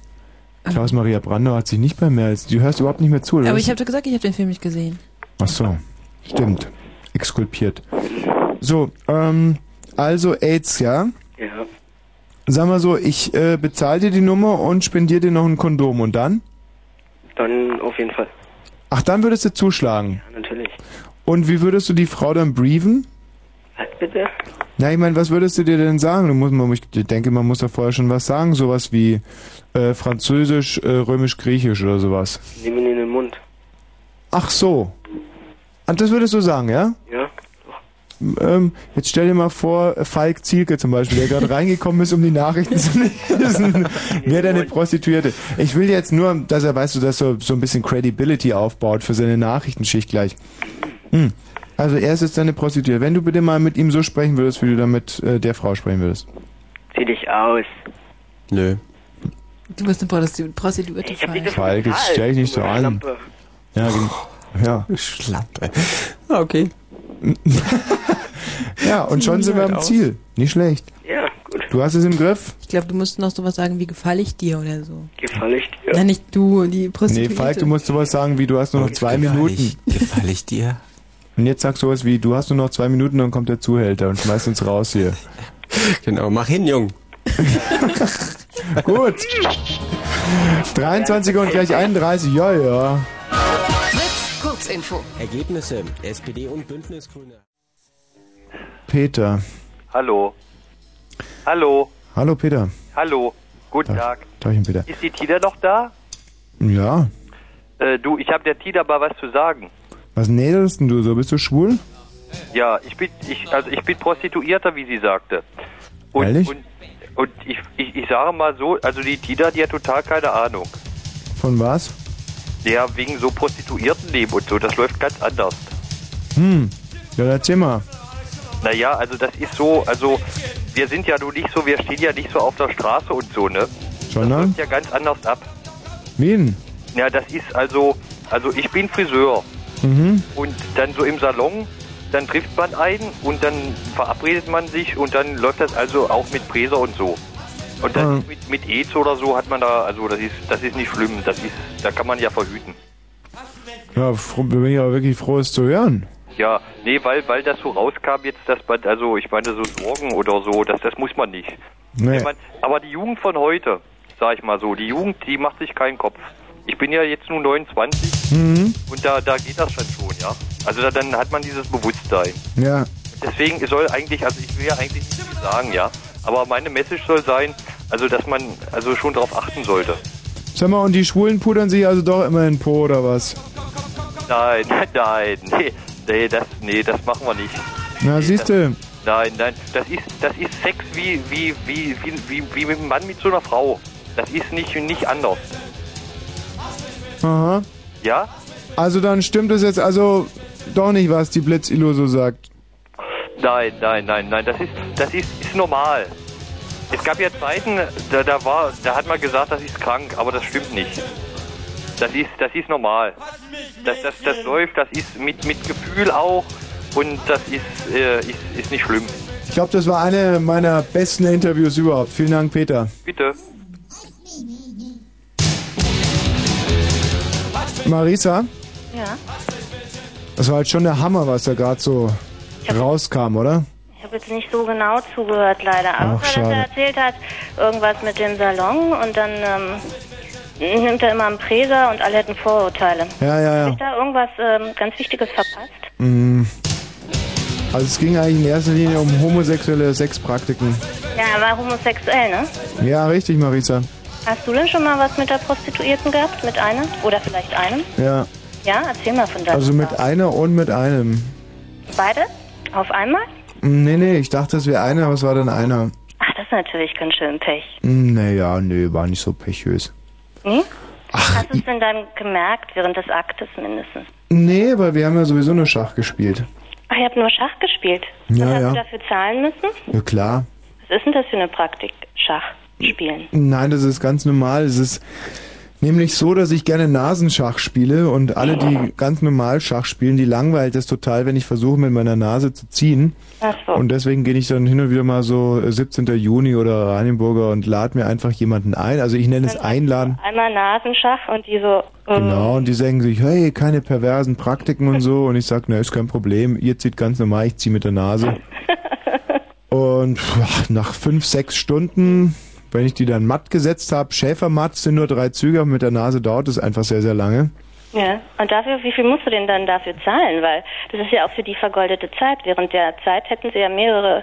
S1: Klaus-Maria Brandau hat sich nicht bei Mel... Du hörst überhaupt nicht mehr zu, oder?
S9: Ähm. Aber
S1: was?
S9: ich habe doch gesagt, ich habe den Film nicht gesehen.
S1: Ach so, stimmt. Exkulpiert. So, ähm, also AIDS, ja?
S3: Ja.
S1: Sag mal so, ich äh, bezahle dir die Nummer und spendiere dir noch ein Kondom und dann?
S3: Dann auf jeden Fall.
S1: Ach, dann würdest du zuschlagen.
S3: Ja, natürlich.
S1: Und wie würdest du die Frau dann briefen?
S3: Was Halt bitte?
S1: Na, ich meine, was würdest du dir denn sagen? Du musst, man, muss- ich denke, man muss da vorher schon was sagen, sowas wie äh, Französisch, äh, Römisch, Griechisch oder sowas.
S3: Nehmen ihn in den Mund.
S1: Ach so. Und das würdest du sagen, ja?
S3: Ja.
S1: Ähm, jetzt stell dir mal vor, Falk Zielke zum Beispiel, der gerade reingekommen ist, um die Nachrichten zu lesen, wäre deine Prostituierte. Ich will jetzt nur, dass er, weißt du, dass er so ein bisschen Credibility aufbaut für seine Nachrichtenschicht gleich. Hm. Also er ist jetzt deine Prostituierte. Wenn du bitte mal mit ihm so sprechen würdest, wie du dann mit äh, der Frau sprechen würdest.
S3: Zieh dich aus.
S1: Nö.
S9: Du bist eine Prostitu- Prostituierte. Ich
S1: Falk, jetzt stell dich nicht so an. Ja, genau. Ja. [LAUGHS] Schlappe.
S9: Ah,
S1: Okay.
S9: [LAUGHS]
S1: ja, und schon sind wir am Ziel. Nicht schlecht.
S3: Ja, gut.
S1: Du hast es im Griff?
S9: Ich glaube, du musst noch sowas sagen wie gefall ich dir oder so.
S3: Gefall ich dir?
S9: Nein, nicht du, die
S1: Nee,
S9: Prostituierte.
S1: Falk, du musst sowas sagen wie, du hast nur noch zwei Minuten. Gefall ich dir? Und jetzt sagst du sowas wie, du hast nur noch zwei Minuten, dann kommt der Zuhälter und schmeißt uns raus hier. [LAUGHS] Genau, mach hin, Jung. [LAUGHS] Gut. 23 und gleich 31, ja, ja.
S7: Fritz, Kurzinfo.
S11: Ergebnisse. SPD und Bündnis Grüne.
S1: Peter.
S23: Hallo. Hallo.
S1: Hallo, Peter.
S23: Hallo. Guten Tag.
S1: Teuchen, Peter.
S23: Ist die Tida noch da?
S1: Ja.
S23: Äh, du, ich habe der Tida mal was zu sagen.
S1: Was nädelst denn du so? Bist du schwul?
S23: Ja, ich bin, ich, also ich bin Prostituierter, wie sie sagte.
S1: Ehrlich?
S23: Und ich, ich, ich sage mal so, also die Tida, die hat total keine Ahnung.
S1: Von was?
S23: Ja, wegen so Prostituiertenleben und so, das läuft ganz anders.
S1: Hm. Ja, erzähl mal.
S23: Naja, also das ist so, also wir sind ja nun nicht so, wir stehen ja nicht so auf der Straße und so, ne?
S1: Sondern?
S23: Ist ja ganz anders ab.
S1: Wen?
S23: Ja, das ist also, also ich bin Friseur
S1: Mhm.
S23: und dann so im Salon, dann trifft man einen und dann verabredet man sich und dann läuft das also auch mit Präser und so. Und dann
S1: Ah.
S23: mit, mit Aids oder so hat man da, also das ist, das ist nicht schlimm, das ist, da kann man ja verhüten.
S1: Ja, fro- bin ich aber wirklich froh, es zu hören.
S23: Ja, nee, weil, weil das so rauskam jetzt, dass man, also ich meine so Sorgen oder so, das, das muss man nicht.
S1: Nee.
S23: Ich mein, aber die Jugend von heute, sag ich mal so, die Jugend, die macht sich keinen Kopf. Ich bin ja jetzt nur 29
S1: Mhm.
S23: und da, da geht das schon schon, ja. Also da, dann hat man dieses Bewusstsein.
S1: Ja.
S23: Deswegen soll eigentlich, also ich will ja eigentlich nicht viel sagen, ja. Aber meine Message soll sein, also dass man also schon darauf achten sollte.
S1: Sag mal, und die Schwulen pudern sich also doch immer in den Po oder was?
S23: Nein, [LAUGHS] nein, nein, nee, nee, das, nee, das machen wir nicht.
S1: Na, siehst du.
S23: Nein, nein, das ist, das ist Sex wie, wie, wie, wie, wie, wie mit einem Mann mit so einer Frau. Das ist nicht, nicht anders.
S1: Aha.
S23: Ja?
S1: Also dann stimmt es jetzt also doch nicht, was die Blitzilo so sagt.
S23: Nein, nein, nein, nein, das ist, das ist, ist normal. Es gab ja Zeiten, da, da war, da hat man gesagt, das ist krank, aber das stimmt nicht. Das ist, das ist normal. Das, das, das läuft, das ist mit, mit Gefühl auch und das ist, äh, ist, ist nicht schlimm.
S1: Ich glaube, das war eine meiner besten Interviews überhaupt. Vielen Dank, Peter.
S23: Bitte.
S1: Marisa,
S5: Ja,
S1: das war halt schon der Hammer, was da gerade so rauskam, oder?
S5: ich habe jetzt nicht so genau zugehört, leider. Aber
S1: Ach,
S5: dass er
S1: schade.
S5: erzählt hat, irgendwas mit dem Salon und dann ähm, nimmt er immer einen Präser und alle hätten Vorurteile.
S1: Ja, ja, ja.
S5: Habe ich da irgendwas ähm, ganz Wichtiges verpasst?
S1: Mhm. Also es ging eigentlich in erster Linie um homosexuelle Sexpraktiken.
S5: Ja, er war homosexuell, ne?
S1: Ja, richtig, Marisa.
S5: Hast du denn schon mal was mit der Prostituierten gehabt? Mit einer? Oder vielleicht einem?
S1: Ja.
S5: Ja, erzähl mal von deinem.
S1: Also mit einer und mit einem. Hm,
S5: Beide? Auf einmal?
S1: Nee, nee, ich dachte, es wäre einer, aber es war dann einer.
S5: Ach, das ist natürlich ganz schön Pech.
S1: Hm, Naja, nee, war nicht so pechös.
S5: Hm? Hast du es denn dann gemerkt, während des Aktes mindestens?
S1: Nee, weil wir haben ja sowieso nur Schach gespielt.
S5: Ach, ihr habt nur Schach gespielt.
S1: Ja,
S5: Und hast
S1: ja.
S5: du dafür zahlen müssen?
S1: Ja, klar.
S5: Was ist denn das für eine Praktik, Schach spielen?
S1: Nein, das ist ganz normal. Es ist nämlich so, dass ich gerne Nasenschach spiele und alle, die ganz normal Schach spielen, die langweilt es total, wenn ich versuche, mit meiner Nase zu ziehen.
S5: Ach so.
S1: Und deswegen gehe ich dann hin und wieder mal so äh, 17. Juni oder Oranienburger und lade mir einfach jemanden ein. Also ich nenne es Einladen.
S5: Einmal Nasenschach und die so.
S20: äh,
S5: ähm,
S1: Genau, und die sagen sich, hey, keine perversen Praktiken und so. Und ich sage, na, ist kein Problem, ihr zieht ganz normal, ich ziehe mit der Nase. Und pff, nach fünf, sechs Stunden, wenn ich die dann matt gesetzt habe, Schäfermatt sind nur drei Züge, aber mit der Nase dauert es einfach sehr, sehr lange.
S5: Ja. Und dafür, wie viel musst du denn dann dafür zahlen? Weil das ist ja auch für die vergoldete Zeit. Während der Zeit hätten sie ja mehrere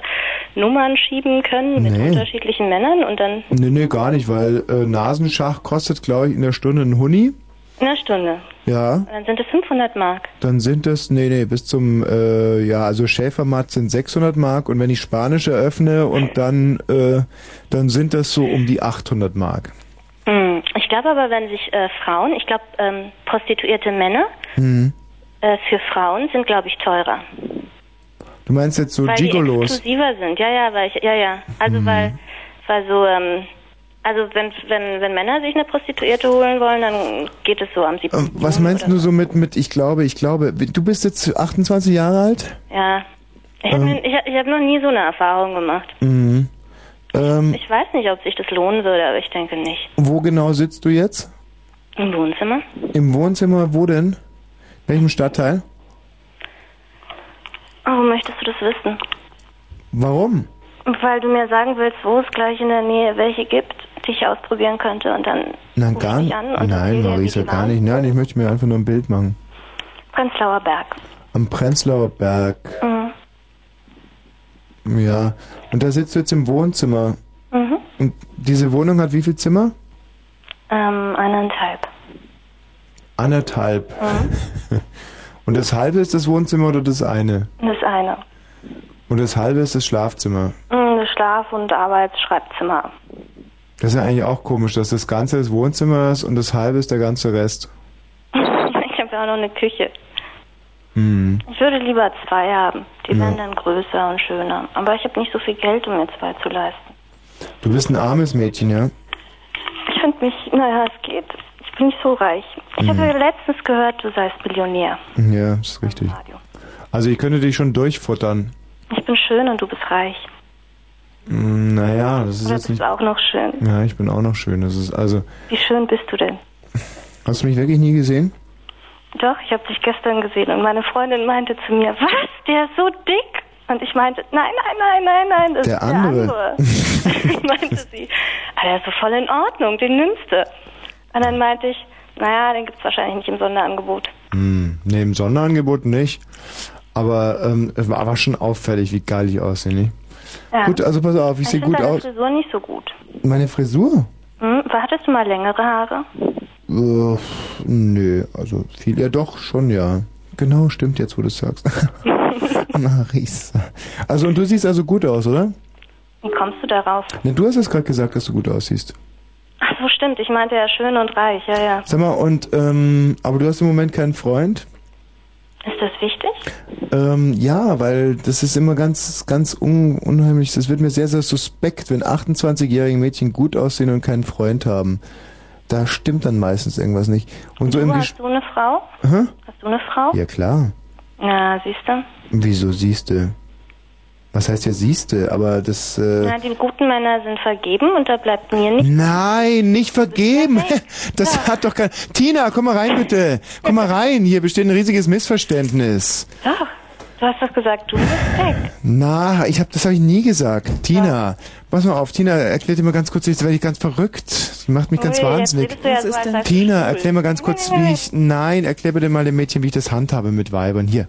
S5: Nummern schieben können mit
S1: Nee.
S5: unterschiedlichen Männern und dann
S1: Nee, nee, gar nicht, weil äh, Nasenschach kostet, glaube ich, in der Stunde einen Huni.
S5: in einer Stunde.
S1: Ja,
S5: Und dann sind es 500 Mark.
S1: dann sind es, nee, nee, bis zum, äh, ja, also Schäfermatt sind 600 Mark und wenn ich Spanisch eröffne und dann, äh, dann sind das so um die 800 Mark.
S5: Hm. Ich glaube aber, wenn sich äh, Frauen, ich glaube, ähm, prostituierte Männer
S1: Hm.
S5: äh, für Frauen sind, glaube ich, teurer.
S1: Du meinst jetzt so
S5: weil die
S1: Gigolos?
S5: exklusiver sind. Ja, ja, weil ich, ja, ja. Also
S1: Mhm.
S5: weil, weil so, ähm, also wenn, wenn, wenn Männer sich eine Prostituierte holen wollen, dann geht es so am 7.
S1: Was meinst du so mit, mit, ich glaube, ich glaube, du bist jetzt 28 Jahre alt?
S5: Ja. Ich habe
S1: Ähm.
S5: ich, hab- ich hab noch nie so eine Erfahrung gemacht.
S1: Mhm. Ähm,
S5: Ich weiß nicht, ob sich das lohnen würde, aber ich denke nicht.
S1: wo genau sitzt du jetzt?
S5: Im Wohnzimmer?
S1: Im Wohnzimmer, wo denn? Welchem Stadtteil?
S5: Oh, möchtest du das wissen?
S1: Warum?
S5: Weil du mir sagen willst, wo es gleich in der Nähe welche gibt, die ich ausprobieren könnte und dann
S1: Nein, gar
S5: mich
S1: nicht.
S5: an und
S1: Nein, Marisa, gar nicht. Nein, ich möchte mir einfach nur ein Bild machen.
S5: Prenzlauer Berg.
S1: Am Prenzlauer Berg.
S5: Mhm.
S1: Ja. Und da sitzt du jetzt im Wohnzimmer.
S5: Mhm.
S1: Und diese Wohnung hat wie viel Zimmer?
S5: Ähm, eineinhalb. Mhm.
S1: Anderthalb. Und das halbe ist das Wohnzimmer oder das eine?
S5: Das eine.
S1: Und das halbe ist das Schlafzimmer.
S5: Mhm, Das Schlaf- und Arbeitsschreibzimmer. [LAUGHS]
S1: Das ist ja eigentlich auch komisch, dass das Ganze das Wohnzimmer ist und das halbe ist der ganze Rest.
S5: ich habe ja auch noch eine Küche.
S1: Hm.
S5: Ich würde lieber zwei haben. Die
S1: Ja.
S5: werden dann größer und schöner. Aber ich habe nicht so viel Geld, um mir zwei zu leisten.
S1: Du bist ein armes Mädchen, ja?
S5: Ich finde mich, naja, es geht. Ich bin nicht so reich. Ich
S1: Mhm.
S5: habe ja letztens gehört, du seist Millionär.
S1: Ja, ist richtig. Also ich könnte dich schon durchfuttern.
S5: Ich bin schön und du bist reich.
S1: Hm, Naja, das ist
S5: Oder
S1: jetzt
S5: bist
S1: nicht...
S5: du auch noch schön?
S1: Ja, ich bin auch noch schön. Das ist also...
S5: Wie schön bist du denn?
S1: Hast du mich wirklich nie gesehen?
S5: Doch, ich habe dich gestern gesehen und meine Freundin meinte zu mir, was, der ist so dick? Und ich meinte, nein, nein, nein, nein, nein, das
S1: Der
S5: ist
S1: andere. [LAUGHS]
S5: der andere. [LAUGHS] meinte sie, ah, der ist so voll in Ordnung, den nimmst du. Und dann meinte ich, naja, den gibt's wahrscheinlich nicht im Sonderangebot.
S1: Hm, nee, im Sonderangebot nicht. Aber ähm, es war, war schon auffällig, wie geil ich aussehe. Nicht?
S5: Ja.
S1: Gut, also pass auf, ich sehe
S5: ich find
S1: gut
S5: deine
S1: aus.
S5: Frisur nicht so gut.
S1: Meine Frisur?
S5: Hm? Hattest du mal längere Haare?
S1: Äh, nö, also viel ja doch schon, ja. Genau, stimmt jetzt, wo du es
S5: [LAUGHS]
S1: sagst. Marisa. Also und du siehst also gut aus, oder?
S5: Wie kommst du darauf?
S1: Ne, du hast es gerade gesagt, dass du gut aussiehst.
S5: Ach so, stimmt, ich meinte ja schön und reich, ja, ja.
S1: Sag mal, und ähm, aber du hast im Moment keinen Freund?
S5: Ist das wichtig?
S1: Ähm, ja, weil das ist immer ganz, ganz un unheimlich. Das wird mir sehr, sehr suspekt, wenn 28-jährige Mädchen gut aussehen und keinen Freund haben. Da stimmt dann meistens irgendwas nicht. Und so im
S5: du,
S1: Gesch
S5: hast du eine Frau?
S1: Hä?
S5: Hast du eine Frau?
S1: Ja klar.
S5: Na, siehst du?
S1: Wieso siehste? Was heißt ja siehste? Aber das. Äh,
S5: Na, die guten Männer sind vergeben und da bleibt mir nichts.
S1: Nein, nicht vergeben. [LAUGHS] Das hat doch kein. Tina, komm mal rein bitte. Komm mal rein. Hier besteht ein riesiges Missverständnis.
S5: Doch, Ah, du hast doch gesagt, du bist weg.
S1: Na, ich hab, das habe ich nie gesagt. Tina, pass mal auf. Tina, erklär dir mal ganz kurz, jetzt werde ich ganz verrückt. Die macht mich ganz
S5: Nee, jetzt
S1: wahnsinnig.
S5: redest du ja Was so, ist als denn? sei
S1: Tina,
S5: schwul.
S1: erklär mal ganz kurz, wie ich. Nein, erklär bitte mal dem Mädchen, wie ich das handhabe mit Weibern. Hier.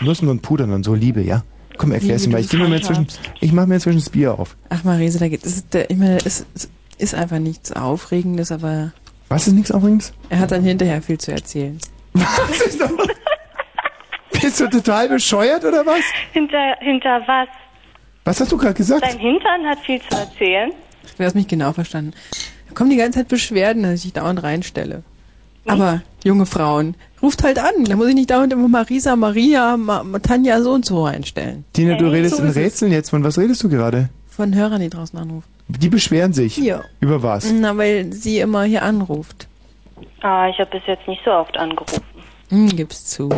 S1: Nussen und Pudern und so, Liebe, ja? Komm, erklär's
S9: Wie
S1: dir mal.
S9: du
S1: Ich, geh mir mal zwischen,
S9: handhabst.
S1: ich mach mir inzwischen das Bier auf.
S9: Ach Marese, da geht es. Ich meine, es es ist einfach nichts Aufregendes, aber
S1: Was ist nichts Aufregendes?
S9: er hat dann hinterher viel zu erzählen.
S1: [LAUGHS] Bist du total bescheuert oder was?
S5: Hinter, hinter was?
S1: Was hast du gerade gesagt?
S5: Dein Hintern hat viel zu erzählen.
S9: Du hast mich genau verstanden. Da kommen die ganze Zeit Beschwerden, dass ich dich dauernd reinstelle.
S5: Hm.
S9: Aber junge Frauen, ruft halt an. Da muss ich nicht dauernd immer Marisa, Maria, Ma Tanja so und so reinstellen.
S1: Tina, du
S9: Hey,
S1: redest
S9: so
S1: in
S9: ist es.
S1: Rätseln jetzt. Von was redest du gerade?
S9: Von Hörern, die draußen anrufen.
S1: Die beschweren sich.
S9: Ja.
S1: Über was?
S9: Na, weil sie immer hier anruft.
S5: Ah, ich habe bis jetzt nicht so oft angerufen.
S9: Hm, gib's zu.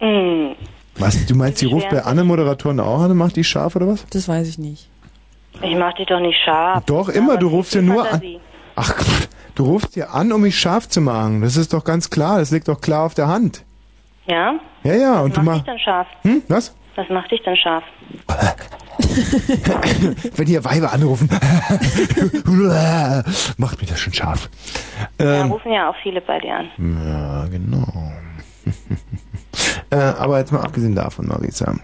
S5: Hm,
S1: Was? Du meinst, die ruft bei
S5: Beschweren
S1: anderen Moderatoren auch an und macht die scharf oder was?
S9: Das weiß ich nicht.
S5: ich mach dich doch nicht scharf.
S1: Doch, immer. Du rufst ja nur an.
S5: Fantasie.
S1: Ach, Quatsch. du rufst ja an, um mich scharf zu machen. Das ist doch ganz klar. Das liegt doch klar auf der Hand.
S5: Ja?
S1: Ja, ja. Und
S5: Was
S1: du
S5: macht dich
S1: machst.
S5: denn scharf?
S1: Hm? Was? [LAUGHS]
S5: Was macht dich denn scharf?
S1: Wenn hier Weiber anrufen, [LAUGHS] macht mir das schon scharf.
S5: Da
S1: Ähm,
S5: rufen ja auch viele bei dir an.
S1: Ja, genau. [LAUGHS] äh, aber jetzt mal abgesehen davon, Marisa.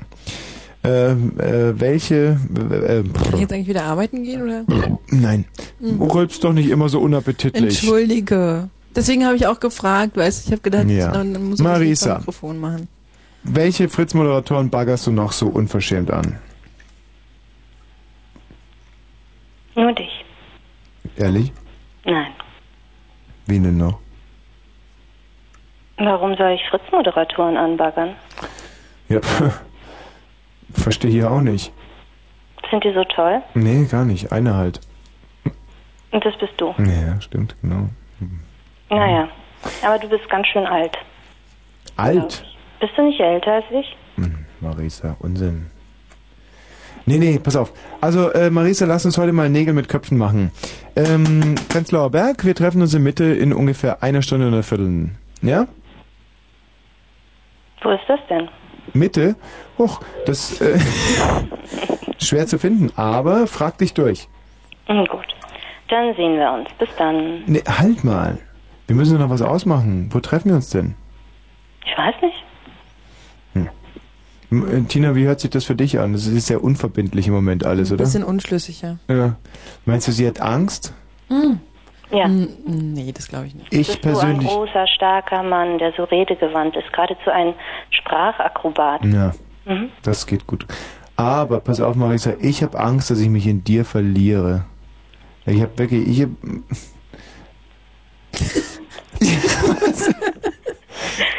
S1: Ähm, äh, welche. Äh, äh,
S9: Kann ich
S1: pff,
S9: jetzt eigentlich wieder arbeiten gehen oder?
S1: nein.
S9: Mhm.
S1: Rülpst doch nicht immer so unappetitlich.
S9: Entschuldige. Deswegen habe ich auch gefragt, weißt du, ich habe gedacht,
S1: Ja.
S9: dann, dann muss ich das
S1: Marisa.
S9: mit dem Mikrofon machen.
S1: Welche Fritz-Moderatoren baggerst du noch so unverschämt an?
S5: Nur dich.
S1: Ehrlich?
S5: Nein.
S1: Wen denn noch?
S5: Warum soll ich Fritz-Moderatoren anbaggern?
S1: Ja. [LAUGHS] pf, Verstehe ich ja auch nicht.
S5: Sind die so toll?
S1: Nee, gar nicht. Eine halt.
S5: Und das bist du.
S1: Ja, stimmt, genau.
S5: Naja. Aber du bist ganz schön alt.
S1: Alt,
S5: Bist du nicht älter als ich?
S1: Marisa. Unsinn. Nee, nee, pass auf. Also, äh, Marisa, lass uns heute mal Nägel mit Köpfen machen. Ähm, Prenzlauer Berg, wir treffen uns in Mitte in ungefähr einer Stunde und einer Viertel. Ja?
S5: Wo ist das denn?
S1: Mitte? Hoch, das, äh, [LAUGHS] schwer zu finden, aber frag dich durch.
S5: Hm, gut. Dann sehen wir uns. Bis dann.
S1: Nee, halt mal. Wir müssen noch was ausmachen. Wo treffen wir uns denn?
S5: Ich weiß nicht.
S1: M- äh, Tina, wie hört sich das für dich an? Das ist sehr unverbindlich im Moment alles, oder?
S9: Bisschen unschlüssig, ja.
S1: Ja. Meinst du, sie hat Angst?
S9: Hm.
S5: Ja.
S9: Nee, das glaube ich nicht.
S1: Ich
S5: Bist
S1: persönlich.
S5: Du ein großer, starker Mann, der so redegewandt ist. Geradezu ein Sprachakrobat.
S1: Ja,
S5: Mhm.
S1: das geht gut. Aber pass auf, Marisa, ich habe Angst, dass ich mich in dir verliere. Ich habe wirklich, ich hab,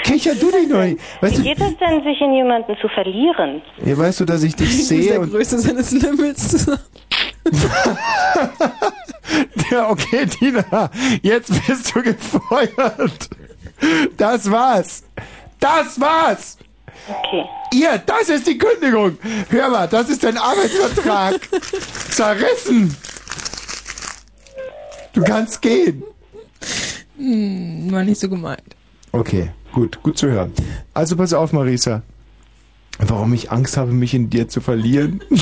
S1: Kicher du dich noch nicht. Weißt
S5: Wie geht es denn, sich in jemanden zu verlieren?
S1: du, ja, weißt du, dass ich dich sehe und
S9: Größe seines [LAUGHS] Limits.
S1: [LAUGHS] Ja, okay, Tina, jetzt bist du gefeuert. Das war's. Das war's.
S5: Okay.
S1: Ihr, das ist die Kündigung. Hör mal, das ist dein Arbeitsvertrag. Zerrissen. Du kannst gehen.
S9: Hm, war nicht so gemeint.
S1: Okay, gut, gut zu hören. Also pass auf, Marisa. Warum ich Angst habe, mich in dir zu verlieren? [LAUGHS]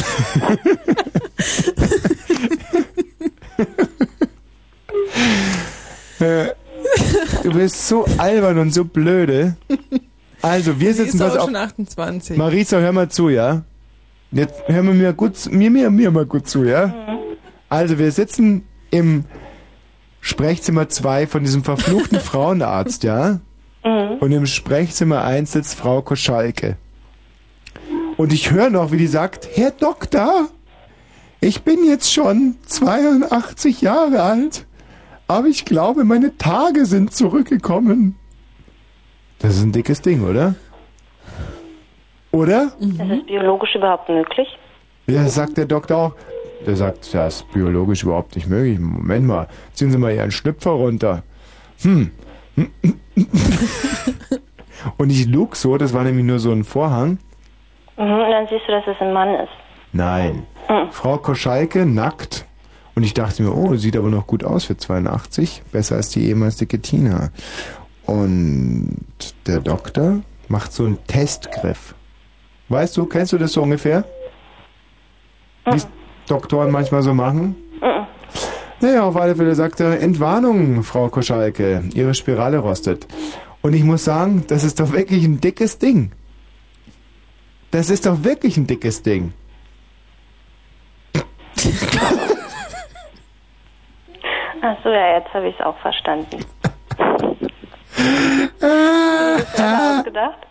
S1: Äh, du bist so albern und so blöde. Also, wir
S9: Sie
S1: sitzen
S9: ist
S1: pass
S9: auch
S1: auf.
S9: schon 28.
S1: Marisa, hör mal zu, ja? Jetzt hör mir, mir gut zu- mir, mir, mir mal gut zu, ja? Also, wir sitzen im Sprechzimmer 2 von diesem verfluchten Frauenarzt, ja?
S5: Mhm.
S1: Und im Sprechzimmer 1 sitzt Frau Koschalke. Und ich höre noch, wie die sagt, Herr Doktor, ich bin jetzt schon 82 Jahre alt, aber ich glaube, meine Tage sind zurückgekommen. Das ist ein dickes Ding, oder? Oder?
S5: Das ist biologisch überhaupt möglich.
S1: Ja, das sagt der Doktor auch. Der sagt, das ist biologisch überhaupt nicht möglich. Moment mal, ziehen Sie mal Ihren Schlüpfer runter. Hm. [LAUGHS] Und ich lug so, das war nämlich nur so ein Vorhang.
S5: Mhm, und dann siehst du, dass es ein Mann ist.
S1: Nein. Frau Koschalke nackt. Und ich dachte mir, oh, sieht aber noch gut aus für 82. Besser als die ehemals dicke Tina. Und der Doktor macht so einen Testgriff. Weißt du, kennst du das so ungefähr? Wie es Doktoren manchmal so machen?
S5: Mhm.
S1: Naja, auf alle Fälle sagt er, Entwarnung, Frau Koschalke, Ihre Spirale rostet. Und ich muss sagen, das ist doch wirklich ein dickes Ding. Das ist doch wirklich ein dickes Ding.
S5: Ach so, ja, jetzt habe ich es auch
S1: [LAUGHS]
S5: verstanden.
S1: Hast ah.
S5: du gedacht?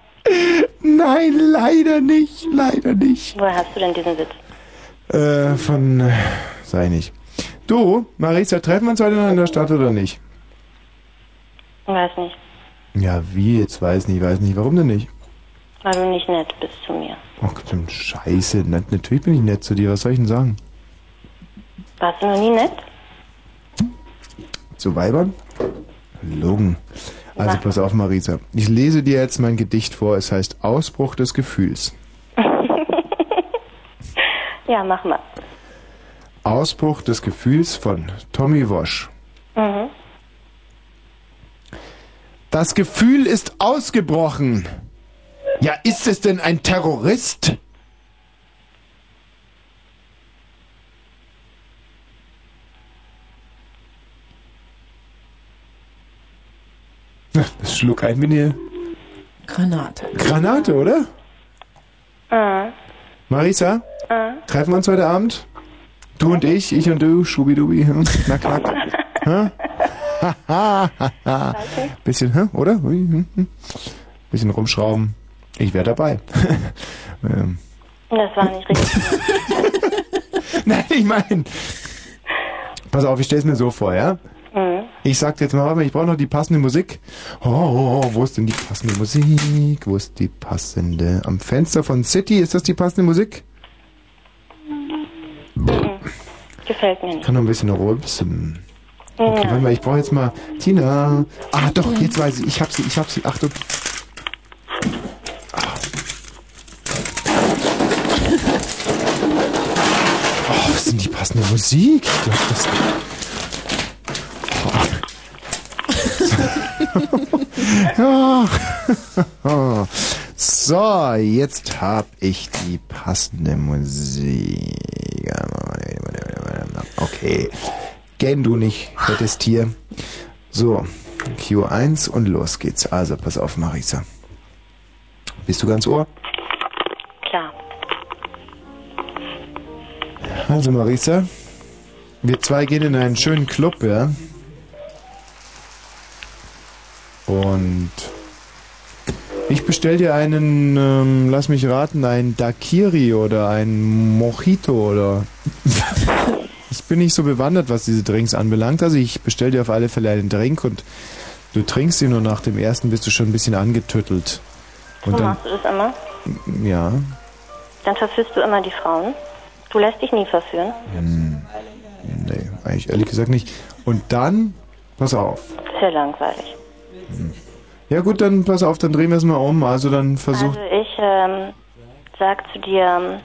S1: Nein, leider nicht, leider nicht.
S5: Woher hast du denn diesen Witz?
S1: Äh, von, äh, sei nicht. Du, Marisa, treffen wir uns heute noch in der Stadt oder nicht?
S5: Weiß nicht,
S1: Ja, wie jetzt? Weiß nicht, weiß nicht. Warum denn nicht?
S5: weil du nicht nett bist zu mir.
S1: Ach, so ein Scheiße. Na, natürlich bin ich nett zu dir. Was soll ich denn sagen?
S5: Warst du noch nie nett?
S1: Zu Weibern? Logen. Also pass auf, Marisa. Ich lese dir jetzt mein Gedicht vor. Es heißt Ausbruch des Gefühls.
S5: Ja, mach mal.
S1: Ausbruch des Gefühls von Tommy Wosch.
S5: Mhm.
S1: Das Gefühl ist ausgebrochen. Ja, ist es denn ein Terrorist? Hm, Das schluck ein mit dir.
S9: Granate.
S1: Granate, oder?
S5: Mhm.
S1: Marisa,
S5: Mhm.
S1: treffen wir uns heute Abend? Du und ich, ich und du, Schubidubi, hm?
S5: [LAUGHS]
S1: na knack. Hä? Hahaha. Bisschen, hä? oder? Ui, hm, hm. Bisschen rumschrauben. Ich wäre dabei. [LAUGHS] ähm.
S5: Das war nicht richtig.
S1: [LAUGHS] Nein, ich meine. Pass auf, ich stelle es mir so vor, ja?
S5: Mhm.
S1: Ich sag dir jetzt mal, warte mal, ich brauche noch die passende Musik. Oh, oh, oh, wo ist denn die passende Musik? Wo ist die passende? Am Fenster von City, ist das die passende Musik?
S5: Gefällt mir nicht.
S1: Kann noch ein bisschen rülpsen. Okay, warte mal, ich brauche jetzt mal Tina. Ah, doch, jetzt weiß ich, ich hab sie, ich hab sie. Achtung. Ah. Oh, was ist denn die passende Musik? Ich glaub, das. Oh. Ja. So, jetzt hab ich die passende Musik. Okay. Gähn du nicht, fettes Tier. So, Q1 und los geht's. Also, pass auf, Marisa. Bist du ganz ohr?
S5: Klar.
S1: Also, Marisa, wir zwei gehen in einen schönen Club, ja? Und ich bestell dir einen, ähm, lass mich raten, einen Dakiri oder einen Mojito oder. ich bin nicht so bewandert, was diese Drinks anbelangt. Also ich bestell dir auf alle Fälle einen Drink und Du trinkst ihn und nach dem ersten bist du schon ein bisschen angetüttelt. Und
S5: so
S1: dann,
S5: machst du das immer?
S1: ja,
S5: Dann verführst du immer die Frauen? Du lässt dich nie verführen?
S1: hm, nee, eigentlich ehrlich gesagt nicht. Und dann, pass auf.
S5: Sehr langweilig.
S1: Ja gut, dann pass auf, dann drehen wir es mal um. Also dann versuch,
S5: Also ich ähm, sag zu dir, ähm,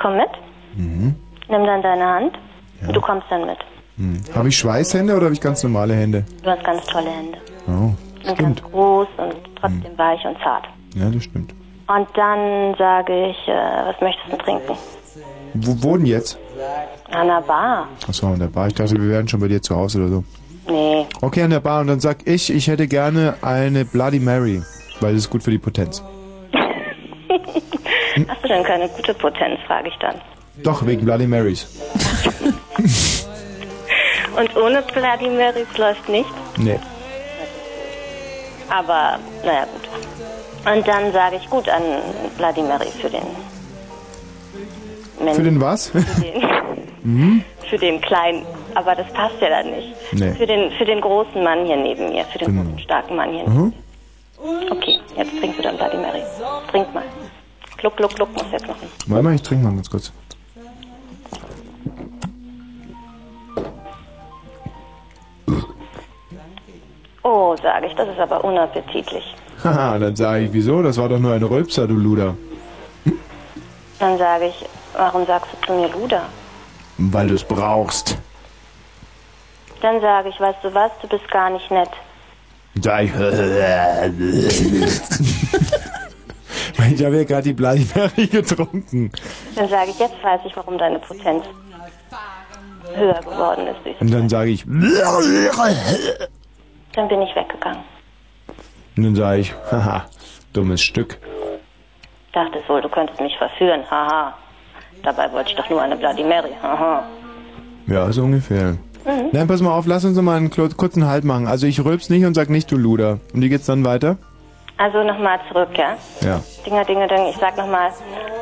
S5: komm mit,
S1: Mhm.
S5: nimm dann deine Hand und du kommst dann mit.
S1: Hm. Habe ich Schweißhände oder habe ich ganz normale Hände?
S5: Du hast ganz tolle Hände.
S1: Oh,
S5: Und ganz groß und trotzdem weich und zart.
S1: ja, das stimmt.
S5: Und dann sage ich, äh, was möchtest du trinken?
S1: Wo wohnen jetzt?
S5: An der Bar?
S1: Achso, an der Bar. Ich dachte, wir wären schon bei dir zu Hause oder so.
S5: Nee.
S1: Okay, an der Bar. Und dann sag ich, ich hätte gerne eine Bloody Mary, weil das ist gut für die Potenz.
S5: Hast du denn keine gute Potenz, frage ich dann.
S1: Doch, wegen Bloody Marys. [LAUGHS]
S5: Und ohne Bloody Marys läuft nichts,
S1: Nee.
S5: aber naja gut. Und dann sage ich, gut, an Bloody Mary für den... Mensch.
S1: Für den was?
S5: Für den, [LAUGHS]
S1: Hm?
S5: für den kleinen, aber das passt ja dann nicht.
S1: Nee.
S5: Für, den, für den großen Mann hier neben mir, für den
S1: Genau.
S5: großen, starken Mann hier.
S1: Mhm.
S5: Okay, jetzt trinkst du dann Bloody Mary. Trink mal. Gluck, gluck, gluck, muss jetzt machen.
S1: Warte mal, ich trinke mal ganz kurz. [LAUGHS]
S5: Oh, sage ich, das ist aber unappetitlich.
S1: Haha, dann sage ich, wieso? Das war doch nur ein Rülpser, du Luder.
S5: Dann sage ich, warum sagst du zu mir Luder?
S1: Weil du es brauchst.
S5: Dann sage ich, weißt du was, du bist gar nicht nett.
S1: [LAUGHS] Da ich. ich habe ja gerade die Bloody Mary getrunken.
S5: Dann sage ich, jetzt weiß ich, warum deine Potenz höher geworden ist. durch-
S1: Und dann sage ich.
S5: Dann bin ich weggegangen.
S1: Und dann sage ich, haha, dummes Stück.
S5: Dachtest wohl, du könntest mich verführen, haha. Dabei wollte ich doch nur eine Bloody Mary, haha.
S1: Ja, so ungefähr.
S5: Mhm.
S1: Nein, pass mal auf, lass uns noch mal einen klo- kurzen Halt machen. Also ich rülps nicht und sag nicht, du Luder. Und wie geht's dann weiter?
S5: Also nochmal zurück, ja?
S1: Ja.
S5: Dinger, Dinge, Dinge, ich sag nochmal,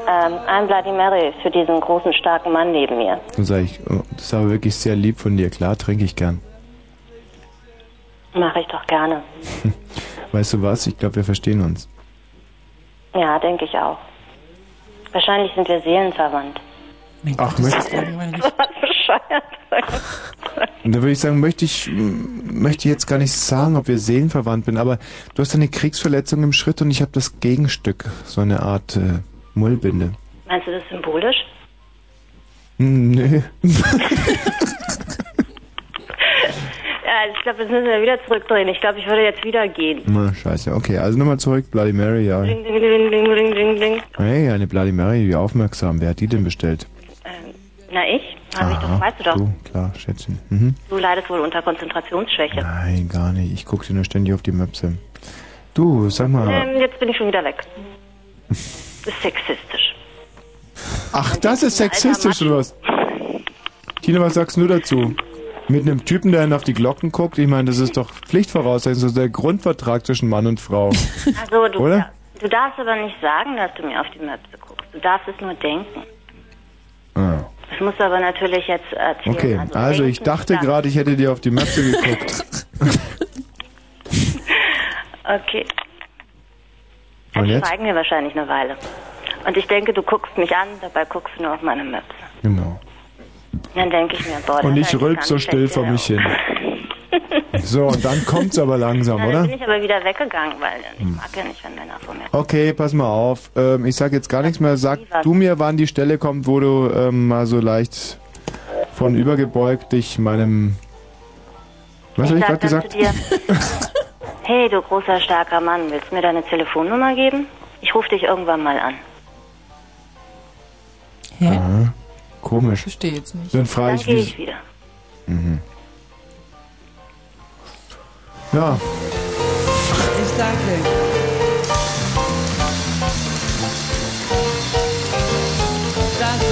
S5: ähm, ein Bloody Mary für diesen großen, starken Mann neben mir.
S1: Dann sage ich, oh, das ist aber wirklich sehr lieb von dir. Klar, trinke ich gern.
S5: Mache ich doch gerne.
S1: Weißt du was? Ich glaube, wir verstehen uns.
S5: Ja, denke ich auch. Wahrscheinlich sind wir seelenverwandt.
S1: Ach, möchtest
S5: [LAUGHS] Was bescheuert.
S1: Und da würde ich sagen, möchte ich, m, möchte ich jetzt gar nicht sagen, ob wir seelenverwandt sind, aber du hast eine Kriegsverletzung im Schritt und ich habe das Gegenstück, so eine Art äh, Mullbinde.
S5: Meinst du das symbolisch?
S1: Hm, Nö.
S5: Ja, Äh, ich glaube, das müssen wir wieder zurückdrehen. Ich glaube, ich würde jetzt wieder gehen.
S1: Na, scheiße. Okay, also nochmal zurück, Bloody Mary, ja.
S5: Ding, ding, ding, ding, ding, ding, ding.
S1: Hey, eine Bloody Mary, wie aufmerksam. Wer hat die denn bestellt?
S5: Ähm, Na, ich? Hab ich doch, weißt du doch.
S1: du, klar, Schätzchen. Mhm.
S5: Du leidest wohl unter Konzentrationsschwäche.
S1: Nein, gar nicht. Ich gucke dir nur ständig auf die Möpse. Du, sag mal.
S5: Ähm, jetzt bin ich schon wieder
S1: [LAUGHS]
S5: weg. Das ist sexistisch.
S1: Ach, das ist sexistisch oder was? Tina, was sagst du dazu? Mit einem Typen, der einen auf die Glocken guckt? Ich meine, das ist doch Pflichtvoraussetzung, das ist der Grundvertrag zwischen Mann und [LAUGHS] Frau.
S5: Also, du,
S1: Oder?
S5: du darfst aber nicht sagen, dass du mir auf die Möpse guckst. Du darfst es nur denken.
S1: Ah.
S5: Das musst du aber natürlich jetzt erzählen.
S1: Okay, also ich
S5: denken,
S1: dachte
S5: ja.
S1: gerade, ich hätte dir auf die Möpse [LAUGHS] geguckt.
S5: [LAUGHS] Okay,
S1: Und
S5: jetzt
S1: jetzt?
S5: schweigen wir wahrscheinlich eine Weile. Und ich denke, du guckst mich an, dabei guckst du nur auf meine Möpse.
S1: Genau.
S5: Dann denke ich mir, boah,
S1: Und
S5: das
S1: ich
S5: ist halt
S1: rülp so
S5: ganz
S1: still
S5: sexy.
S1: vor mich hin. So, und [LAUGHS] dann kommt's aber langsam,
S5: Na, dann
S1: oder?
S5: bin ich aber wieder weggegangen, weil ich
S1: Hm.
S5: mag ja nicht, wenn Männer vor mir.
S1: Okay, pass mal auf. Ähm, ich sag jetzt gar nichts mehr. Sag du mir, wann die Stelle kommt, wo du ähm, mal so leicht von übergebeugt dich meinem. Was habe ich
S5: sag
S1: gerade
S5: dann
S1: gesagt?
S5: Zu dir, hey, du großer, starker Mann, willst du mir deine Telefonnummer geben? Ich rufe dich irgendwann mal an.
S1: Hä? Aha. Komisch.
S9: Verstehe jetzt nicht.
S1: Dann frage
S5: Dann
S1: ich,
S5: gehe ich
S1: wie.
S5: wieder.
S1: Mhm. Ja,
S13: Ich danke.
S17: Danke.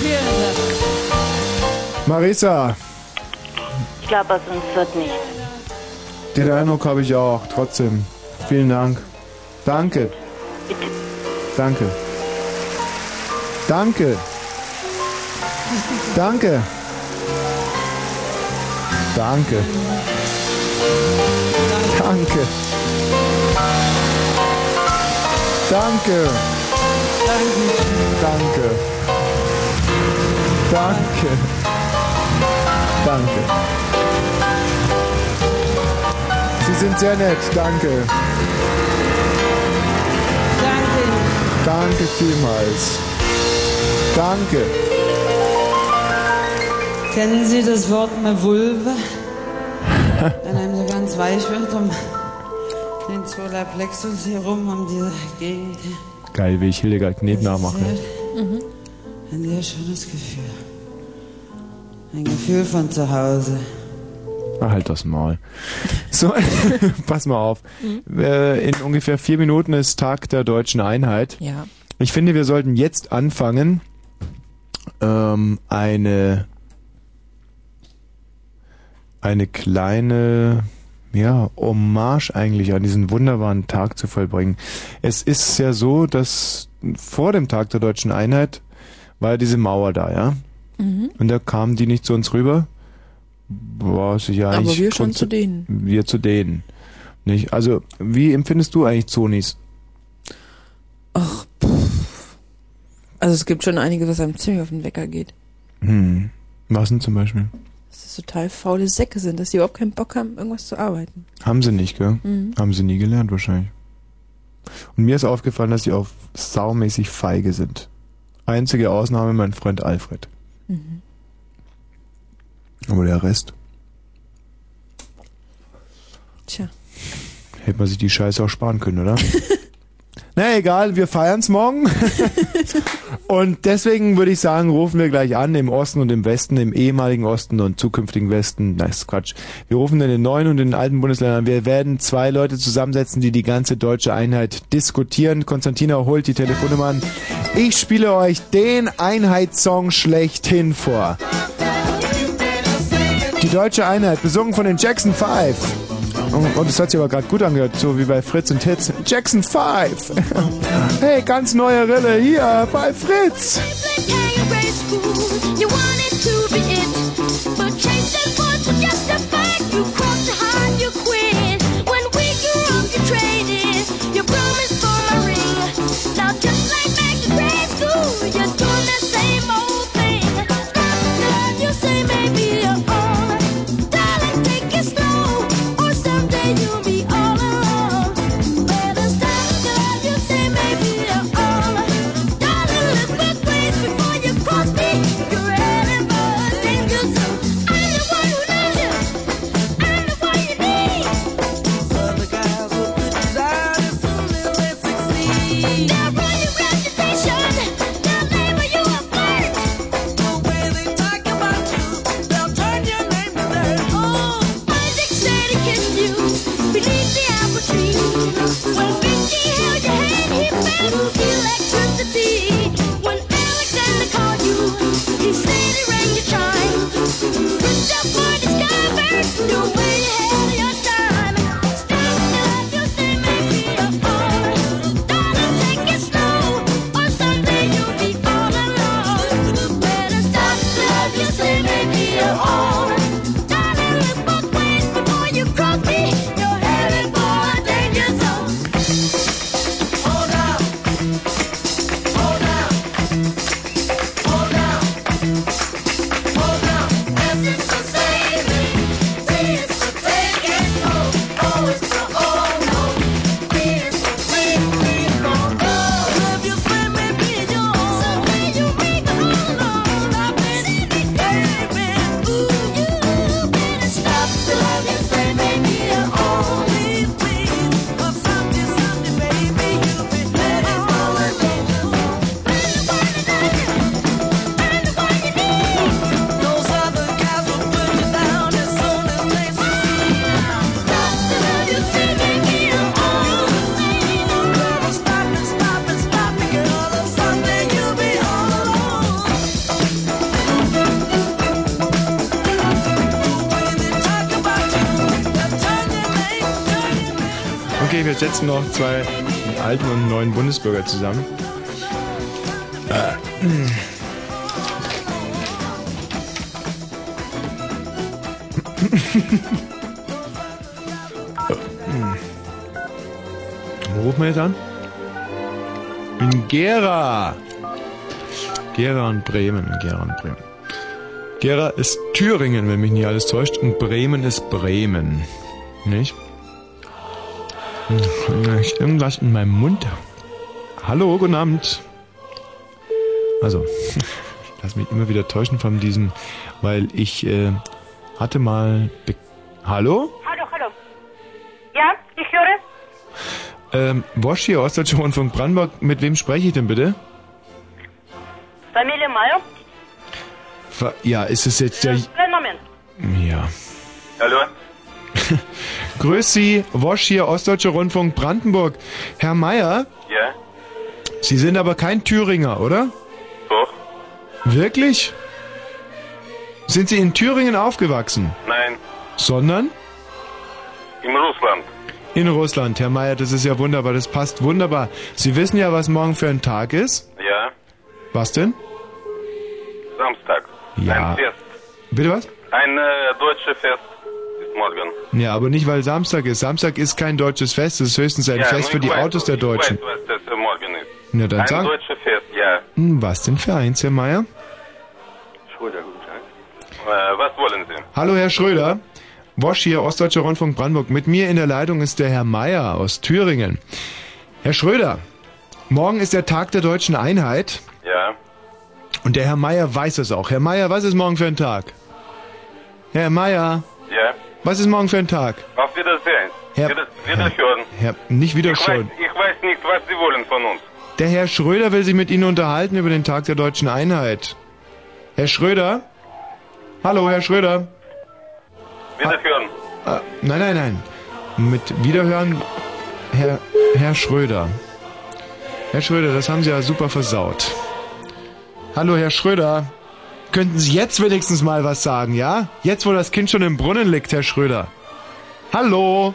S17: Vielen Dank.
S1: Marisa,
S5: Ich glaube, aus uns wird nichts.
S1: den Eindruck habe ich auch. Trotzdem. Vielen Dank. Danke.
S5: Bitte.
S1: Danke. Danke. Danke. Danke.
S17: Danke.
S1: Danke. Danke. Danke. Danke. Danke. Sie sind sehr nett. Danke. Danke vielmals. Danke.
S8: Kennen Sie das Wort eine Vulve? [LAUGHS] Wenn einem so ganz weich wird um den Solarplexus herum, um diese Gegend.
S1: Geil, wie ich Hildegard Kneb nachmache.
S8: Mhm. Ein sehr schönes Gefühl. Ein Gefühl von
S15: [LAUGHS]
S8: zu Hause.
S1: Na, halt das Maul. So, [LAUGHS] pass mal auf.
S9: Mhm.
S1: Äh, In ungefähr vier Minuten ist Tag der deutschen Einheit.
S9: Ja.
S1: Ich finde, wir sollten jetzt anfangen, ähm, eine, eine kleine, ja, Hommage eigentlich an diesen wunderbaren Tag zu vollbringen. Es ist ja so, dass vor dem Tag der deutschen Einheit war ja diese Mauer da, ja?
S9: Mhm.
S1: Und da kamen die nicht zu uns rüber. Was ich ja
S9: Aber
S1: eigentlich
S9: wir schon
S1: grunds-
S9: zu denen.
S1: Wir zu denen. Nicht? Also, wie empfindest du eigentlich Zonis?
S9: Also es gibt schon einiges, was einem ziemlich auf den Wecker geht.
S1: Hm. Was denn zum Beispiel?
S9: Dass es total faule Säcke sind, dass die überhaupt keinen Bock haben, irgendwas zu arbeiten.
S1: Haben sie nicht, gell?
S9: Mhm.
S1: Haben sie nie gelernt wahrscheinlich. Und mir ist aufgefallen, dass sie auch saumäßig feige sind. Einzige Ausnahme mein Freund Alfred.
S9: Mhm.
S1: Aber der Rest,
S9: Tja.
S1: hätte man sich die Scheiße auch sparen können, oder? [LAUGHS] Na egal, wir feiern's morgen. und deswegen würde ich sagen, rufen wir gleich an im Osten und im Westen, im ehemaligen Osten und zukünftigen Westen. Nein, ist Quatsch. Wir rufen in den neuen und in den alten Bundesländern. Wir werden zwei Leute zusammensetzen, die die ganze deutsche Einheit diskutieren. Konstantina holt die Telefonnummer an. Ich spiele euch den Einheitssong schlechthin vor. Die deutsche Einheit, besungen von den Jackson 5. Oh, Und es hat sich aber gerade gut angehört, so wie bei Fritz und Hitz. Jackson 5. [LAUGHS] Hey, ganz neue Rille hier bei Fritz.
S13: You wanted to be it, but changed it for to justify. You crossed the line, you quit. When we grew up, you traded your promise for my ring. Now just like back in grade school, you're doing the same old thing. Stop love, you say maybe you're all. Darling, take it slow, or someday you'll be all alone. Better stop love, you say maybe you're all. Darling, look both ways before you cross me. You're animal dangerous. I'm the one who loves you. I'm the one you need. Other guys will criticize and soon they will succeed. They'll ruin your reputation. They'll label you a flirt. The way they talk about you, they'll turn your name to dirt. Oh, Isaac said he kissed you beneath the apple tree. When Vicky held your hand, he felt electricity. When Alexander called you, he said he rang your chime. Put your party sky back, you way ahead of your time. Stop love, you say maybe you're all. Darling, take it slow, or someday you'll be all alone. Better stop love, you say maybe you're all. Darling, look both ways before you cross me. You're headed for a danger zone. Hold up. Hold up. Hold up. Hold up. As it's for saving, B is for take it slow. O is for oh no. B is for please, please don't go. Love you, say maybe you're someday you make it all alone. I've been craving, ooh, you better stop the love you say maybe you're all. Please, please, of something, something, baby, you've been headed for a danger zone. Those other guys will put you down as soon as they see you. Stop the love you say maybe you're all. Better stop and stop and stop it, girl, or someday you'll be all alone. When they talk about you, they'll turn your name, turn your
S1: Okay, wir setzen noch zwei alten und neuen Bundesbürger zusammen. Äh, rufen wir jetzt an? In Gera. Gera und Bremen. Gera und Bremen. Gera ist Thüringen, wenn mich nicht alles täuscht. Und Bremen ist Bremen. Nicht? Hm, ist Irgendwas in meinem Mund. Hallo, guten Abend. Also, [LAUGHS] ich lasse mich immer wieder täuschen von diesem, weil ich äh, hatte mal... Be Hallo?
S15: Hallo, hallo. Ja, ich höre.
S1: Ähm, Bosch hier, Ostdeutsche Rundfunk Brandenburg. Mit wem spreche ich denn bitte?
S15: Familie Mayo.
S1: Ver- Ja, ist es jetzt der...
S15: Kleinen Moment.
S1: Ja. [LAUGHS] Hallo? Grüß Sie, Wosch hier, Ostdeutsche Rundfunk Brandenburg. Herr Meier,
S22: Ja?
S1: Sie sind aber kein Thüringer, oder?
S22: Doch?
S1: Wirklich? Sind Sie in Thüringen aufgewachsen?
S22: Nein.
S1: Sondern?
S22: In Russland?
S1: In Russland. Herr Meier, das ist ja wunderbar, das passt wunderbar. Sie wissen ja, was morgen für ein Tag ist?
S22: Ja?
S1: Was denn?
S22: Samstag?
S1: Ja.
S22: Ein Fest.
S1: Bitte was?
S22: Ein äh, deutsches Fest ist morgen.
S1: Ja, aber nicht, weil Samstag ist. Samstag ist kein deutsches Fest, es ist höchstens ein
S22: Ja,
S1: Fest
S22: nur
S1: für
S22: ich
S1: die
S22: weiß,
S1: Autos der
S22: ich
S1: Deutschen.
S22: Weiß, was das für morgen ist.
S1: Na, dann
S22: Ein
S1: sag.
S22: deutsches Fest, ja.
S1: Hm, Was denn für eins, Herr Meier?
S22: Entschuldigung, guten Tag. Äh, was wollen Sie?
S1: Hallo, Herr Schröder. Wosch hier, Ostdeutscher Rundfunk Brandenburg. Mit mir in der Leitung ist der Herr Meier aus Thüringen. Herr Schröder, morgen ist der Tag der deutschen Einheit
S22: Ja,
S1: und der Herr Meier weiß es auch. Herr Meier, was ist morgen für ein Tag? Herr Meier,
S22: ja.
S1: was ist morgen für ein Tag?
S22: Auf Wiedersehen.
S1: Herr-
S22: Wieder, wiederhören.
S1: Herr, nicht wieder
S22: Ich weiß,
S1: schon.
S22: ich weiß nicht, was Sie wollen von uns.
S1: Der Herr Schröder will sich mit Ihnen unterhalten über den Tag der deutschen Einheit. Herr Schröder? Hallo, Herr Schröder.
S22: Wiederhören.
S1: Äh, nein, nein, nein. Mit Wiederhören, Herr, Herr Schröder. Herr Schröder, das haben Sie ja super versaut. Hallo, Herr Schröder. Könnten Sie jetzt wenigstens mal was sagen, ja? Jetzt, wo das Kind schon im Brunnen liegt, Herr Schröder. Hallo.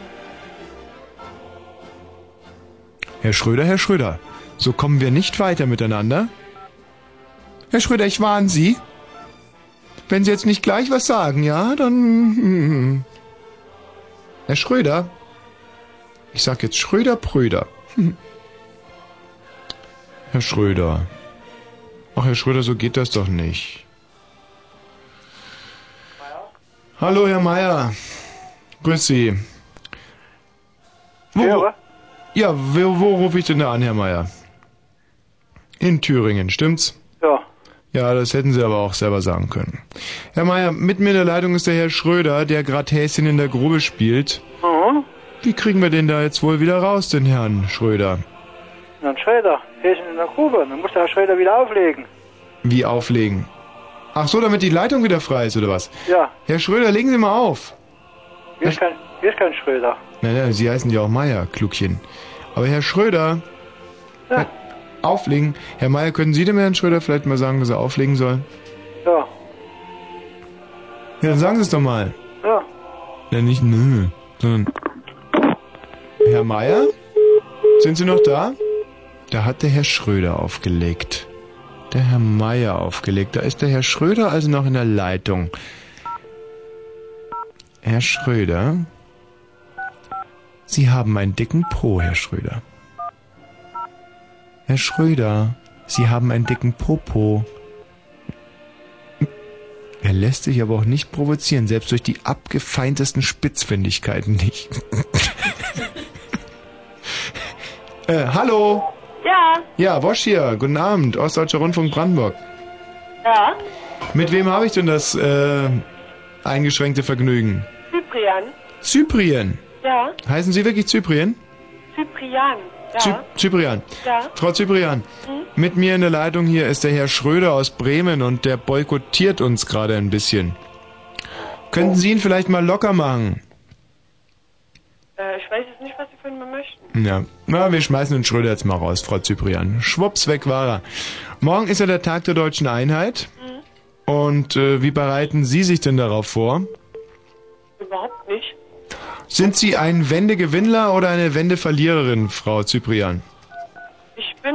S1: Herr Schröder, Herr Schröder. So kommen wir nicht weiter miteinander. Herr Schröder, ich warne Sie. Wenn Sie jetzt nicht gleich was sagen, ja, dann... hm. Herr Schröder. Ich sag jetzt Schröder Bröder. Hm. Herr Schröder. Ach, Herr Schröder, so geht das doch nicht. Hallo, Herr Meier. Grüß Sie. Wo, ja, wo, wo rufe ich denn da an, Herr Meier? In Thüringen, stimmt's?
S14: Ja.
S1: Ja, das hätten Sie aber auch selber sagen können. Herr Meier, mit mir in der Leitung ist der Herr Schröder, der gerade Häschen in der Grube spielt.
S14: Mhm.
S1: Wie kriegen wir den da jetzt wohl wieder raus, den Herrn Schröder?
S14: Dann Schröder, Häschen in der Grube. Dann muss der Herr Schröder wieder auflegen.
S1: Wie auflegen? Ach so, damit die Leitung wieder frei ist, oder was?
S14: Ja,
S1: Herr Schröder, legen Sie mal auf.
S14: hier ist kein, hier ist kein Schröder.
S1: Nein, nein, Sie heißen ja auch Meier, Klugchen. Aber Herr Schröder,
S14: Ja.
S1: auflegen. Herr Meier, können Sie dem Herrn Schröder vielleicht mal sagen, dass er auflegen soll?
S14: Ja,
S1: Ja, dann sagen Sie es doch mal.
S14: ja.
S1: Ja, nicht nö, sondern... Herr Meier? Sind Sie noch da? Da hat der Herr Schröder aufgelegt. Der Herr Meier aufgelegt. Da ist der Herr Schröder also noch in der Leitung. Herr Schröder? Sie haben einen dicken Po, Herr Schröder. Herr Schröder, Sie haben einen dicken Popo. Er lässt sich aber auch nicht provozieren, selbst durch die abgefeintesten Spitzfindigkeiten nicht. [LAUGHS] äh, hallo?
S15: Ja,
S1: Ja, Wosch hier. Guten Abend, Ostdeutscher Rundfunk Brandenburg.
S15: ja,
S1: Mit wem habe ich denn das äh, eingeschränkte Vergnügen?
S15: Cyprian.
S1: Zyprien.
S15: Ja,
S1: Heißen Sie wirklich Zyprien?
S15: Cyprian. Ja,
S1: Zy Zyprian.
S15: ja.
S1: Frau Zyprian,
S15: Hm?
S1: mit mir in der Leitung hier ist der Herr Schröder aus Bremen und der boykottiert uns gerade ein bisschen.
S15: Oh.
S1: Könnten Sie ihn vielleicht mal locker machen?
S21: Äh, ich weiß jetzt nicht, was Sie von mir möchten.
S1: Ja. Na, wir schmeißen den Schröder jetzt mal raus, Frau Zyprian. Schwupps, weg war er. Morgen ist ja der Tag der deutschen Einheit.
S24: Mhm.
S1: Und äh, wie bereiten Sie sich denn darauf vor?
S21: Überhaupt nicht.
S1: Sind Sie ein Wendegewinnler oder eine Wendeverliererin, Frau Zyprian?
S21: Ich bin.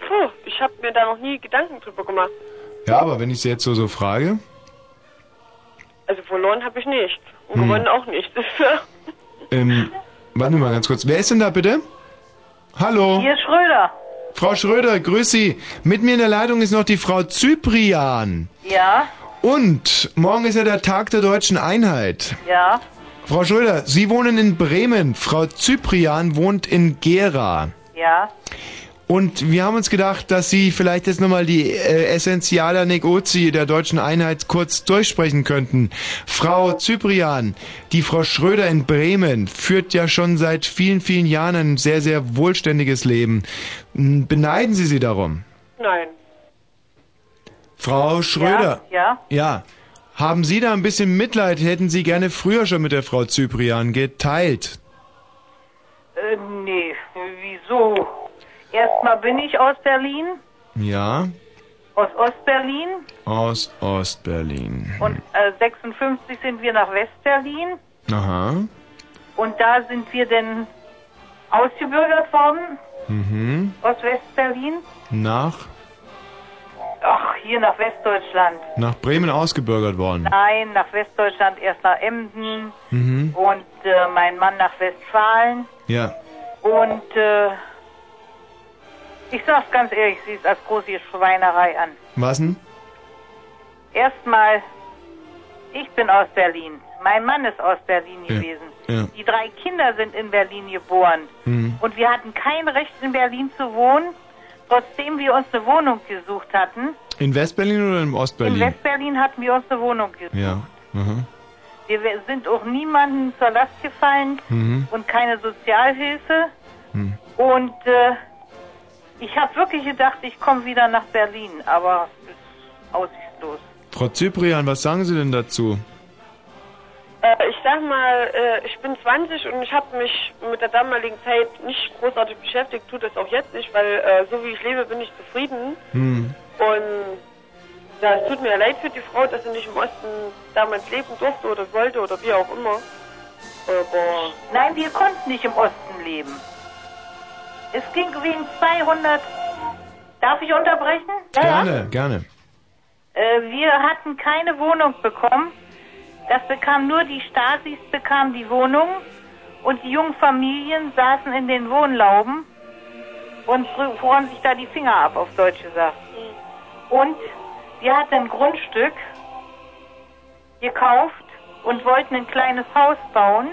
S21: Puh, ich habe mir da noch nie Gedanken drüber gemacht.
S1: Ja, aber wenn ich Sie jetzt so, so frage.
S21: Also verloren habe ich nicht. [LAUGHS] Und
S1: Hm.
S21: gewonnen auch nicht.
S1: Ähm, warten wir mal ganz kurz. Wer ist denn da bitte? Hallo.
S24: Hier ist Schröder.
S1: Frau Schröder, grüß Sie. Mit mir in der Leitung ist noch die Frau Zyprian.
S24: Ja,
S1: Und morgen ist ja der Tag der deutschen Einheit.
S24: ja.
S1: Frau Schröder, Sie wohnen in Bremen. Frau Zyprian wohnt in Gera.
S24: Ja,
S1: Und wir haben uns gedacht, dass Sie vielleicht jetzt nochmal die äh, Essentiala Negozi der deutschen Einheit kurz durchsprechen könnten. Frau Zyprian, die Frau Schröder in Bremen führt ja schon seit vielen, vielen Jahren ein sehr, sehr wohlständiges Leben. M, Beneiden Sie sie darum.
S15: Nein.
S1: Frau Schröder.
S24: Ja,
S1: Ja. Haben Sie da ein bisschen Mitleid? Hätten Sie gerne früher schon mit der Frau Zyprian geteilt?
S24: Äh, nee, wieso? Erstmal bin ich aus Berlin,
S1: Ja,
S24: aus Ostberlin
S1: aus Ostberlin.
S24: und äh, 56 sind wir nach Westberlin
S1: Aha.
S24: und da sind wir denn ausgebürgert worden
S1: Mhm.
S24: aus Westberlin.
S1: Nach,
S24: Ach, hier nach Westdeutschland.
S1: nach Bremen ausgebürgert worden.
S24: Nein, nach Westdeutschland erst nach Emden
S1: Mhm.
S24: und äh, mein Mann nach Westfalen.
S1: Ja.
S24: Und äh, ich sag's ganz ehrlich, sie ist als große Schweinerei an.
S1: Was denn?
S24: Erstmal, ich bin aus Berlin. Mein Mann ist aus Berlin
S1: Ja.
S24: gewesen.
S1: Ja.
S24: Die drei Kinder sind in Berlin geboren.
S1: Mhm.
S24: Und wir hatten kein Recht, in Berlin zu wohnen, trotzdem wir uns eine Wohnung gesucht hatten.
S1: In Westberlin oder in Ostberlin?
S24: In Westberlin hatten wir uns eine Wohnung gesucht.
S1: ja. Aha.
S24: Wir we- sind auch niemandem zur Last gefallen
S1: Mhm.
S24: und keine Sozialhilfe.
S1: Mhm.
S24: Und äh, ich habe wirklich gedacht, ich komme wieder nach Berlin, aber ist aussichtslos.
S1: Frau Zyprian, was sagen Sie denn dazu?
S21: Äh, ich sag mal, äh, ich bin 20 und ich habe mich mit der damaligen Zeit nicht großartig beschäftigt, tut das auch jetzt nicht, weil äh, so wie ich lebe, bin ich zufrieden.
S1: Hm.
S21: Und ja, es tut mir leid für die Frau, dass sie nicht im Osten damals leben durfte oder wollte oder wie auch immer. Aber
S24: Nein, wir konnten nicht im Osten leben. Es ging wegen 200. Darf ich unterbrechen?
S1: Gerne, gerne.
S24: Äh, wir hatten keine Wohnung bekommen. Das bekam nur die Stasis, bekam die Wohnung. Und die jungen Familien saßen in den Wohnlauben und frü- froren sich da die Finger ab, auf Deutsch gesagt. Und wir hatten ein Grundstück gekauft und wollten ein kleines Haus bauen.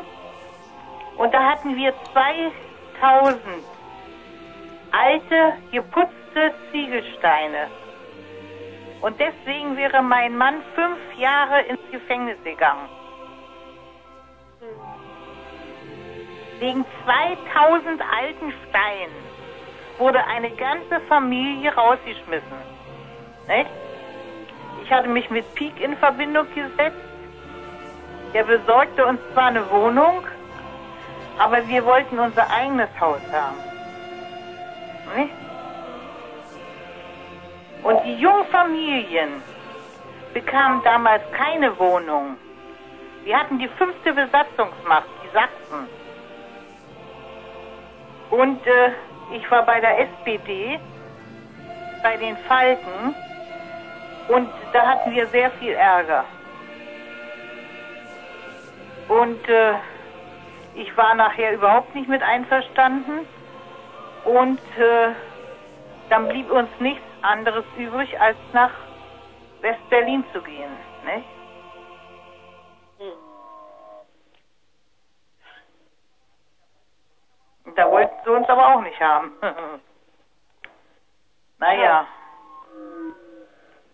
S24: Und da hatten wir 2000 alte, geputzte Ziegelsteine. Und deswegen wäre mein Mann fünf Jahre ins Gefängnis gegangen. Wegen 2000 alten Steinen wurde eine ganze Familie rausgeschmissen. Nicht? Ich hatte mich mit Peak in Verbindung gesetzt. Der besorgte uns zwar eine Wohnung, aber wir wollten unser eigenes Haus haben. Nicht? Und die jungen Familien bekamen damals keine Wohnung. Wir hatten die fünfte Besatzungsmacht, die Sachsen. Und äh, ich war bei der SPD, bei den Falken. Und da hatten wir sehr viel Ärger. Und äh, ich war nachher überhaupt nicht mit einverstanden. Und äh, dann blieb uns nichts anderes übrig, als nach West-Berlin zu gehen. Nicht? Und Da wollten sie uns aber auch nicht haben. [LAUGHS] naja,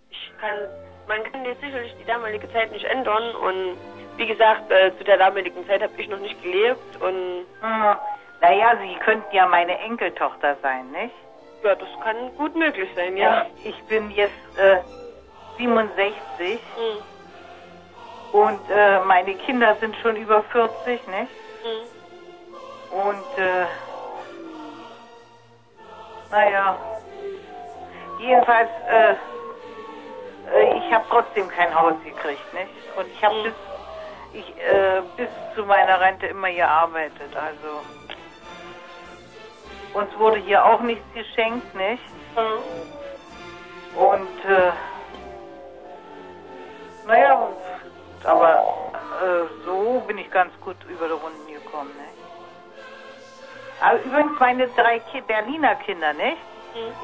S21: ich kann, man kann jetzt sicherlich die damalige Zeit nicht ändern und wie gesagt, äh, zu der damaligen Zeit habe ich noch nicht gelebt und
S24: hm, naja, sie könnten ja meine Enkeltochter sein, nicht?
S21: ja, das kann gut möglich sein,
S24: Ja,
S21: ja.
S24: ich bin jetzt äh, 67
S21: Hm.
S24: und äh, meine Kinder sind schon über 40, nicht? Und äh, naja, jedenfalls, äh, äh, ich habe trotzdem kein Haus gekriegt, nicht? Und ich habe bis, ich, äh, bis zu meiner Rente immer gearbeitet, also. Uns wurde hier auch nichts geschenkt, nicht?
S21: Mhm.
S24: Und, äh, naja, aber äh, so bin ich ganz gut über die Runden gekommen. Ne? Aber übrigens meine drei Ki Berliner Kinder, nicht?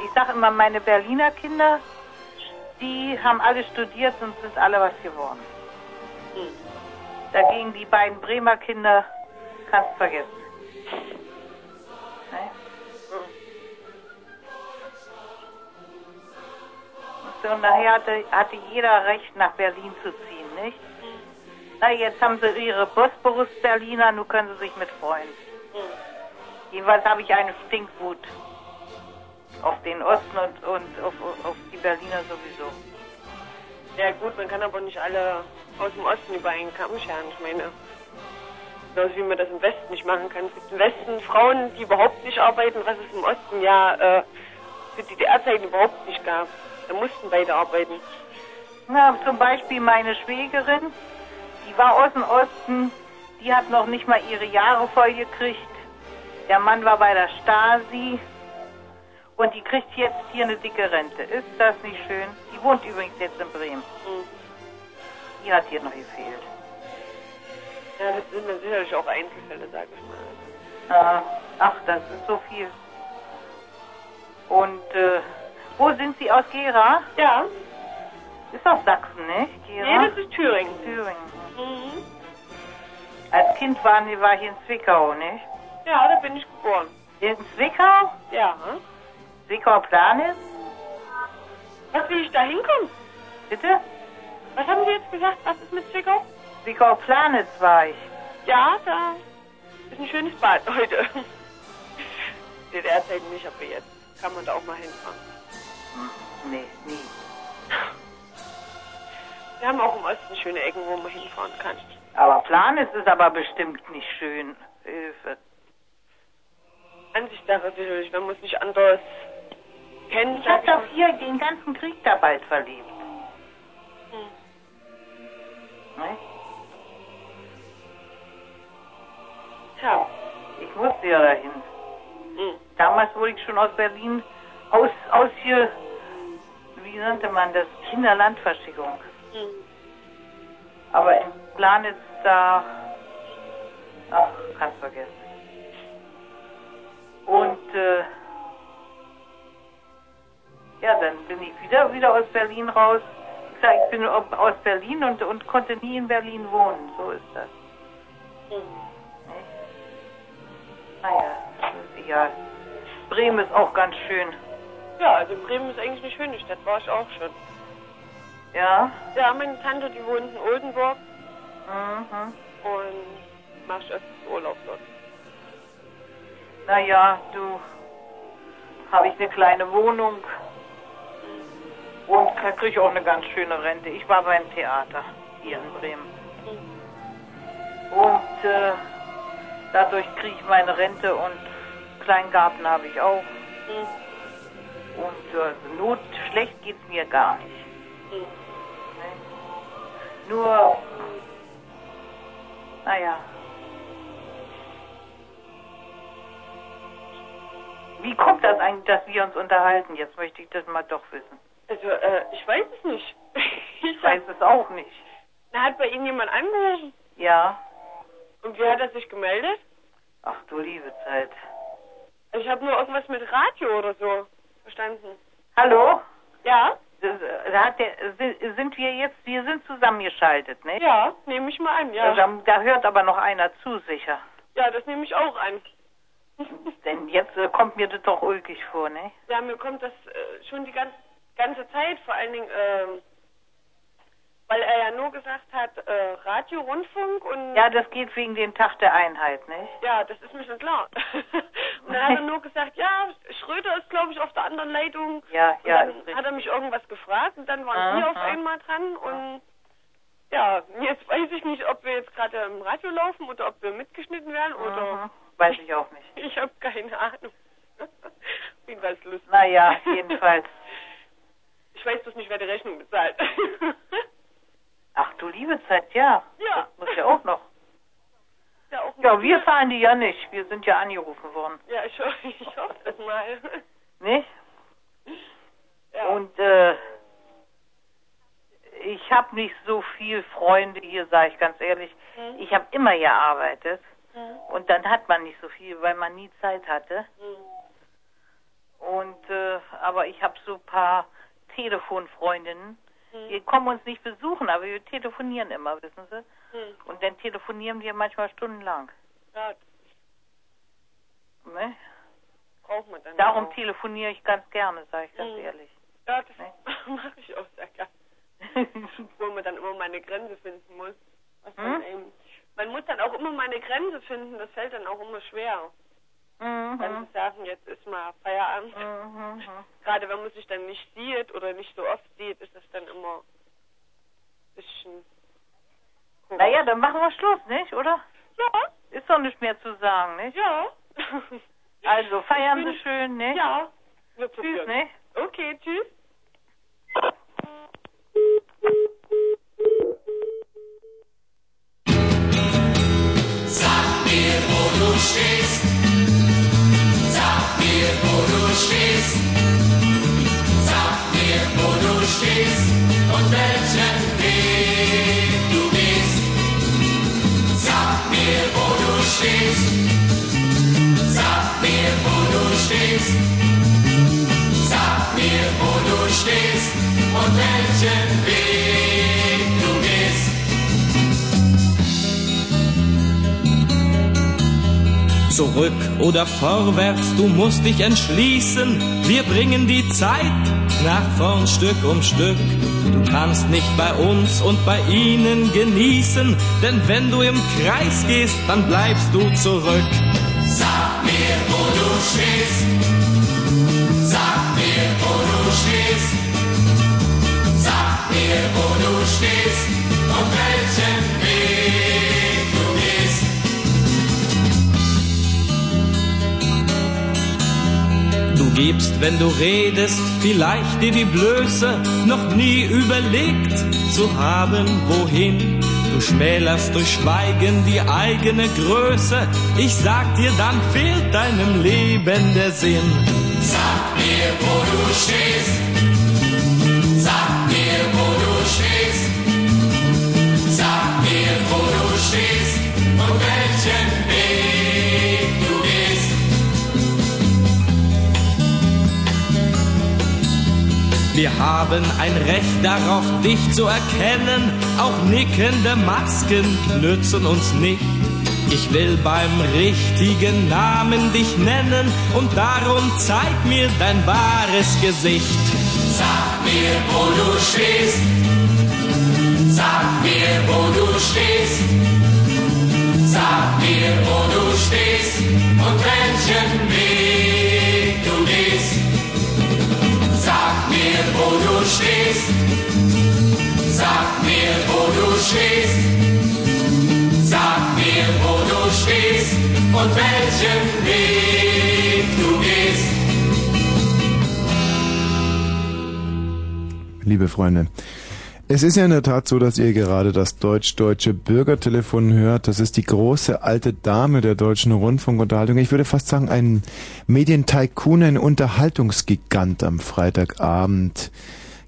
S24: Ich sage immer, meine Berliner Kinder, die haben alle studiert und sind alle was geworden. Dagegen die beiden Bremer Kinder kannst vergessen. Ne? Und nachher hatte, hatte jeder Recht, nach Berlin zu ziehen, nicht? Na, jetzt haben sie ihre Bosporus-Berliner, nun können sie sich mitfreuen. Jedenfalls habe ich eine Stinkwut auf den Osten und, und auf, auf die Berliner sowieso.
S15: Ja gut, man kann aber nicht alle aus dem Osten über einen Kamm scheren. Ich meine, genauso wie man das im Westen nicht machen kann. Es gibt im Westen Frauen, die überhaupt nicht arbeiten, was es im Osten ja äh, für die DDR-Zeiten überhaupt nicht gab. Da mussten beide arbeiten.
S24: Na, zum Beispiel meine Schwägerin, die war aus dem Osten, die hat noch nicht mal ihre Jahre voll gekriegt. Der Mann war bei der Stasi und die kriegt jetzt hier eine dicke Rente. Ist das nicht schön? Die wohnt übrigens jetzt in Bremen. Die hat hier noch gefehlt.
S15: Mhm. Ja, das sind dann sicherlich auch Einzelfälle, sage ich mal.
S24: Ah, ach, das ist so viel. Und äh, wo sind Sie aus Gera?
S15: Ja.
S24: Ist aus Sachsen, nicht? Gera?
S15: Nee, das ist Thüringen.
S24: Thüringen. Als Kind waren wir war hier in Zwickau, nicht?
S15: Ja, da bin ich geboren.
S24: In Zwickau?
S15: Ja.
S24: Zwickau Planitz?
S15: Was will ich da hinkommen?
S24: Bitte?
S15: Was haben Sie jetzt gesagt? Was ist mit Zwickau?
S24: Zwickau Planitz war ich.
S15: Ja, da ist ein schönes Bad heute. [LAUGHS] DDR-Zeiten nicht, aber jetzt kann man da auch mal hinfahren.
S24: Nee, nie.
S15: Wir haben auch im Osten schöne Ecken, wo man hinfahren kann.
S24: Aber Planitz ist aber bestimmt nicht schön. Hilfe.
S15: Ansichtssache sicherlich, wenn man es nicht anders kennt.
S24: Ich hab
S15: sag
S24: doch hier den ganzen Krieg da bald verlebt.
S15: Hm.
S24: Ne?
S15: Ja.
S24: Ich musste ja dahin.
S15: Hm.
S24: Damals wurde ich schon aus Berlin aus, aus hier, wie nannte man das, Kinderlandverschickung. Aber in Planitz da, ach, kannst vergessen. Und äh, ja, dann bin ich wieder wieder aus Berlin raus. Ich sag, ich bin ob- aus Berlin und, und konnte nie in Berlin wohnen. So ist das. Naja, ist egal. Ah Bremen ist auch ganz schön.
S15: Ja, also Bremen ist eigentlich eine schöne Stadt, war ich auch schon.
S24: Ja?
S15: Ja, meine Tante, die wohnt in Oldenburg
S24: Mhm.
S15: und mache ich öfters Urlaub dort.
S24: Naja, du, habe ich eine kleine Wohnung und kriege ich auch eine ganz schöne Rente. Ich war beim Theater hier in Bremen. Und äh, dadurch kriege ich meine Rente und Kleingarten habe ich auch. Und äh, Not schlecht geht's mir gar nicht.
S13: Mhm.
S24: Ne? Nur, naja. Wie kommt das eigentlich, dass wir uns unterhalten? Jetzt möchte ich das mal doch wissen.
S15: Also, äh, ich weiß es nicht. [LAUGHS]
S24: Ich weiß es auch nicht.
S15: Da hat bei Ihnen jemand angerufen.
S24: Ja,
S15: Und wie hat er sich gemeldet? Also
S24: ach du liebe Zeit.
S15: Ich habe nur irgendwas mit Radio oder so verstanden.
S24: Hallo?
S15: Ja?
S24: Das, äh, da hat der, sind- sind wir jetzt, wir sind zusammengeschaltet, ne?
S15: Ja, nehme ich mal an, ja.
S24: Da, da hört aber noch einer zu
S15: [LAUGHS]
S24: sicher.
S15: Ja, das nehme ich auch an.
S24: Denn jetzt äh, kommt mir das doch ulkig vor, ne?
S15: Ja, mir kommt das äh, schon die ganze, ganze Zeit, vor allen Dingen, ähm, weil er ja nur gesagt hat, äh, Radio, Rundfunk und...
S24: Ja, das geht wegen dem Tag der Einheit, ne?
S15: Ja, das ist mir schon klar. [LAUGHS] und dann hat er nur gesagt, ja, Schröder ist, glaube ich, auf der anderen Leitung.
S24: Ja,
S15: Und
S24: ja, ist
S15: dann
S24: richtig.
S15: hat er mich irgendwas gefragt und dann waren
S24: Aha.
S15: wir auf einmal dran und ja, jetzt weiß ich nicht, ob wir jetzt gerade im Radio laufen oder ob wir mitgeschnitten werden oder
S24: Mhm. Weiß ich auch nicht.
S15: [LAUGHS] ich habe keine Ahnung. [LAUGHS] Jedenfalls lustig.
S24: Naja, [LAUGHS] jedenfalls.
S15: Ich weiß bloß nicht, wer die Rechnung bezahlt. [LAUGHS]
S24: Ach du liebe Zeit, ja.
S15: ja.
S24: Muss ja auch noch.
S15: Ja, auch
S24: Ja, wir fahren die ja nicht. Wir sind ja angerufen worden,
S15: Ja, ich, ho- ich hoffe das mal.
S24: [LAUGHS] nicht?
S15: Ja.
S24: Und äh, ich habe nicht so viel Freunde hier, sage ich ganz ehrlich. Ich habe immer gearbeitet. Und dann hat man nicht so viel, weil man nie Zeit hatte. Und äh, aber ich habe so ein paar Telefonfreundinnen. Die kommen uns nicht besuchen, aber wir telefonieren immer, wissen Sie?
S15: Hm,
S24: Und dann telefonieren wir manchmal stundenlang.
S21: Ja,
S24: Ne?
S21: braucht man dann.
S24: Darum
S21: auch.
S24: telefoniere ich ganz gerne, sage ich ganz
S21: Mhm.
S24: ehrlich. [LAUGHS]
S21: Ja, das
S15: [LAUGHS]
S21: mache ich auch sehr gerne. Wo man dann immer meine Grenze finden muss. Was
S24: Hm?
S21: man, eben, man muss dann auch immer meine Grenze finden, das fällt dann auch immer schwer. Dann
S24: Mhm.
S21: zu sagen, jetzt ist mal Feierabend.
S13: Mhm.
S21: Gerade wenn man sich dann nicht sieht oder nicht so oft sieht, ist das dann immer ein bisschen.
S24: Naja, dann machen wir Schluss, nicht, oder? Ja. Ist doch nicht mehr zu sagen, nicht?
S21: Ja.
S24: Also feiern
S21: Ich bin-
S24: Sie schön, nicht?
S21: Ja. Wir
S24: Tschüss,
S21: probieren's.
S24: nicht?
S21: Okay, tschüss.
S13: Sag mir, wo du stehst. Sag mir, wo du stehst. Sag mir, wo du stehst und welchen Weg du gehst. Sag mir, wo du stehst. Sag mir, wo du stehst. Sag mir, wo du stehst und welchen Weg du gehst.
S6: Zurück oder vorwärts, du musst dich entschließen. Wir bringen die Zeit nach vorn Stück um Stück. Du kannst nicht bei uns und bei ihnen genießen, denn wenn du im Kreis gehst, dann bleibst du zurück.
S13: Sag mir, wo du stehst. Sag mir, wo du stehst. Sag mir, wo du stehst und welchen Weg du gehst.
S6: Du gibst, wenn du redest, vielleicht dir die Blöße, noch nie überlegt zu haben, wohin. Du schmälerst durch Schweigen die eigene Größe. Ich sag dir, dann fehlt deinem Leben der Sinn.
S13: Sag mir, wo du stehst. Sag mir, wo du stehst. Sag mir, wo du stehst und welchen Weg du gehst.
S6: Wir haben ein Recht darauf, dich zu erkennen. Auch nickende Masken nützen uns nicht. Ich will beim richtigen Namen dich nennen und darum zeig mir dein wahres Gesicht.
S13: Sag mir, wo du stehst. Sag mir, wo du stehst. Sag mir, wo du stehst und welchen Weg du gehst. Sag mir, wo du stehst. Sag mir, wo du stehst. Sag mir, wo du stehst und welchen Weg du gehst.
S1: Liebe Freunde, es ist ja in der Tat so, dass ihr gerade das deutsch-deutsche Bürgertelefon hört. Das ist die große alte Dame der deutschen Rundfunkunterhaltung. Ich würde fast sagen, ein Medientycoon, ein Unterhaltungsgigant am Freitagabend.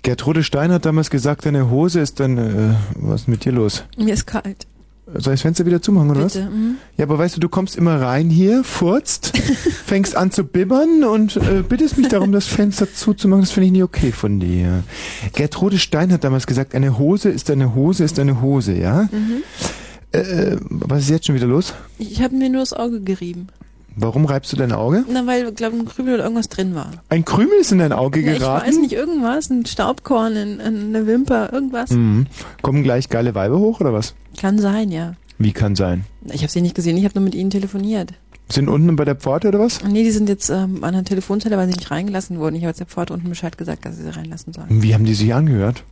S1: Gertrude Stein hat damals gesagt, deine Hose ist dann... Äh, was ist mit dir los?
S9: Mir ist kalt.
S1: Soll ich das Fenster wieder zumachen, oder
S9: Bitte,
S1: was?
S9: mhm.
S1: Ja, aber weißt du, du kommst immer rein hier,
S9: [LAUGHS]
S1: furzt, fängst an zu bibbern und äh, bittest mich darum, das Fenster zuzumachen. Das finde ich nicht okay von dir. Gertrude Stein hat damals gesagt, eine Hose ist eine Hose ist eine Hose, ja?
S9: Mhm.
S1: Äh, was ist jetzt schon wieder los?
S9: Ich habe mir nur das Auge gerieben.
S1: Warum reibst du dein Auge?
S9: Na, weil, glaube ein Krümel oder irgendwas drin war.
S1: Ein Krümel ist in dein Auge
S9: Ja, ich
S1: geraten.
S9: weiß nicht, irgendwas, ein Staubkorn, ein, eine Wimper, irgendwas.
S1: Mhm. Kommen gleich geile Weiber hoch oder was?
S9: Kann sein, ja.
S1: Wie kann sein?
S9: Ich habe sie nicht gesehen, ich habe nur mit ihnen telefoniert.
S1: Sind unten bei der Pforte oder was?
S9: Nee, die sind jetzt ähm, an der Telefonzelle, weil sie nicht reingelassen wurden. Ich habe jetzt der Pforte unten Bescheid gesagt, dass sie sie reinlassen sollen.
S1: Wie haben die sich angehört?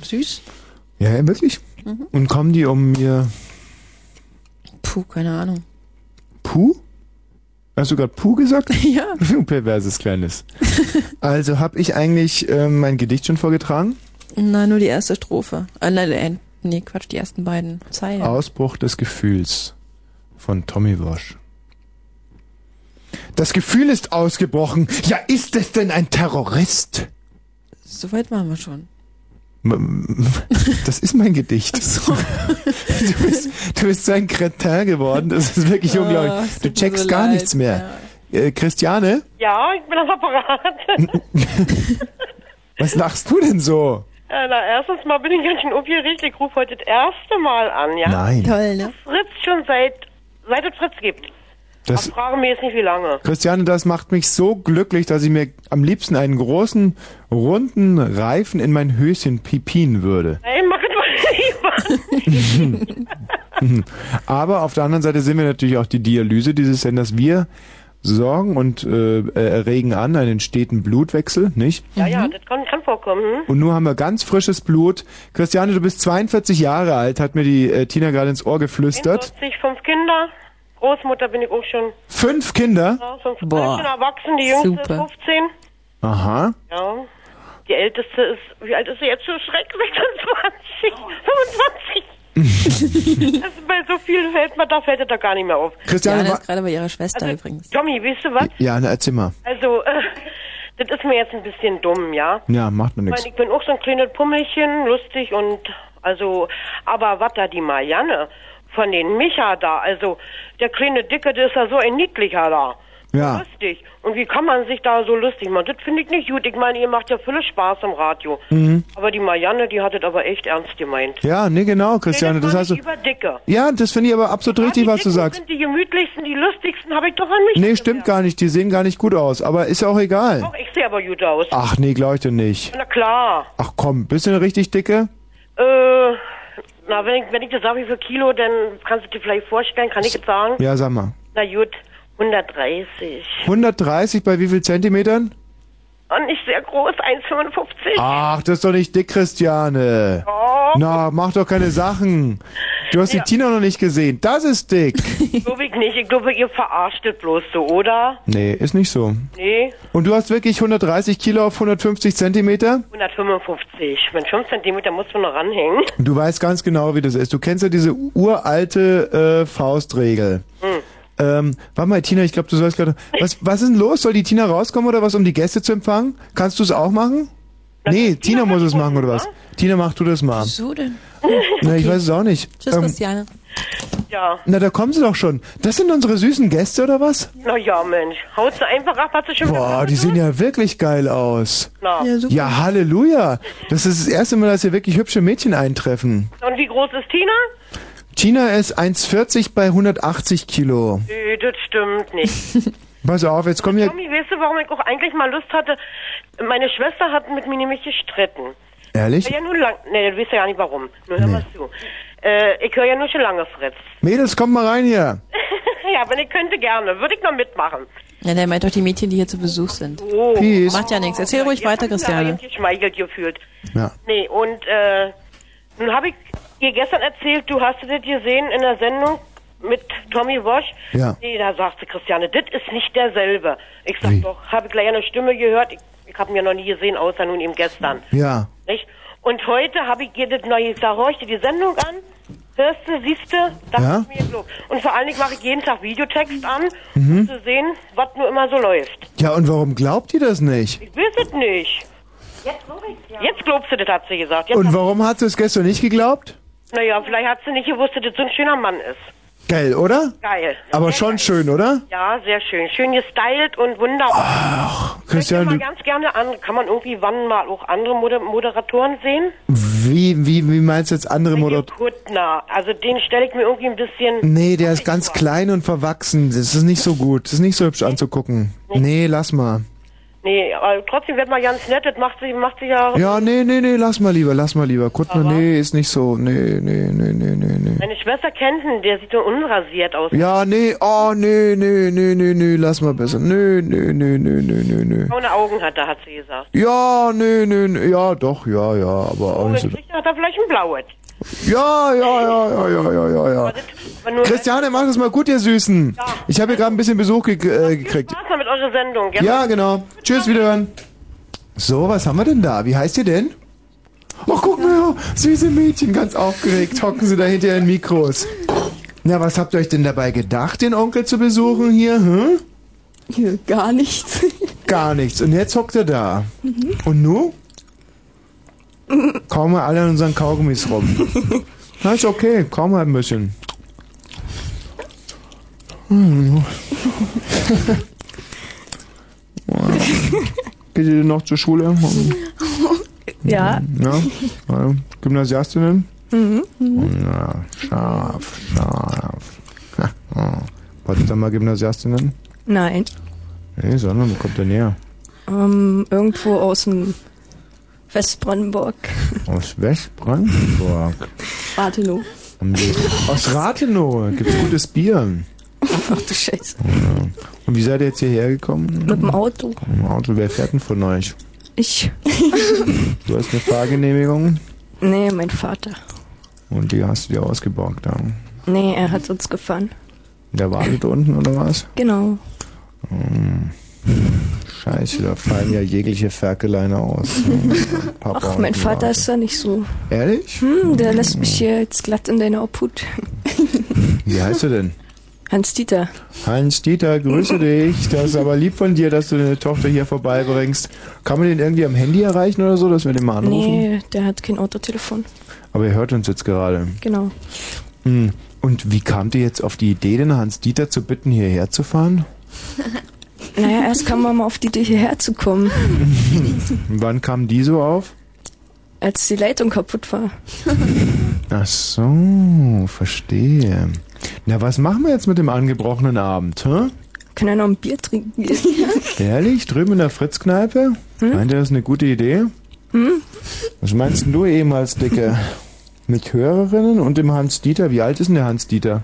S9: Süß.
S1: Ja, ja wirklich.
S9: Mhm.
S1: Und kommen die um mir
S9: Puh, keine Ahnung.
S1: Puh? Hast du gerade
S21: [LAUGHS]
S1: Puh gesagt? [LAUGHS]
S9: Ja.
S1: Du perverses Kleines. Also habe ich eigentlich ähm, mein Gedicht schon vorgetragen?
S9: Nein, nur die erste Strophe. Ah, nein, äh, nee, Quatsch, die ersten beiden Zeilen.
S1: Ausbruch des Gefühls von Tommy Walsh. Das Gefühl ist ausgebrochen. Ja, ist es denn ein Terrorist?
S9: Soweit waren wir schon.
S1: M-
S21: [LAUGHS]
S1: Das ist mein Gedicht. [LAUGHS] Du, bist, du bist so ein Kretin geworden, das ist wirklich
S21: Ah,
S1: unglaublich.
S21: es
S1: Du
S21: tut mir
S1: checkst
S21: so
S1: gar
S21: leid,
S1: nichts mehr. Äh, Christiane,
S21: Ja, ich bin am
S15: [LAUGHS]
S21: Apparat. Äh,
S1: was lachst du denn so?
S21: Äh, Na, erstens mal bin ich ganz schön aufgeregt. Ich rufe heute das erste Mal an, ja?
S1: Nein. Toll,
S21: ne? Fritz schon seit, seit es Fritz gibt.
S1: Das-
S21: Aber frage mich jetzt nicht, wie lange.
S1: Christiane, das macht mich so glücklich, dass ich mir am liebsten einen großen, runden Reifen in mein Höschen pipien würde. [LAUGHS]
S21: Ey, mach es mal lieber.
S1: Aber auf der anderen Seite sehen wir natürlich auch die Dialyse dieses Senders. Wir sorgen und äh, erregen an einen steten Blutwechsel, nicht?
S21: ja, ja, das kann, kann vorkommen. Hm?
S1: Und nur haben wir ganz frisches Blut. Christiane, du bist 42 Jahre alt, hat mir die äh, Tina gerade ins Ohr geflüstert.
S21: 40, fünf Kinder. Großmutter bin ich auch schon.
S1: Fünf Kinder?
S21: Ja, fünf,
S1: Boah.
S21: Boah. erwachsen, die Jüngste
S1: Super.
S21: ist 15.
S1: Aha.
S21: Ja. Die Älteste ist, wie alt ist sie jetzt? So schreck, [LAUGHS] 26, 25. also bei so vielen fällt man, da fällt es da gar nicht mehr auf.
S1: Christiane,
S9: Jana
S1: wa-
S9: ist gerade bei ihrer Schwester
S21: Also,
S9: übrigens.
S21: Tommy, weißt du was?
S1: ja, na, erzähl mal.
S21: Also, äh, das ist mir jetzt ein bisschen dumm, ja?
S1: Ja, macht mir
S21: Ich
S1: nichts.
S21: meine, ich bin auch so ein kleines Pummelchen, lustig und, also, aber was da die Marianne von den Micha da, also, der kleine Dicke, der ist ja so ein niedlicher da.
S1: Ja.
S21: Lustig. Und wie kann man sich da so lustig machen? Das finde ich nicht gut. Ich meine, ihr macht ja völlig Spaß im Radio.
S1: Mhm.
S21: Aber die Marianne, die hat es aber echt ernst gemeint.
S1: Ja, nee, genau, Christiane, das hast du.
S21: Über Dicke.
S1: Ja, das finde ich aber absolut richtig, was du sagst.
S21: Sind die gemütlichsten, die lustigsten, habe ich doch an mich.
S1: Nee, stimmt gar nicht, die sehen gar nicht gut aus, aber ist ja auch egal.
S21: Auch Genau. ich sehe aber gut aus.
S1: Ach nee, glaube ich dir nicht.
S21: Na klar.
S1: Ach komm, bist du eine richtig dicke?
S21: Äh, na, wenn ich, wenn ich dir sage, wie viel Kilo, dann kannst du dir vielleicht vorstellen, kann ich jetzt sagen?
S1: Ja, sag mal.
S21: Na gut, 130.
S1: 130 bei wie viel Zentimetern?
S21: Und nicht sehr groß,
S1: [LAUGHS]
S21: 1,55.
S1: Ach, das ist doch nicht dick, Christiane. Na, mach doch keine Sachen. Du hast die Tina noch nicht gesehen. Das ist dick.
S21: Glaube ich nicht. Ich glaube, ihr verarscht es bloß so, oder?
S1: Nee, ist nicht so.
S21: Nee,
S1: Und du hast wirklich 130 Kilo auf 150 Zentimeter?
S21: 155. Mit 5 Zentimeter musst du noch ranhängen.
S1: Du weißt ganz genau, wie das ist. Du kennst ja diese uralte äh, Faustregel.
S21: Hm.
S1: Ähm, warte mal, Tina, ich glaube, du sollst [LAUGHS] gerade. Was, was ist denn los? Soll die Tina rauskommen oder was, um die Gäste zu empfangen? Kannst du es auch machen? Nee, Tina muss es machen oder was? Tina, mach du das mal.
S9: Wieso denn?
S1: Na, ich weiß es auch nicht.
S9: Tschüss,
S1: Ähm,
S9: Christiane.
S21: Ja.
S1: na, da kommen sie doch schon. Das sind unsere süßen Gäste oder was?
S21: Na ja, Mensch. Haut so einfach ab, hast du schon
S1: Boah, die sehen ja wirklich geil aus.
S21: Na. Ja, super.
S1: Ja, Halleluja. Das ist das erste Mal, dass hier wirklich hübsche Mädchen eintreffen.
S21: Und wie groß ist Tina?
S1: Tina ist 1,40 bei 180 Kilo.
S21: Nö, das stimmt nicht.
S1: Pass auf, Oh. [LAUGHS] jetzt kommen hier.
S21: Tommy, weißt du, warum ich auch eigentlich mal Lust hatte? Meine Schwester hat mit mir nämlich gestritten.
S1: Ehrlich?
S21: Ja, nun lang. Nee, du weißt ja gar nicht warum. Nur hör mal zu. Äh, ich höre ja nur schon lange Fritz. [LAUGHS]
S1: Mädels, kommt mal rein hier.
S21: ja, aber ich könnte gerne. Würde ich noch mitmachen.
S9: Ja, der meint doch die Mädchen, die hier zu Besuch sind.
S21: Oh.
S9: Macht ja nichts. Erzähl ruhig weiter, Christiane.
S21: Ich geschmeichelt gefühlt.
S1: Ja.
S21: Nee, und äh, nun habe ich dir gestern erzählt, du hast das gesehen in der Sendung mit Tommy Walsh.
S13: Ja.
S21: Nee, da sagte Christiane, das ist nicht derselbe. Ich sag doch, habe gleich eine Stimme gehört. Ich, ich habe ihn ja noch nie gesehen, außer nun eben gestern.
S1: Ja.
S21: Nicht? Und heute habe ich dir das neue, da horchte die Sendung an, hörst du, siehst du, das
S1: Ja.
S21: ist mir genug. Und vor allen Dingen mache ich jeden Tag Videotext an, um
S1: Mhm.
S21: zu sehen, was nur immer so läuft.
S1: Ja, und warum glaubt ihr das nicht?
S21: Ich weiß es nicht. Jetzt glaube ich ja. Jetzt glaubst du das, hat sie gesagt. Jetzt
S1: Und warum hat sie es gestern nicht geglaubt?
S21: Naja, vielleicht hat sie nicht gewusst, dass das so ein schöner Mann ist.
S1: Geil, oder?
S21: Geil.
S1: Aber schon schön, oder?
S21: Ja, sehr schön. Schön gestylt und wunderbar.
S1: Ah. Christian,
S21: mal
S1: du,
S21: ganz gerne an. Kann man irgendwie wann mal auch andere Moder Moderatoren sehen?
S1: wie, wie, wie meinst du jetzt andere Moderatoren?
S21: Kuttner. Also den stelle ich mir irgendwie ein bisschen.
S1: Nee, der ist ganz klein und verwachsen. Das ist nicht so gut. Das ist nicht so hübsch anzugucken. Nee, lass mal.
S21: Nee, aber trotzdem wird man ganz nett. Das macht sich, macht sich ja.
S1: Ja, nee, nee, nee, lass mal lieber, lass mal lieber. Kuttner, nee, ist nicht so. Nee, nee, nee, nee, nee, nee.
S21: Meine Schwester kennt ihn. Der sieht so unrasiert aus.
S1: Ja, nee, oh, nee, nee, nee, nee, nee, lass mal besser. Nee, nee, nee, nee, nee, nee, nee.
S21: Braune Augen hat er, hat sie gesagt.
S1: Ja, nee, nee, nee, ja, doch, ja, ja, aber auch nicht so.
S21: Vielleicht hat er vielleicht ein blaues.
S1: Ja, ja, ja, ja, ja, ja, ja, ja. Christiane, mach das mal gut, ihr Süßen. Ich habe hier gerade ein bisschen Besuch ge äh, gekriegt.
S21: Spaß mal mit eurer Sendung. gell?
S1: Ja, genau. Tschüss, wiederhören. So, was haben wir denn da? Wie heißt ihr denn? Oh, guck mal, her, süße Mädchen, ganz aufgeregt, hocken sie da hinter ihren Mikros. Na, was habt ihr euch denn dabei gedacht, den Onkel zu besuchen hier? Hm?
S2: Gar nichts. Mhm.
S1: Mhm. Gar nichts. Und jetzt hockt er da. Und nu? Kauen wir alle an unseren Kaugummis [LAUGHS] rum. Na, ist okay, kaum mal ein bisschen. Hm. [LAUGHS] Geht ihr denn noch zur Schule?
S2: Ja.
S1: Ja? ja. Gymnasiastinnen?
S2: Mhm.
S1: Ja, scharf, scharf. Ha, oh. Potsdamer Gymnasiastinnen?
S16: Nein.
S1: Nee, sondern wo kommt denn her?
S16: Ähm, irgendwo aus dem Westbrandenburg.
S1: Aus Westbrandenburg.
S16: Rathenow.
S1: Am See. Aus Rathenow gibt's gutes Bier.
S16: Ach du Scheiße.
S1: Ja. Und wie seid ihr jetzt hierher gekommen?
S16: Mit dem Auto.
S1: Mit dem Auto, wer fährt denn von euch?
S16: Ich. [LAUGHS]
S1: Du hast eine Fahrgenehmigung
S16: nee, mein Vater.
S1: und die hast du dir ausgeborgt. Da.
S16: Nee, er hat uns gefahren.
S1: Der wartet unten oder was?
S16: Genau.
S1: Hm. Scheiße, da fallen ja jegliche
S16: [LAUGHS]
S1: Ferkeleine aus. Papa
S16: Ach,
S1: und
S16: mein
S1: die
S16: Vater
S1: Warte.
S16: ist da nicht so.
S1: Ehrlich?
S16: Hm, der lässt mich hier jetzt glatt in deiner Obhut.
S1: Wie heißt du denn?
S16: Hans-Dieter. [LAUGHS]
S1: Hans-Dieter, grüße dich. Das ist aber lieb von dir, dass du deine Tochter hier vorbeibringst. Kann man den irgendwie am Handy erreichen oder so, dass wir den mal anrufen?
S16: Nee, der hat kein Autotelefon.
S1: Aber er hört uns jetzt gerade. [LAUGHS]
S16: Genau.
S1: Hm. Und wie kamt ihr jetzt auf die Idee, den Hans-Dieter zu bitten, hierher zu fahren?
S16: Naja, erst kam man mal auf die Idee, hierher zu
S1: [LAUGHS]
S16: kommen,
S1: Wann kam die so auf?
S16: als die Leitung kaputt war.
S1: Ach so, verstehe. Na, was machen wir jetzt mit dem angebrochenen Abend, hä?
S16: Kann er noch ein Bier trinken
S1: [LAUGHS]
S16: gehen?
S1: Ehrlich? Drüben in der Fritz-Kneipe? Meint ihr, das ist eine gute Idee?
S16: Hm?
S1: Was meinst denn du ehemals, Dicke? Mit Hörerinnen und dem Hans-Dieter? Wie alt ist denn der Hans-Dieter?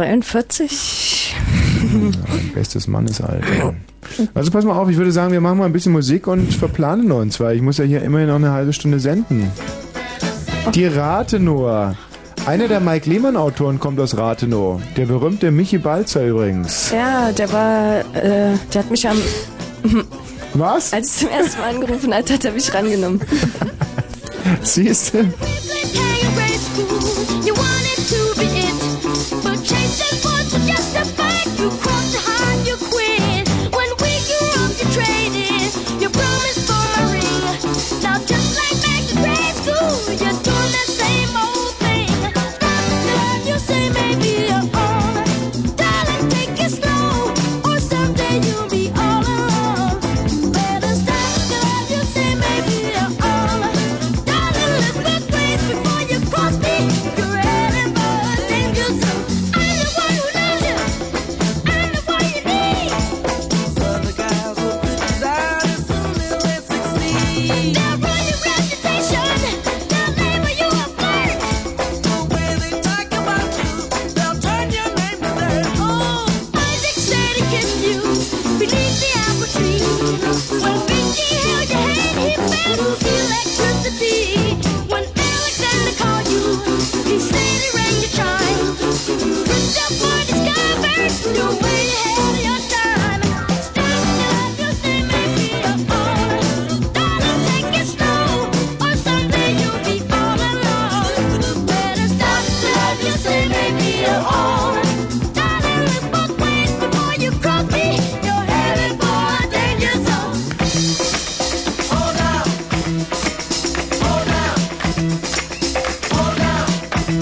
S16: 43?
S1: Mein bestes Mannesalter. Also pass mal auf, ich würde sagen, wir machen mal ein bisschen Musik und verplanen uns, weil ich muss ja hier immerhin noch eine halbe Stunde senden. Die Rathenow. Einer der Mike Lehmann-Autoren kommt aus Rathenow. Der berühmte Michi Balzer übrigens. [LAUGHS]
S16: Ja, der war, äh, der hat mich am...
S1: Was?
S16: Als ich zum ersten Mal angerufen hat, hat er mich rangenommen.
S1: Siehst du?
S13: You wanted to be it, but chasing fortune just a fight. You crossed the line, you quit. When we grew up, you traded your promise for a ring. Now just like back in grade school, you're doing the same old thing. Stop the love you say maybe you're on. Darling, take it slow, or someday you'll be all alone. Better stop the love you say maybe you're on. Darling, look both ways before you cross me. You're heading for a danger zone. I'm the one who loves you. I'm the one you need. They'll ruin your reputation. They'll label you a flirt. The way they talk about you, they'll turn your name to dirt. Oh, Isaac said he kissed you beneath the apple tree. When Vicky held your hand, he felt electricity. When Alexander called you, he said he rang your chime. You picked up on his cover, you're way ahead of your time. Stop the love you say made me a whore. Darling, take it slow, or someday you'll be all alone. Better stop the love you say made me a whore. Darling, look both ways before you cross me. You're headed for a danger zone. Hold up. Hold up. Hold up.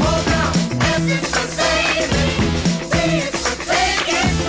S13: Hold up. As it's for saving, see it's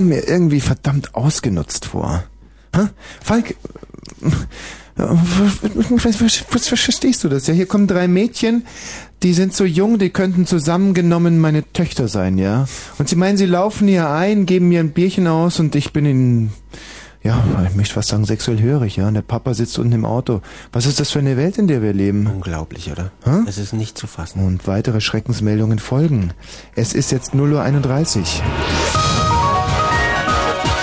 S1: mir irgendwie verdammt ausgenutzt vor. Hä? Falk, was, was, was verstehst du das? Ja, hier kommen drei Mädchen, die sind so jung, die könnten zusammengenommen meine Töchter sein, ja? Und sie meinen, sie laufen hier ein, geben mir ein Bierchen aus und ich bin in, ja, ich möchte fast sagen, sexuell hörig, ja? Und der Papa sitzt unten im Auto. Was ist das für eine Welt, in der wir leben?
S11: Unglaublich, oder?
S1: Hä?
S11: Es ist nicht zu fassen.
S1: Und weitere Schreckensmeldungen folgen. Es ist jetzt 0.31 Uhr.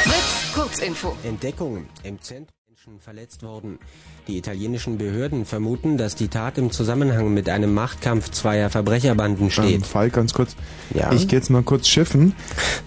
S7: Fritz Kurzinfo.
S11: Entdeckungen im Zentrum Menschen verletzt wurden. Die italienischen Behörden vermuten, dass die Tat im Zusammenhang mit einem Machtkampf zweier Verbrecherbanden steht.
S1: Ähm, Falk, ganz kurz.
S11: Ja.
S1: Ich gehe jetzt mal kurz schiffen.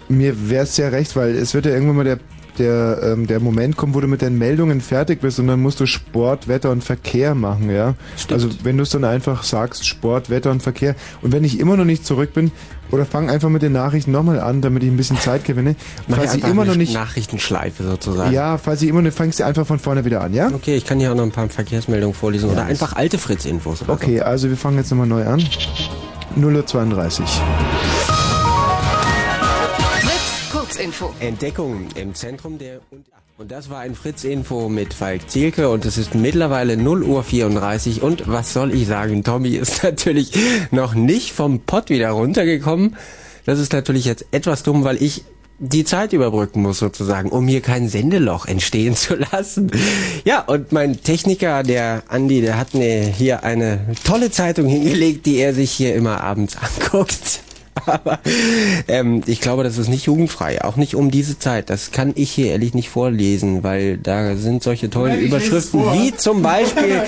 S1: Mir wäre es ja recht, weil es wird ja irgendwann mal der, der, ähm, der Moment kommen, wo du mit deinen Meldungen fertig bist und dann musst du Sport, Wetter und Verkehr machen, ja? Also wenn du es dann einfach sagst, Sport, Wetter und Verkehr und wenn ich immer noch nicht zurück bin, oder fang einfach mit den Nachrichten nochmal an, damit ich ein bisschen Zeit gewinne.
S11: Mach
S1: Falls ich
S11: einfach
S1: immer
S11: eine
S1: noch nicht...
S11: Nachrichtenschleife sozusagen.
S1: Ja, falls ich immer noch... Fangst du einfach von vorne wieder an, ja?
S11: Okay, ich kann hier auch noch ein paar Verkehrsmeldungen vorlesen
S1: Ja,
S11: oder
S1: das-
S11: einfach alte Fritz-Infos. oder
S1: Okay, also wir fangen jetzt nochmal neu an. 0.32 Uhr.
S11: [LAUGHS]
S7: Fritz Kurzinfo.
S11: Entdeckung im Zentrum der... Und, und das war ein Fritz-Info mit Falk Zielke und es ist mittlerweile 0 Uhr 34 und was soll ich sagen, Tommy ist [LAUGHS] natürlich noch nicht vom Pott wieder runtergekommen. Das ist natürlich jetzt etwas dumm, weil ich die Zeit überbrücken muss sozusagen, um hier kein Sendeloch entstehen [LAUGHS] zu lassen. Ja, und mein Techniker, der Andi, der hat mir hier eine tolle Zeitung hingelegt, die er sich hier immer abends [LAUGHS] anguckt. Aber ähm, ich glaube, das ist nicht jugendfrei, auch nicht um diese Zeit. Das kann ich hier ehrlich nicht vorlesen, weil da sind solche tollen
S6: Ja, ich lese
S11: Überschriften
S6: vor.
S11: wie
S1: [LAUGHS]
S11: zum Beispiel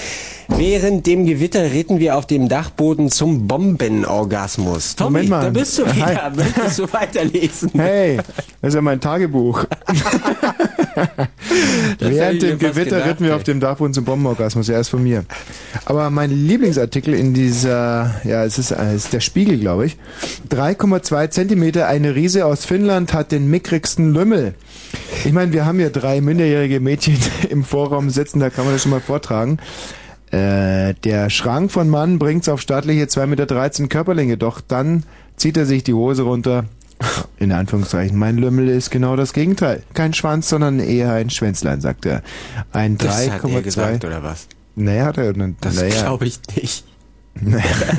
S11: Während dem Gewitter ritten wir auf dem Dachboden zum Bombenorgasmus. Tommy,
S1: Moment mal.
S11: da bist du wieder.
S1: Hi.
S11: Möchtest du weiterlesen?
S1: Hey, das ist ja mein Tagebuch.
S11: hätte ich
S1: Während
S11: mir
S1: dem
S11: fast
S1: Gewitter
S11: gedacht,
S1: ritten wir auf dem Dachboden zum Bombenorgasmus. Ja, ist von mir. Aber mein Lieblingsartikel in dieser, ja, es ist, äh, es ist der Spiegel, glaube ich. 3,2 Zentimeter, eine Riese aus Finnland hat den mickrigsten Lümmel. Ich meine, wir haben ja drei minderjährige Mädchen [LAUGHS] im Vorraum sitzen, da kann man das schon mal vortragen. Äh, der Schrank von Mann bringt's auf staatliche 2,13 Meter Körperlänge, doch dann zieht er sich die Hose runter. In Anführungszeichen, mein Lümmel ist genau das Gegenteil. Kein Schwanz, sondern eher ein Schwänzlein, sagt er. Ein
S11: Das hat er
S1: 3,2.
S11: gesagt, oder was?
S1: Naja, hat er.
S11: Das
S1: naja.
S11: glaube ich nicht.
S1: [LAUGHS]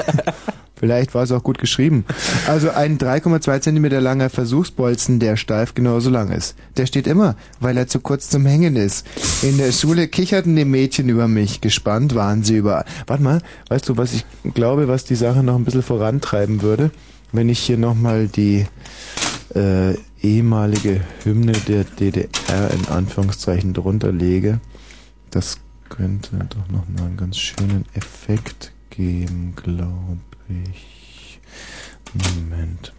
S1: Vielleicht war es auch gut geschrieben. Also ein 3,2 Zentimeter langer Versuchsbolzen, der steif genauso lang ist. Der steht immer, weil er zu kurz zum Hängen ist. In der Schule kicherten die Mädchen über mich. Gespannt waren sie über... Warte mal, weißt du, was ich glaube, was die Sache noch ein bisschen vorantreiben würde? Wenn ich hier nochmal die äh, ehemalige Hymne der DDR in Anführungszeichen drunter lege. Das könnte doch noch mal einen ganz schönen Effekt geben, glaube ich. Moment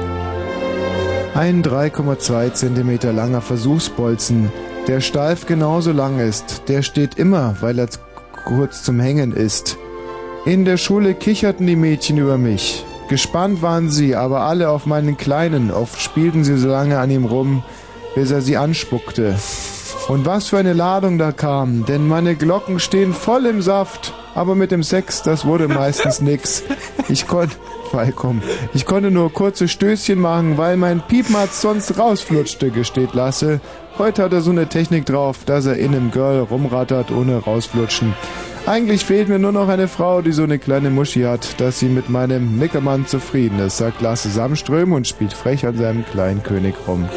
S1: mal. Ein 3,2 Zentimeter langer Versuchsbolzen, der steif genauso lang ist. Der steht immer, weil er zu kurz zum Hängen ist. In der Schule kicherten die Mädchen über mich. Gespannt waren sie, aber alle auf meinen Kleinen. Oft spielten sie so lange an ihm rum, bis er sie anspuckte. Und was für eine Ladung da kam, denn meine Glocken stehen voll im Saft. Aber mit dem Sex, das wurde meistens nix. Ich konnte, komm, ich konnte nur kurze Stößchen machen, weil mein Piepmatz sonst rausflutschte, gesteht Lasse. Heute hat er so eine Technik drauf, dass er in einem Girl rumrattert, ohne rausflutschen. Eigentlich fehlt mir nur noch eine Frau, die so eine kleine Muschi hat, dass sie mit meinem Mickermann zufrieden ist, sagt Lasse Samström und spielt frech an seinem kleinen König rum.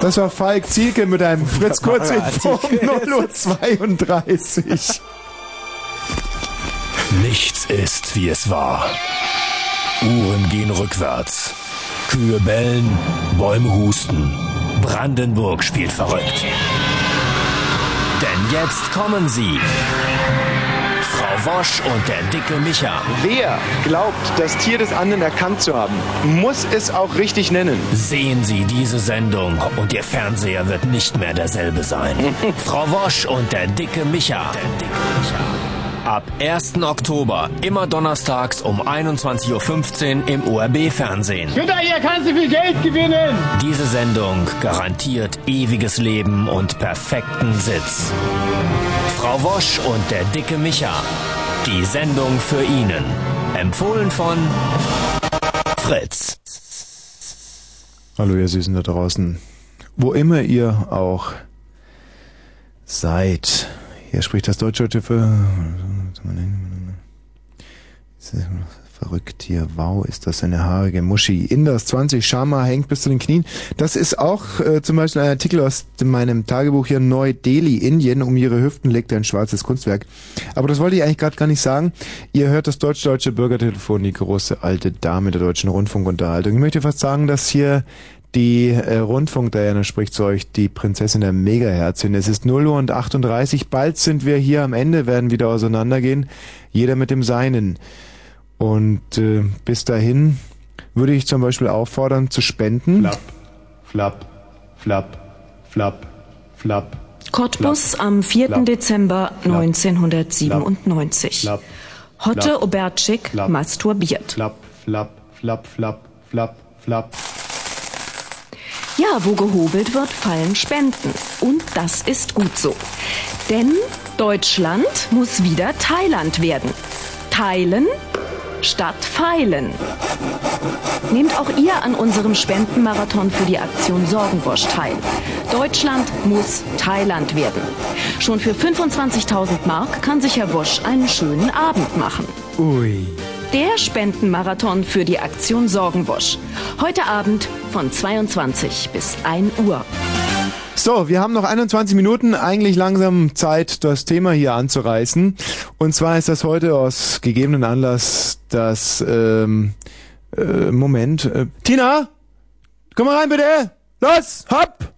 S1: Das war Falk Zielke mit einem [LAUGHS] Fritz Kurz in
S6: Artikel.
S1: 0.32
S10: Nichts ist, wie es war. Uhren gehen rückwärts. Kühe bellen, Bäume husten. Brandenburg spielt verrückt. Denn jetzt kommen sie. Frau Wosch und der dicke Micha.
S1: Wer glaubt, das Tier des anderen erkannt zu haben, muss es auch richtig nennen.
S10: Sehen Sie diese Sendung und Ihr Fernseher wird nicht mehr derselbe
S1: [LAUGHS]
S10: sein. Frau Wosch und der dicke Micha. Ab 1. Oktober, immer donnerstags um 21.15 Uhr im ORB-Fernsehen.
S25: Günther, hier kannst du viel Geld gewinnen.
S10: Diese Sendung garantiert ewiges Leben und perfekten Sitz. Frau Wosch und der dicke Micha. Die Sendung für Ihnen. Empfohlen von Fritz.
S1: Hallo ihr Süßen da draußen. Wo immer ihr auch seid. Hier spricht das deutsche Schiffe. Verrückt hier. Wow, ist das eine haarige Muschi. Inders 20, Schama hängt bis zu den Knien. Das ist auch äh, zum Beispiel ein Artikel aus meinem Tagebuch hier. Neu-Delhi, Indien. Um ihre Hüften legt ein schwarzes Kunstwerk. Aber das wollte ich eigentlich gerade gar nicht sagen. Ihr hört das deutsch-deutsche Bürgertelefon, die große alte Dame der deutschen Rundfunkunterhaltung. Ich möchte fast sagen, dass hier die äh, Rundfunk-Diana spricht zu euch, die Prinzessin der Megaherzin. Es ist 0 Uhr und 38. Bald sind wir hier am Ende, werden wieder auseinandergehen. Jeder mit dem Seinen. Und äh, bis dahin würde ich zum Beispiel auffordern zu spenden. Flap, flap, flap, flap, flap.
S4: Cottbus am 4.
S1: Klapp.
S4: Dezember 1997.
S1: Klapp.
S4: Hotte
S1: Klapp.
S4: Oberczyk
S1: Klapp.
S4: masturbiert.
S1: Flap, flap, flap, flap, flap, flap.
S4: Ja, wo gehobelt wird, fallen Spenden. Und das ist gut so. Denn Deutschland muss wieder Thailand werden. Teilen statt feilen. Nehmt auch ihr an unserem Spendenmarathon für die Aktion Sorgenwursch teil. Deutschland muss Thailand werden. Schon für 25.000 Mark kann sich Herr Wosch einen schönen Abend machen.
S1: Ui.
S4: Der Spendenmarathon für die Aktion Sorgenwosch. Heute Abend von 22 bis 1 Uhr.
S1: So, wir haben noch 21 Minuten, eigentlich langsam Zeit, das Thema hier anzureißen. Und zwar ist das heute aus gegebenen Anlass das, ähm, äh, Moment, äh, Tina, komm mal rein bitte, los, hopp,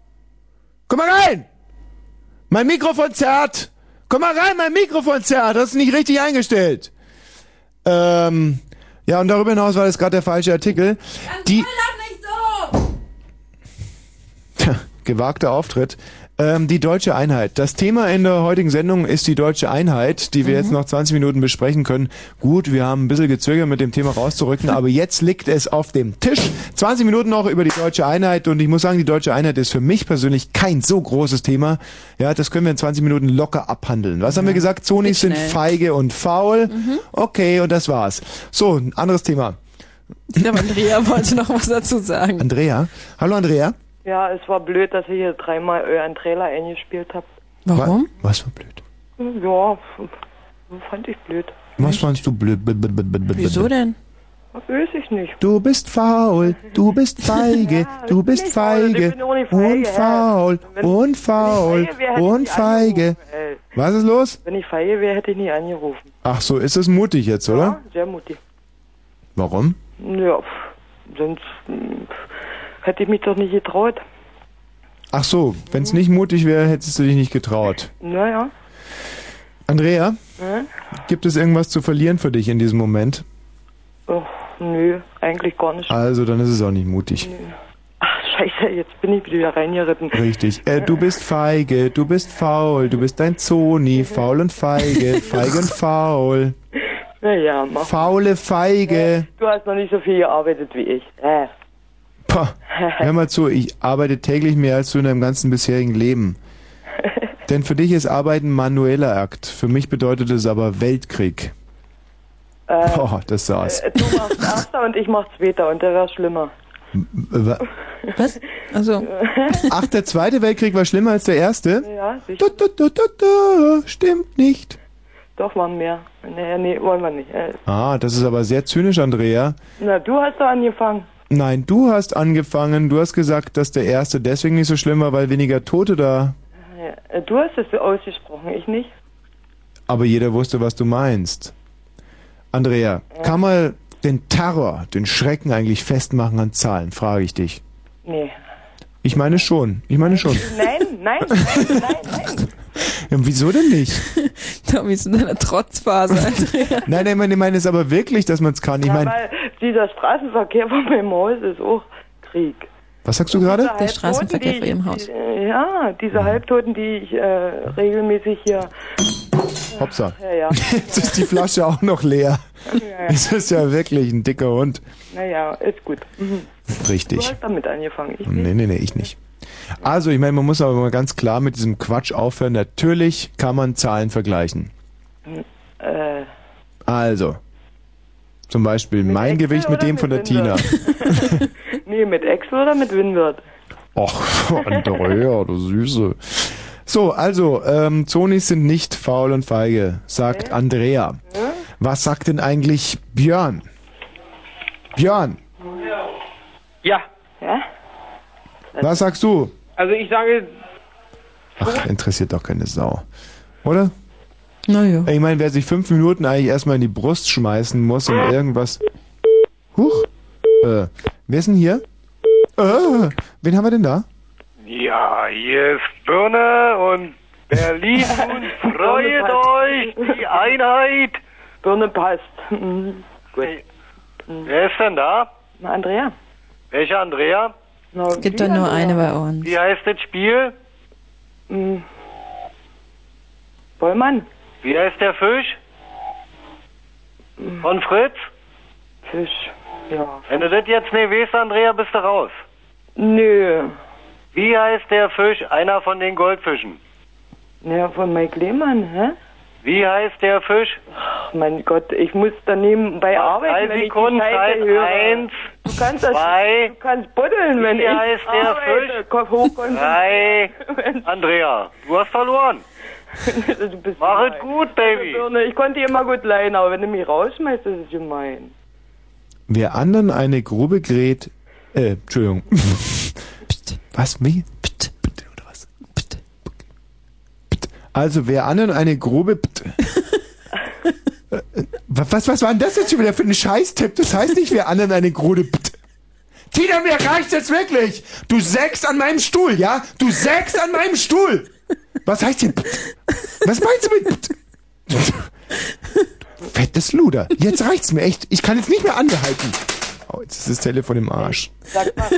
S1: komm mal rein, mein Mikrofon zerrt, komm mal rein, mein Mikrofon zerrt, das ist nicht richtig eingestellt. Ähm, ja, und darüber hinaus war das gerade der falsche Artikel. Die, Tja, gewagter Auftritt. Ähm, die deutsche Einheit. Das Thema in der heutigen Sendung ist die deutsche Einheit, die wir
S2: Mhm.
S1: jetzt noch 20 Minuten besprechen können. Gut, wir haben ein bisschen gezögert, mit dem
S2: [LAUGHS]
S1: Thema rauszurücken, aber jetzt liegt es auf dem Tisch. 20 Minuten noch über die deutsche Einheit und ich muss sagen, die deutsche Einheit ist für mich persönlich kein so großes Thema. Ja, das können wir in 20 Minuten locker abhandeln. Was haben wir gesagt? Zonis
S10: Geht
S1: sind
S10: schnell.
S1: feige und faul.
S2: Mhm.
S1: Okay, und das war's. So, ein anderes Thema.
S2: Aber Andrea wollte noch was dazu sagen.
S1: Andrea. Hallo Andrea.
S12: Ja, es war blöd, dass ihr hier dreimal euren Trailer eingespielt habt.
S1: Warum? Was, was,
S12: Ja, fand ich blöd.
S1: was fandst du blöd? blöd, blöd, blöd, blöd, blöd?
S2: denn?
S12: Weiß ich nicht.
S1: Du bist faul,
S12: [LAUGHS]
S1: du bist feige, du bist feige und faul und
S12: feige
S1: faul
S12: wäre, hätte
S1: und
S12: ich
S1: feige.
S12: Ey,
S1: Was ist los?
S12: wenn ich feige wäre, hätte ich nie angerufen.
S1: Ach so, ist es mutig jetzt, oder?
S12: Sehr mutig.
S1: Warum?
S12: Ja, pff, sonst hm, hätte ich mich doch nicht getraut.
S1: Ach so, wenn es nicht mutig wäre, hättest du dich nicht getraut.
S12: Naja.
S1: Andrea,
S12: Hm?
S1: gibt es irgendwas zu verlieren für dich in diesem Moment?
S12: Och, oh, nö, eigentlich gar nicht.
S1: Also, dann ist es auch nicht mutig.
S12: Ach, scheiße, jetzt bin ich wieder reingeritten.
S1: Richtig. Äh, du bist feige, du bist faul, du bist ein Zoni, faul
S12: [LAUGHS]
S1: und feige, feige und faul.
S12: Naja, mach.
S1: Faule Feige.
S12: Du hast noch nicht so viel gearbeitet wie ich. Äh.
S1: Pah, hör mal zu, ich arbeite täglich mehr als du in deinem ganzen bisherigen Leben. Denn für dich ist Arbeiten manueller Akt. Für mich bedeutet es aber Weltkrieg.
S12: Äh,
S1: Boah, das saß.
S12: äh, du machst Erster und ich mach Zweiter und der war schlimmer.
S2: Was?
S12: [LAUGHS]
S2: Also.
S1: Ach, der zweite Weltkrieg war schlimmer als der erste?
S12: Ja, sicher.
S1: Du, du, du, du, stimmt nicht.
S12: Doch, waren mehr. Naja, nee, wollen wir nicht. Äh,
S1: Ah, das ist aber sehr zynisch, Andrea.
S12: Na, du hast doch angefangen.
S1: Nein, du hast angefangen, du hast gesagt, dass der erste deswegen nicht so schlimm war, weil weniger Tote da.
S12: Ja, äh, Du hast es so ausgesprochen, ich nicht.
S1: Aber jeder wusste, was du meinst. Andrea, kann man den Terror, den Schrecken eigentlich festmachen an Zahlen, frage ich dich.
S12: Nee.
S1: Ich meine schon. Ich
S12: [LAUGHS]
S1: meine schon.
S12: Nein, nein, nein, nein.
S1: Ja, wieso denn
S12: [LAUGHS]
S1: nicht?
S2: Tommy ist in einer Trotzphase. Andrea.
S1: Nein, nein, meine, meine ist aber wirklich, dass man es kann. Ich
S12: Ja,
S1: meine,
S12: weil dieser Straßenverkehr von meinem Haus ist auch Krieg.
S1: was sagst du gerade?
S12: Diese Halbtoten, die ich- die- äh, Ja,
S1: Mhm.
S12: diese Halbtoten, die ich äh, regelmäßig hier.
S1: Hopsa.
S12: Ja, ja.
S1: [LAUGHS] Jetzt ist die Flasche auch noch leer.
S12: Ja, ja.
S1: Es ist ja wirklich ein dicker Hund.
S12: Naja, ist gut. Mhm. Du
S1: Richtig.
S12: hast damit angefangen. Ich
S1: Nee, nee, nee, ich nicht. Also, ich meine, man muss aber mal ganz klar mit diesem Quatsch aufhören. Natürlich kann man Zahlen vergleichen.
S12: Äh,
S1: Also, Zum Beispiel mein Gewicht mit dem von der Tina. [LAUGHS]
S12: Nee, mit Excel oder mit Winword?
S1: Och, Andrea, du Süße. So, also, ähm, Zonis sind nicht faul und feige, sagt Andrea. Was sagt denn eigentlich Björn? Björn,
S3: Ja,
S1: was sagst du?
S3: also ich sage,
S1: Ach, interessiert doch keine Sau. Oder?
S9: Naja.
S1: Ich meine, wer sich fünf Minuten eigentlich erstmal in die Brust schmeißen muss und irgendwas. Huch! Äh, wer ist denn hier? Äh, wen haben wir denn da?
S20: Ja, hier ist Birne und
S5: [LAUGHS]
S20: Berlin und freut euch, die Einheit.
S12: Birne ne, passt. Mhm.
S20: Gut. Wer ist denn da?
S12: Na, Andrea.
S20: Welcher Andrea?
S12: Es
S9: gibt doch nur eine bei uns.
S20: Wie heißt das Spiel?
S12: Mhm. Bollmann.
S20: Wie heißt der Fisch? Von Fritz?
S12: Fisch, ja.
S20: Wenn du das jetzt nicht weißt, Andrea, bist du raus.
S12: Nö.
S20: Wie heißt der Fisch? Einer von den Goldfischen.
S12: Ja, von Mike Lehmann, hä?
S20: Wie heißt der Fisch?
S12: Ach, mein Gott, ich muss daneben bei arbeiten,
S20: also
S12: wenn ich die
S20: Sekunden,
S12: Scheiße
S20: Zeit,
S12: höre.
S20: eins,
S12: du kannst das,
S20: zwei,
S12: du kannst buddeln, wenn
S20: Wie
S12: ich
S20: heißt der
S12: arbeite.
S20: Fisch?
S12: Kopf hoch und
S20: Drei. Andrea, du hast
S12: [LAUGHS]
S20: verloren.
S12: Also du bist Mach es
S20: gut, Baby.
S12: Ich konnte dir immer gut leiden, aber wenn du mich rausschmeißt, das ist gemein.
S1: Wer anderen eine Grube gerät. Äh, Entschuldigung. Pst. Was? Wie? Pst. Pst. Oder was? Pst. Pst. Also, wer anderen eine Grube. Pst. Äh, äh, was, was war denn das jetzt schon wieder für ein Scheißtipp? Das heißt nicht, wer anderen eine Grube. Pst. Tina, mir reicht's jetzt wirklich. Du sägst an meinem Stuhl, ja? Du sägst an meinem Stuhl. Was heißt denn? Pst? Was meinst du mit? Pst? Fettes Luder. Jetzt reicht's mir echt. Ich kann jetzt nicht mehr angehalten. Oh, jetzt ist das Telefon im Arsch.
S12: Sag
S20: [LAUGHS]
S12: mal,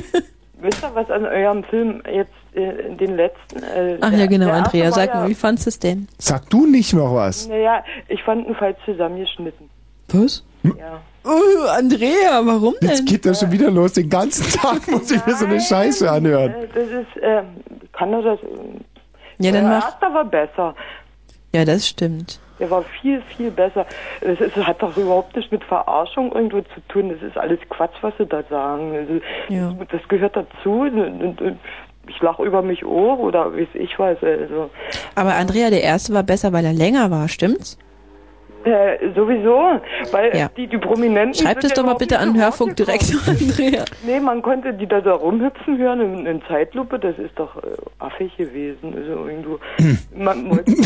S12: wisst ihr was an eurem Film jetzt, äh, den letzten? Äh,
S9: Ach
S12: der-
S9: ja, genau,
S12: der erste
S9: Andrea,
S12: war
S9: sag
S12: ja-
S9: mal, wie fandst du es denn?
S1: Sag du nicht noch was.
S12: Naja, ich fand ihn falsch zusammengeschnitten.
S9: Was?
S12: Ja.
S9: Oh, Andrea, warum denn?
S1: Hm? Jetzt geht das schon wieder los. Den ganzen Tag muss ich mir so eine Scheiße anhören.
S12: Äh, Das ist, äh, kann doch das.
S9: Ja, dann
S12: der
S9: mach-
S12: erste war besser.
S9: Ja, das stimmt.
S12: Der war viel, viel besser. Das ist, hat doch überhaupt nichts mit Verarschung irgendwo zu tun. Das ist alles Quatsch, was sie da sagen. Also,
S9: Ja.
S12: Das gehört dazu. Und, und, und ich lache über mich auch oder weiß ich was. Also,
S9: Aber Andrea, der erste war besser, weil er länger war, stimmt's?
S12: äh, sowieso, weil
S9: Ja.
S12: die, die Prominenten.
S9: Schreibt
S12: sind
S9: es doch
S12: ja
S9: mal
S12: überhaupt
S9: bitte
S12: nicht
S9: an
S12: so
S9: Hörfunk direkt, Andrea.
S12: Nee, man konnte die da so rumhüpfen hören in, in Zeitlupe, das ist doch äh, affig gewesen.
S9: [CLEARS THROAT]
S12: Also irgendwo. Man, wollte-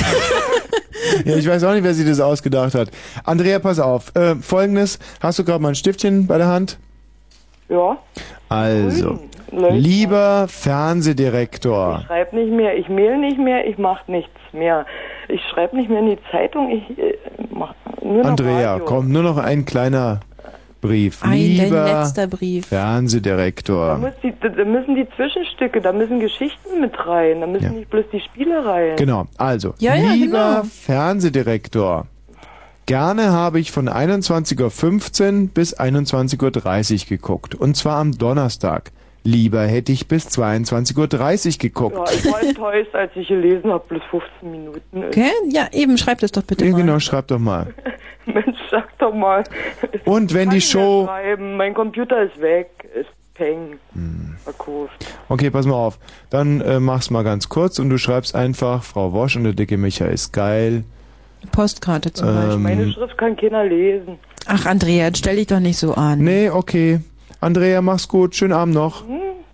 S1: Ja, ich weiß auch nicht, wer sich das ausgedacht hat. Andrea, pass auf. Äh, Folgendes. Hast du gerade mal ein Stiftchen bei der Hand?
S12: ja,
S1: Also.
S12: Leuchtturm.
S1: Lieber Fernsehdirektor.
S12: schreib nicht mehr, ich mail nicht mehr, ich mach nichts mehr. Ich schreib nicht mehr in die Zeitung, ich äh, mach nur noch
S1: Andrea,
S12: Radio.
S1: kommt nur noch ein kleiner Brief.
S12: Ein
S1: Lieber
S12: letzter Brief. Da,
S1: Fernsehdirektor.
S12: muss die, da müssen die Zwischenstücke, da müssen Geschichten mit rein, da müssen nicht bloß die Spiele rein.
S1: Genau, also,
S12: Ja, ja,
S1: lieber
S12: genau.
S1: Fernsehdirektor, gerne habe ich von 21.15 Uhr bis 21.30 Uhr geguckt. Und zwar am Donnerstag. Lieber hätte ich bis 22.30 Uhr geguckt.
S12: Ja, ich war enttäuscht, als ich gelesen habe, bloß 15 Minuten.
S9: Okay, ja, eben, schreibt es doch bitte
S1: Ja, genau, schreib doch mal.
S12: [LAUGHS] Mensch, sag doch mal.
S1: Und wenn die Show...
S12: Schreiben. Mein Computer ist weg, ist peng.
S1: Hm.
S12: Verkauft.
S1: Okay, pass mal auf. Dann äh, mach's mal ganz kurz und du schreibst einfach, Frau Wosch und der dicke Micha ist geil.
S9: Postkarte zum
S1: Ähm,
S12: Meine Schrift kann keiner lesen.
S9: Ach, Andrea, jetzt stell dich doch nicht so an.
S1: Nee, okay. Andrea, mach's gut. Schönen Abend noch.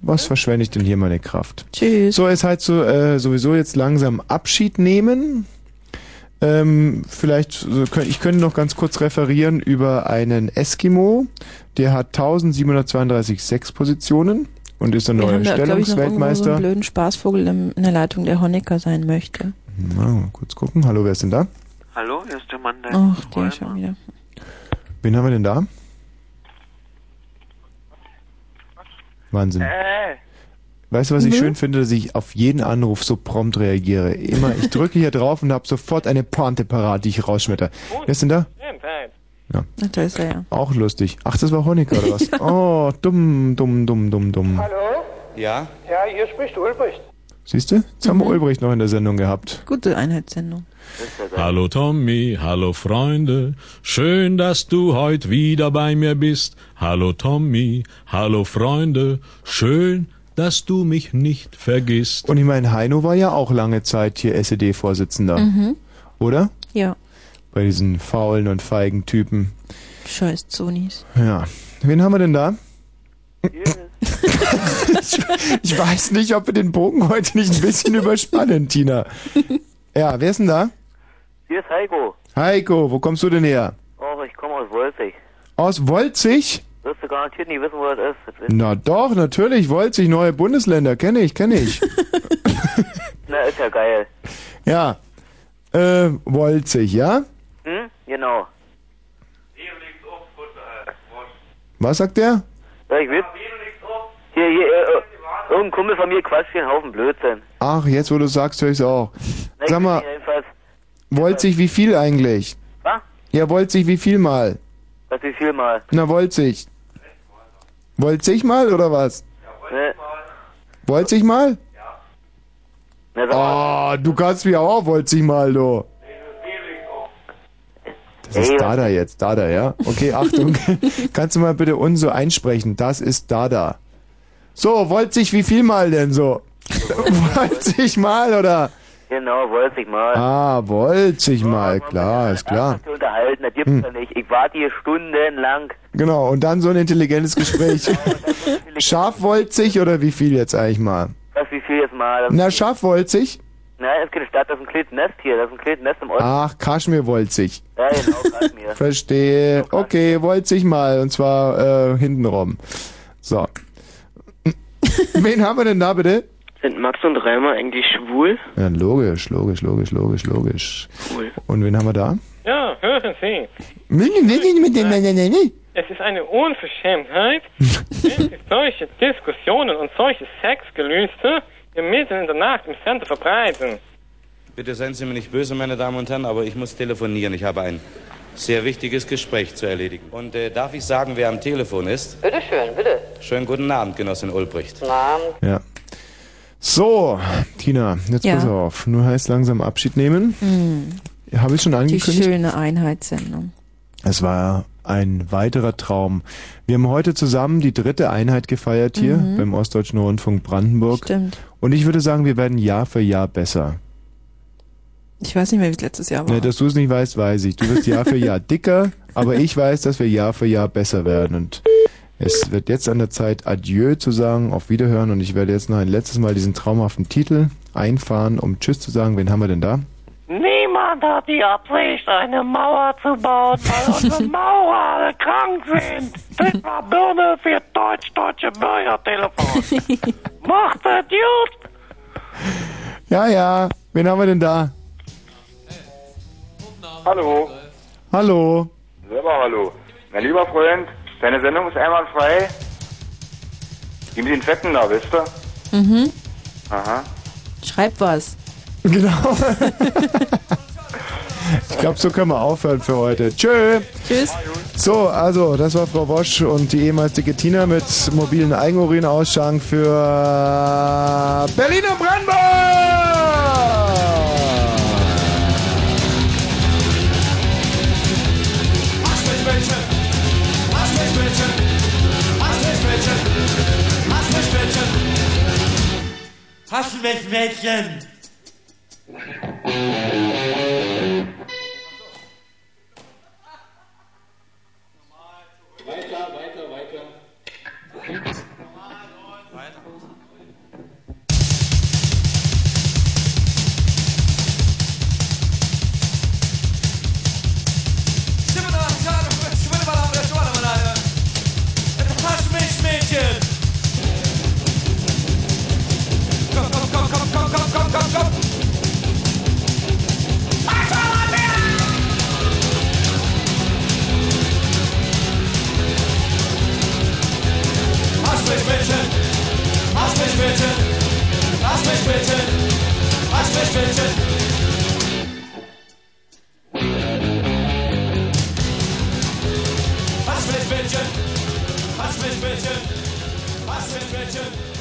S1: Was verschwende ich denn hier meine Kraft?
S9: Tschüss.
S1: So, es halt so, äh, sowieso jetzt langsam Abschied nehmen. Ähm, vielleicht, so, kö- ich könnte noch ganz kurz referieren über einen Eskimo. Der hat 1732 Sexpositionen und ist der
S9: Wir
S1: neue
S9: haben da, glaube ich, noch irgendwo so
S1: Stellungsweltmeister.
S9: einen blöden Spaßvogel im, in der Leitung, der Honecker sein möchte.
S1: Na, mal kurz gucken. Hallo, wer ist denn da?
S23: Hallo, hier ist der Mann, der.
S1: Oh.
S9: Ach, der schon wieder.
S1: Wen haben wir denn da? Wahnsinn.
S23: Äh,
S1: Weißt du, was ich
S9: Hm?
S23: Mhm.
S1: schön finde, dass ich auf jeden Anruf so prompt reagiere. Immer, ich drücke hier drauf und habe sofort eine Pointe parat, die ich rausschmetter. Wer ist denn da?
S13: Äh,
S1: Ja.
S9: Ach, da ist er ja.
S1: Auch lustig. Ach, das war Honecker oder was?
S9: Ja.
S1: Oh, dumm, dumm, dumm, dumm, dumm.
S20: Ja?
S14: Ja, hier spricht Ulbricht.
S1: Siehst du? Jetzt haben wir Ulbricht noch in der Sendung gehabt.
S9: Mhm. Gute Einheitssendung.
S5: Hallo Tommy, hallo Freunde, schön, dass du heute wieder bei mir bist. Hallo Tommy, hallo Freunde, schön, dass du mich nicht vergisst.
S1: Und ich meine, Heino war ja auch lange Zeit hier SED-Vorsitzender.
S9: Mhm.
S1: Oder?
S9: Ja,
S1: Bei diesen faulen und feigen Typen.
S9: scheiß
S1: [LAUGHS]
S9: Zonis.
S1: Ja. Wen haben wir
S9: [LAUGHS]
S1: denn da? ich, ich weiß nicht, ob wir den Bogen heute nicht
S9: [LAUGHS]
S1: ein bisschen überspannen, Tina. Ja, wer ist denn da?
S8: Hier ist Heiko.
S1: Heiko, wo kommst du denn her?
S8: Oh, ich komme aus Wolzig.
S1: Aus Wolzig?
S8: Wirst du garantiert nicht wissen, wo das ist. Das ist
S1: Na doch, natürlich, Wolzig, neue Bundesländer, kenne ich,
S9: [LAUGHS]
S1: kenne ich. [LAUGHS]
S8: na, ist ja geil.
S1: ja. Äh, Wolzig, ja?
S8: Hm? Genau.
S1: Was sagt der?
S8: Ja, ich will. Hier, hier, äh, äh, irgendein Kumpel von mir quatscht hier einen Haufen Blödsinn.
S1: Ach, jetzt wo du sagst, höre ich's auch.
S8: Na, ich
S1: Sag
S8: bin
S1: mal,
S8: hier Jedenfalls,
S1: Wolzig, wie viel eigentlich?
S8: Was?
S1: Ja, Wolzig, wie viel mal?
S8: was wie viel mal?
S1: Na, Wolzig. Wolzig mal oder was?
S8: Ne?
S1: Wolzig mal?
S8: Na, sag mal.
S1: Ah, du kannst mir auch Wolzig mal, du. Das ist Dada jetzt, Dada, ja?
S8: [LAUGHS]
S1: Okay, Achtung. Kannst du mal bitte uns so einsprechen? Das ist Dada. So, Wolzig, wie viel mal
S8: [LAUGHS]
S1: denn so? Wolzig mal, oder?
S8: Genau, wollte ich mal.
S1: Ah, Wolzig mal, klar, ist klar.
S8: Zu unterhalten, das gibt's
S1: Ah. Hm.
S8: ja nicht. Ich warte hier stundenlang.
S1: Genau, und dann so ein
S8: [LAUGHS]
S1: intelligentes Gespräch. Scharfwolzig oder wie viel jetzt eigentlich mal?
S8: Was wie viel jetzt mal?
S1: Na, scharfwolzig?
S8: Nein, das ist keine Stadt, das ist ein kleines Nest hier. Das ist ein kleines Nest im Osten.
S1: Ach, kaschmirwolzig.
S8: Ja, genau, Kaschmir.
S1: [LAUGHS] Verstehe. Okay, wolzig mal, und zwar äh, hintenrum.
S8: [LAUGHS]
S1: So. Wen haben wir denn da bitte?
S17: Sind Max und Reimer eigentlich schwul?
S1: Ja, logisch, logisch, logisch, logisch, logisch. Und wen haben wir da?
S18: Ja, hören Sie.
S1: Hm,
S18: Es ist eine
S1: [LAUGHS]
S18: Unverschämtheit, wenn Sie solche Diskussionen und solche Sexgelüste mitten in der Nacht im Fernsehen verbreiten.
S26: Bitte seien Sie mir nicht böse, meine Damen und Herren, aber ich muss telefonieren. Ich habe ein sehr wichtiges Gespräch zu erledigen. Und äh, darf ich sagen, wer am Telefon ist?
S27: Bitte schön, bitte.
S26: Schönen guten Abend, Genossin Ulbricht.
S27: Namen.
S1: Ja. So, Tina, jetzt
S9: Ja.
S1: pass auf. Nur heißt langsam Abschied nehmen.
S9: Mhm.
S1: Habe ich schon
S9: Die
S1: angekündigt?
S9: schöne Einheitssendung.
S1: Es war ein weiterer Traum. Wir haben heute zusammen die dritte Einheit gefeiert hier
S9: Mhm.
S1: beim Ostdeutschen Rundfunk Brandenburg.
S9: Stimmt.
S1: Und ich würde sagen, wir werden Jahr für Jahr besser.
S9: Ich weiß nicht mehr, wie es letztes Jahr war.
S1: Ne, dass du es nicht weißt, weiß ich. Du wirst Jahr
S9: [LAUGHS]
S1: für Jahr dicker, aber ich weiß, dass wir Jahr für Jahr besser werden. Und es wird jetzt an der Zeit, Adieu zu sagen, auf Wiederhören. Und ich werde jetzt noch ein letztes Mal diesen traumhaften Titel einfahren, um Tschüss zu sagen. Wen haben wir denn da?
S28: Niemand hat die Absicht, eine Mauer zu bauen, weil unsere Mauer alle krank sind. Das war Birne für deutsch-deutsche Bürgertelefon. Macht es gut!
S1: Ja, ja. Wen haben wir denn da?
S29: Hallo.
S1: Hallo.
S29: Selber hallo. Mein lieber Freund, deine Sendung ist einwandfrei. Die mit den Fetten da, wisst ihr?
S9: Mhm.
S29: Aha.
S9: Schreib [LAUGHS] was.
S1: Genau. Ich glaube, so können wir aufhören für heute. Tschö.
S9: Tschüss.
S1: So, also, das war Frau Bosch und die ehemals dicke Tina mit mobilen Eigenurinausschank für Berlin und Brandenburg!
S27: Hast du mich, Mädchen?
S25: Weiter, weiter, weiter.
S27: Hast du mich, Mädchen? Komm, komm, komm, komm, komm, komm, komm, komm, komm. Hast mich, Mädchen? Hast mich, Mädchen? Hast mich, Mädchen? Hast mich, Mädchen? Hast mich, Mädchen? Hast mich, Mädchen? Hast mich, Mädchen?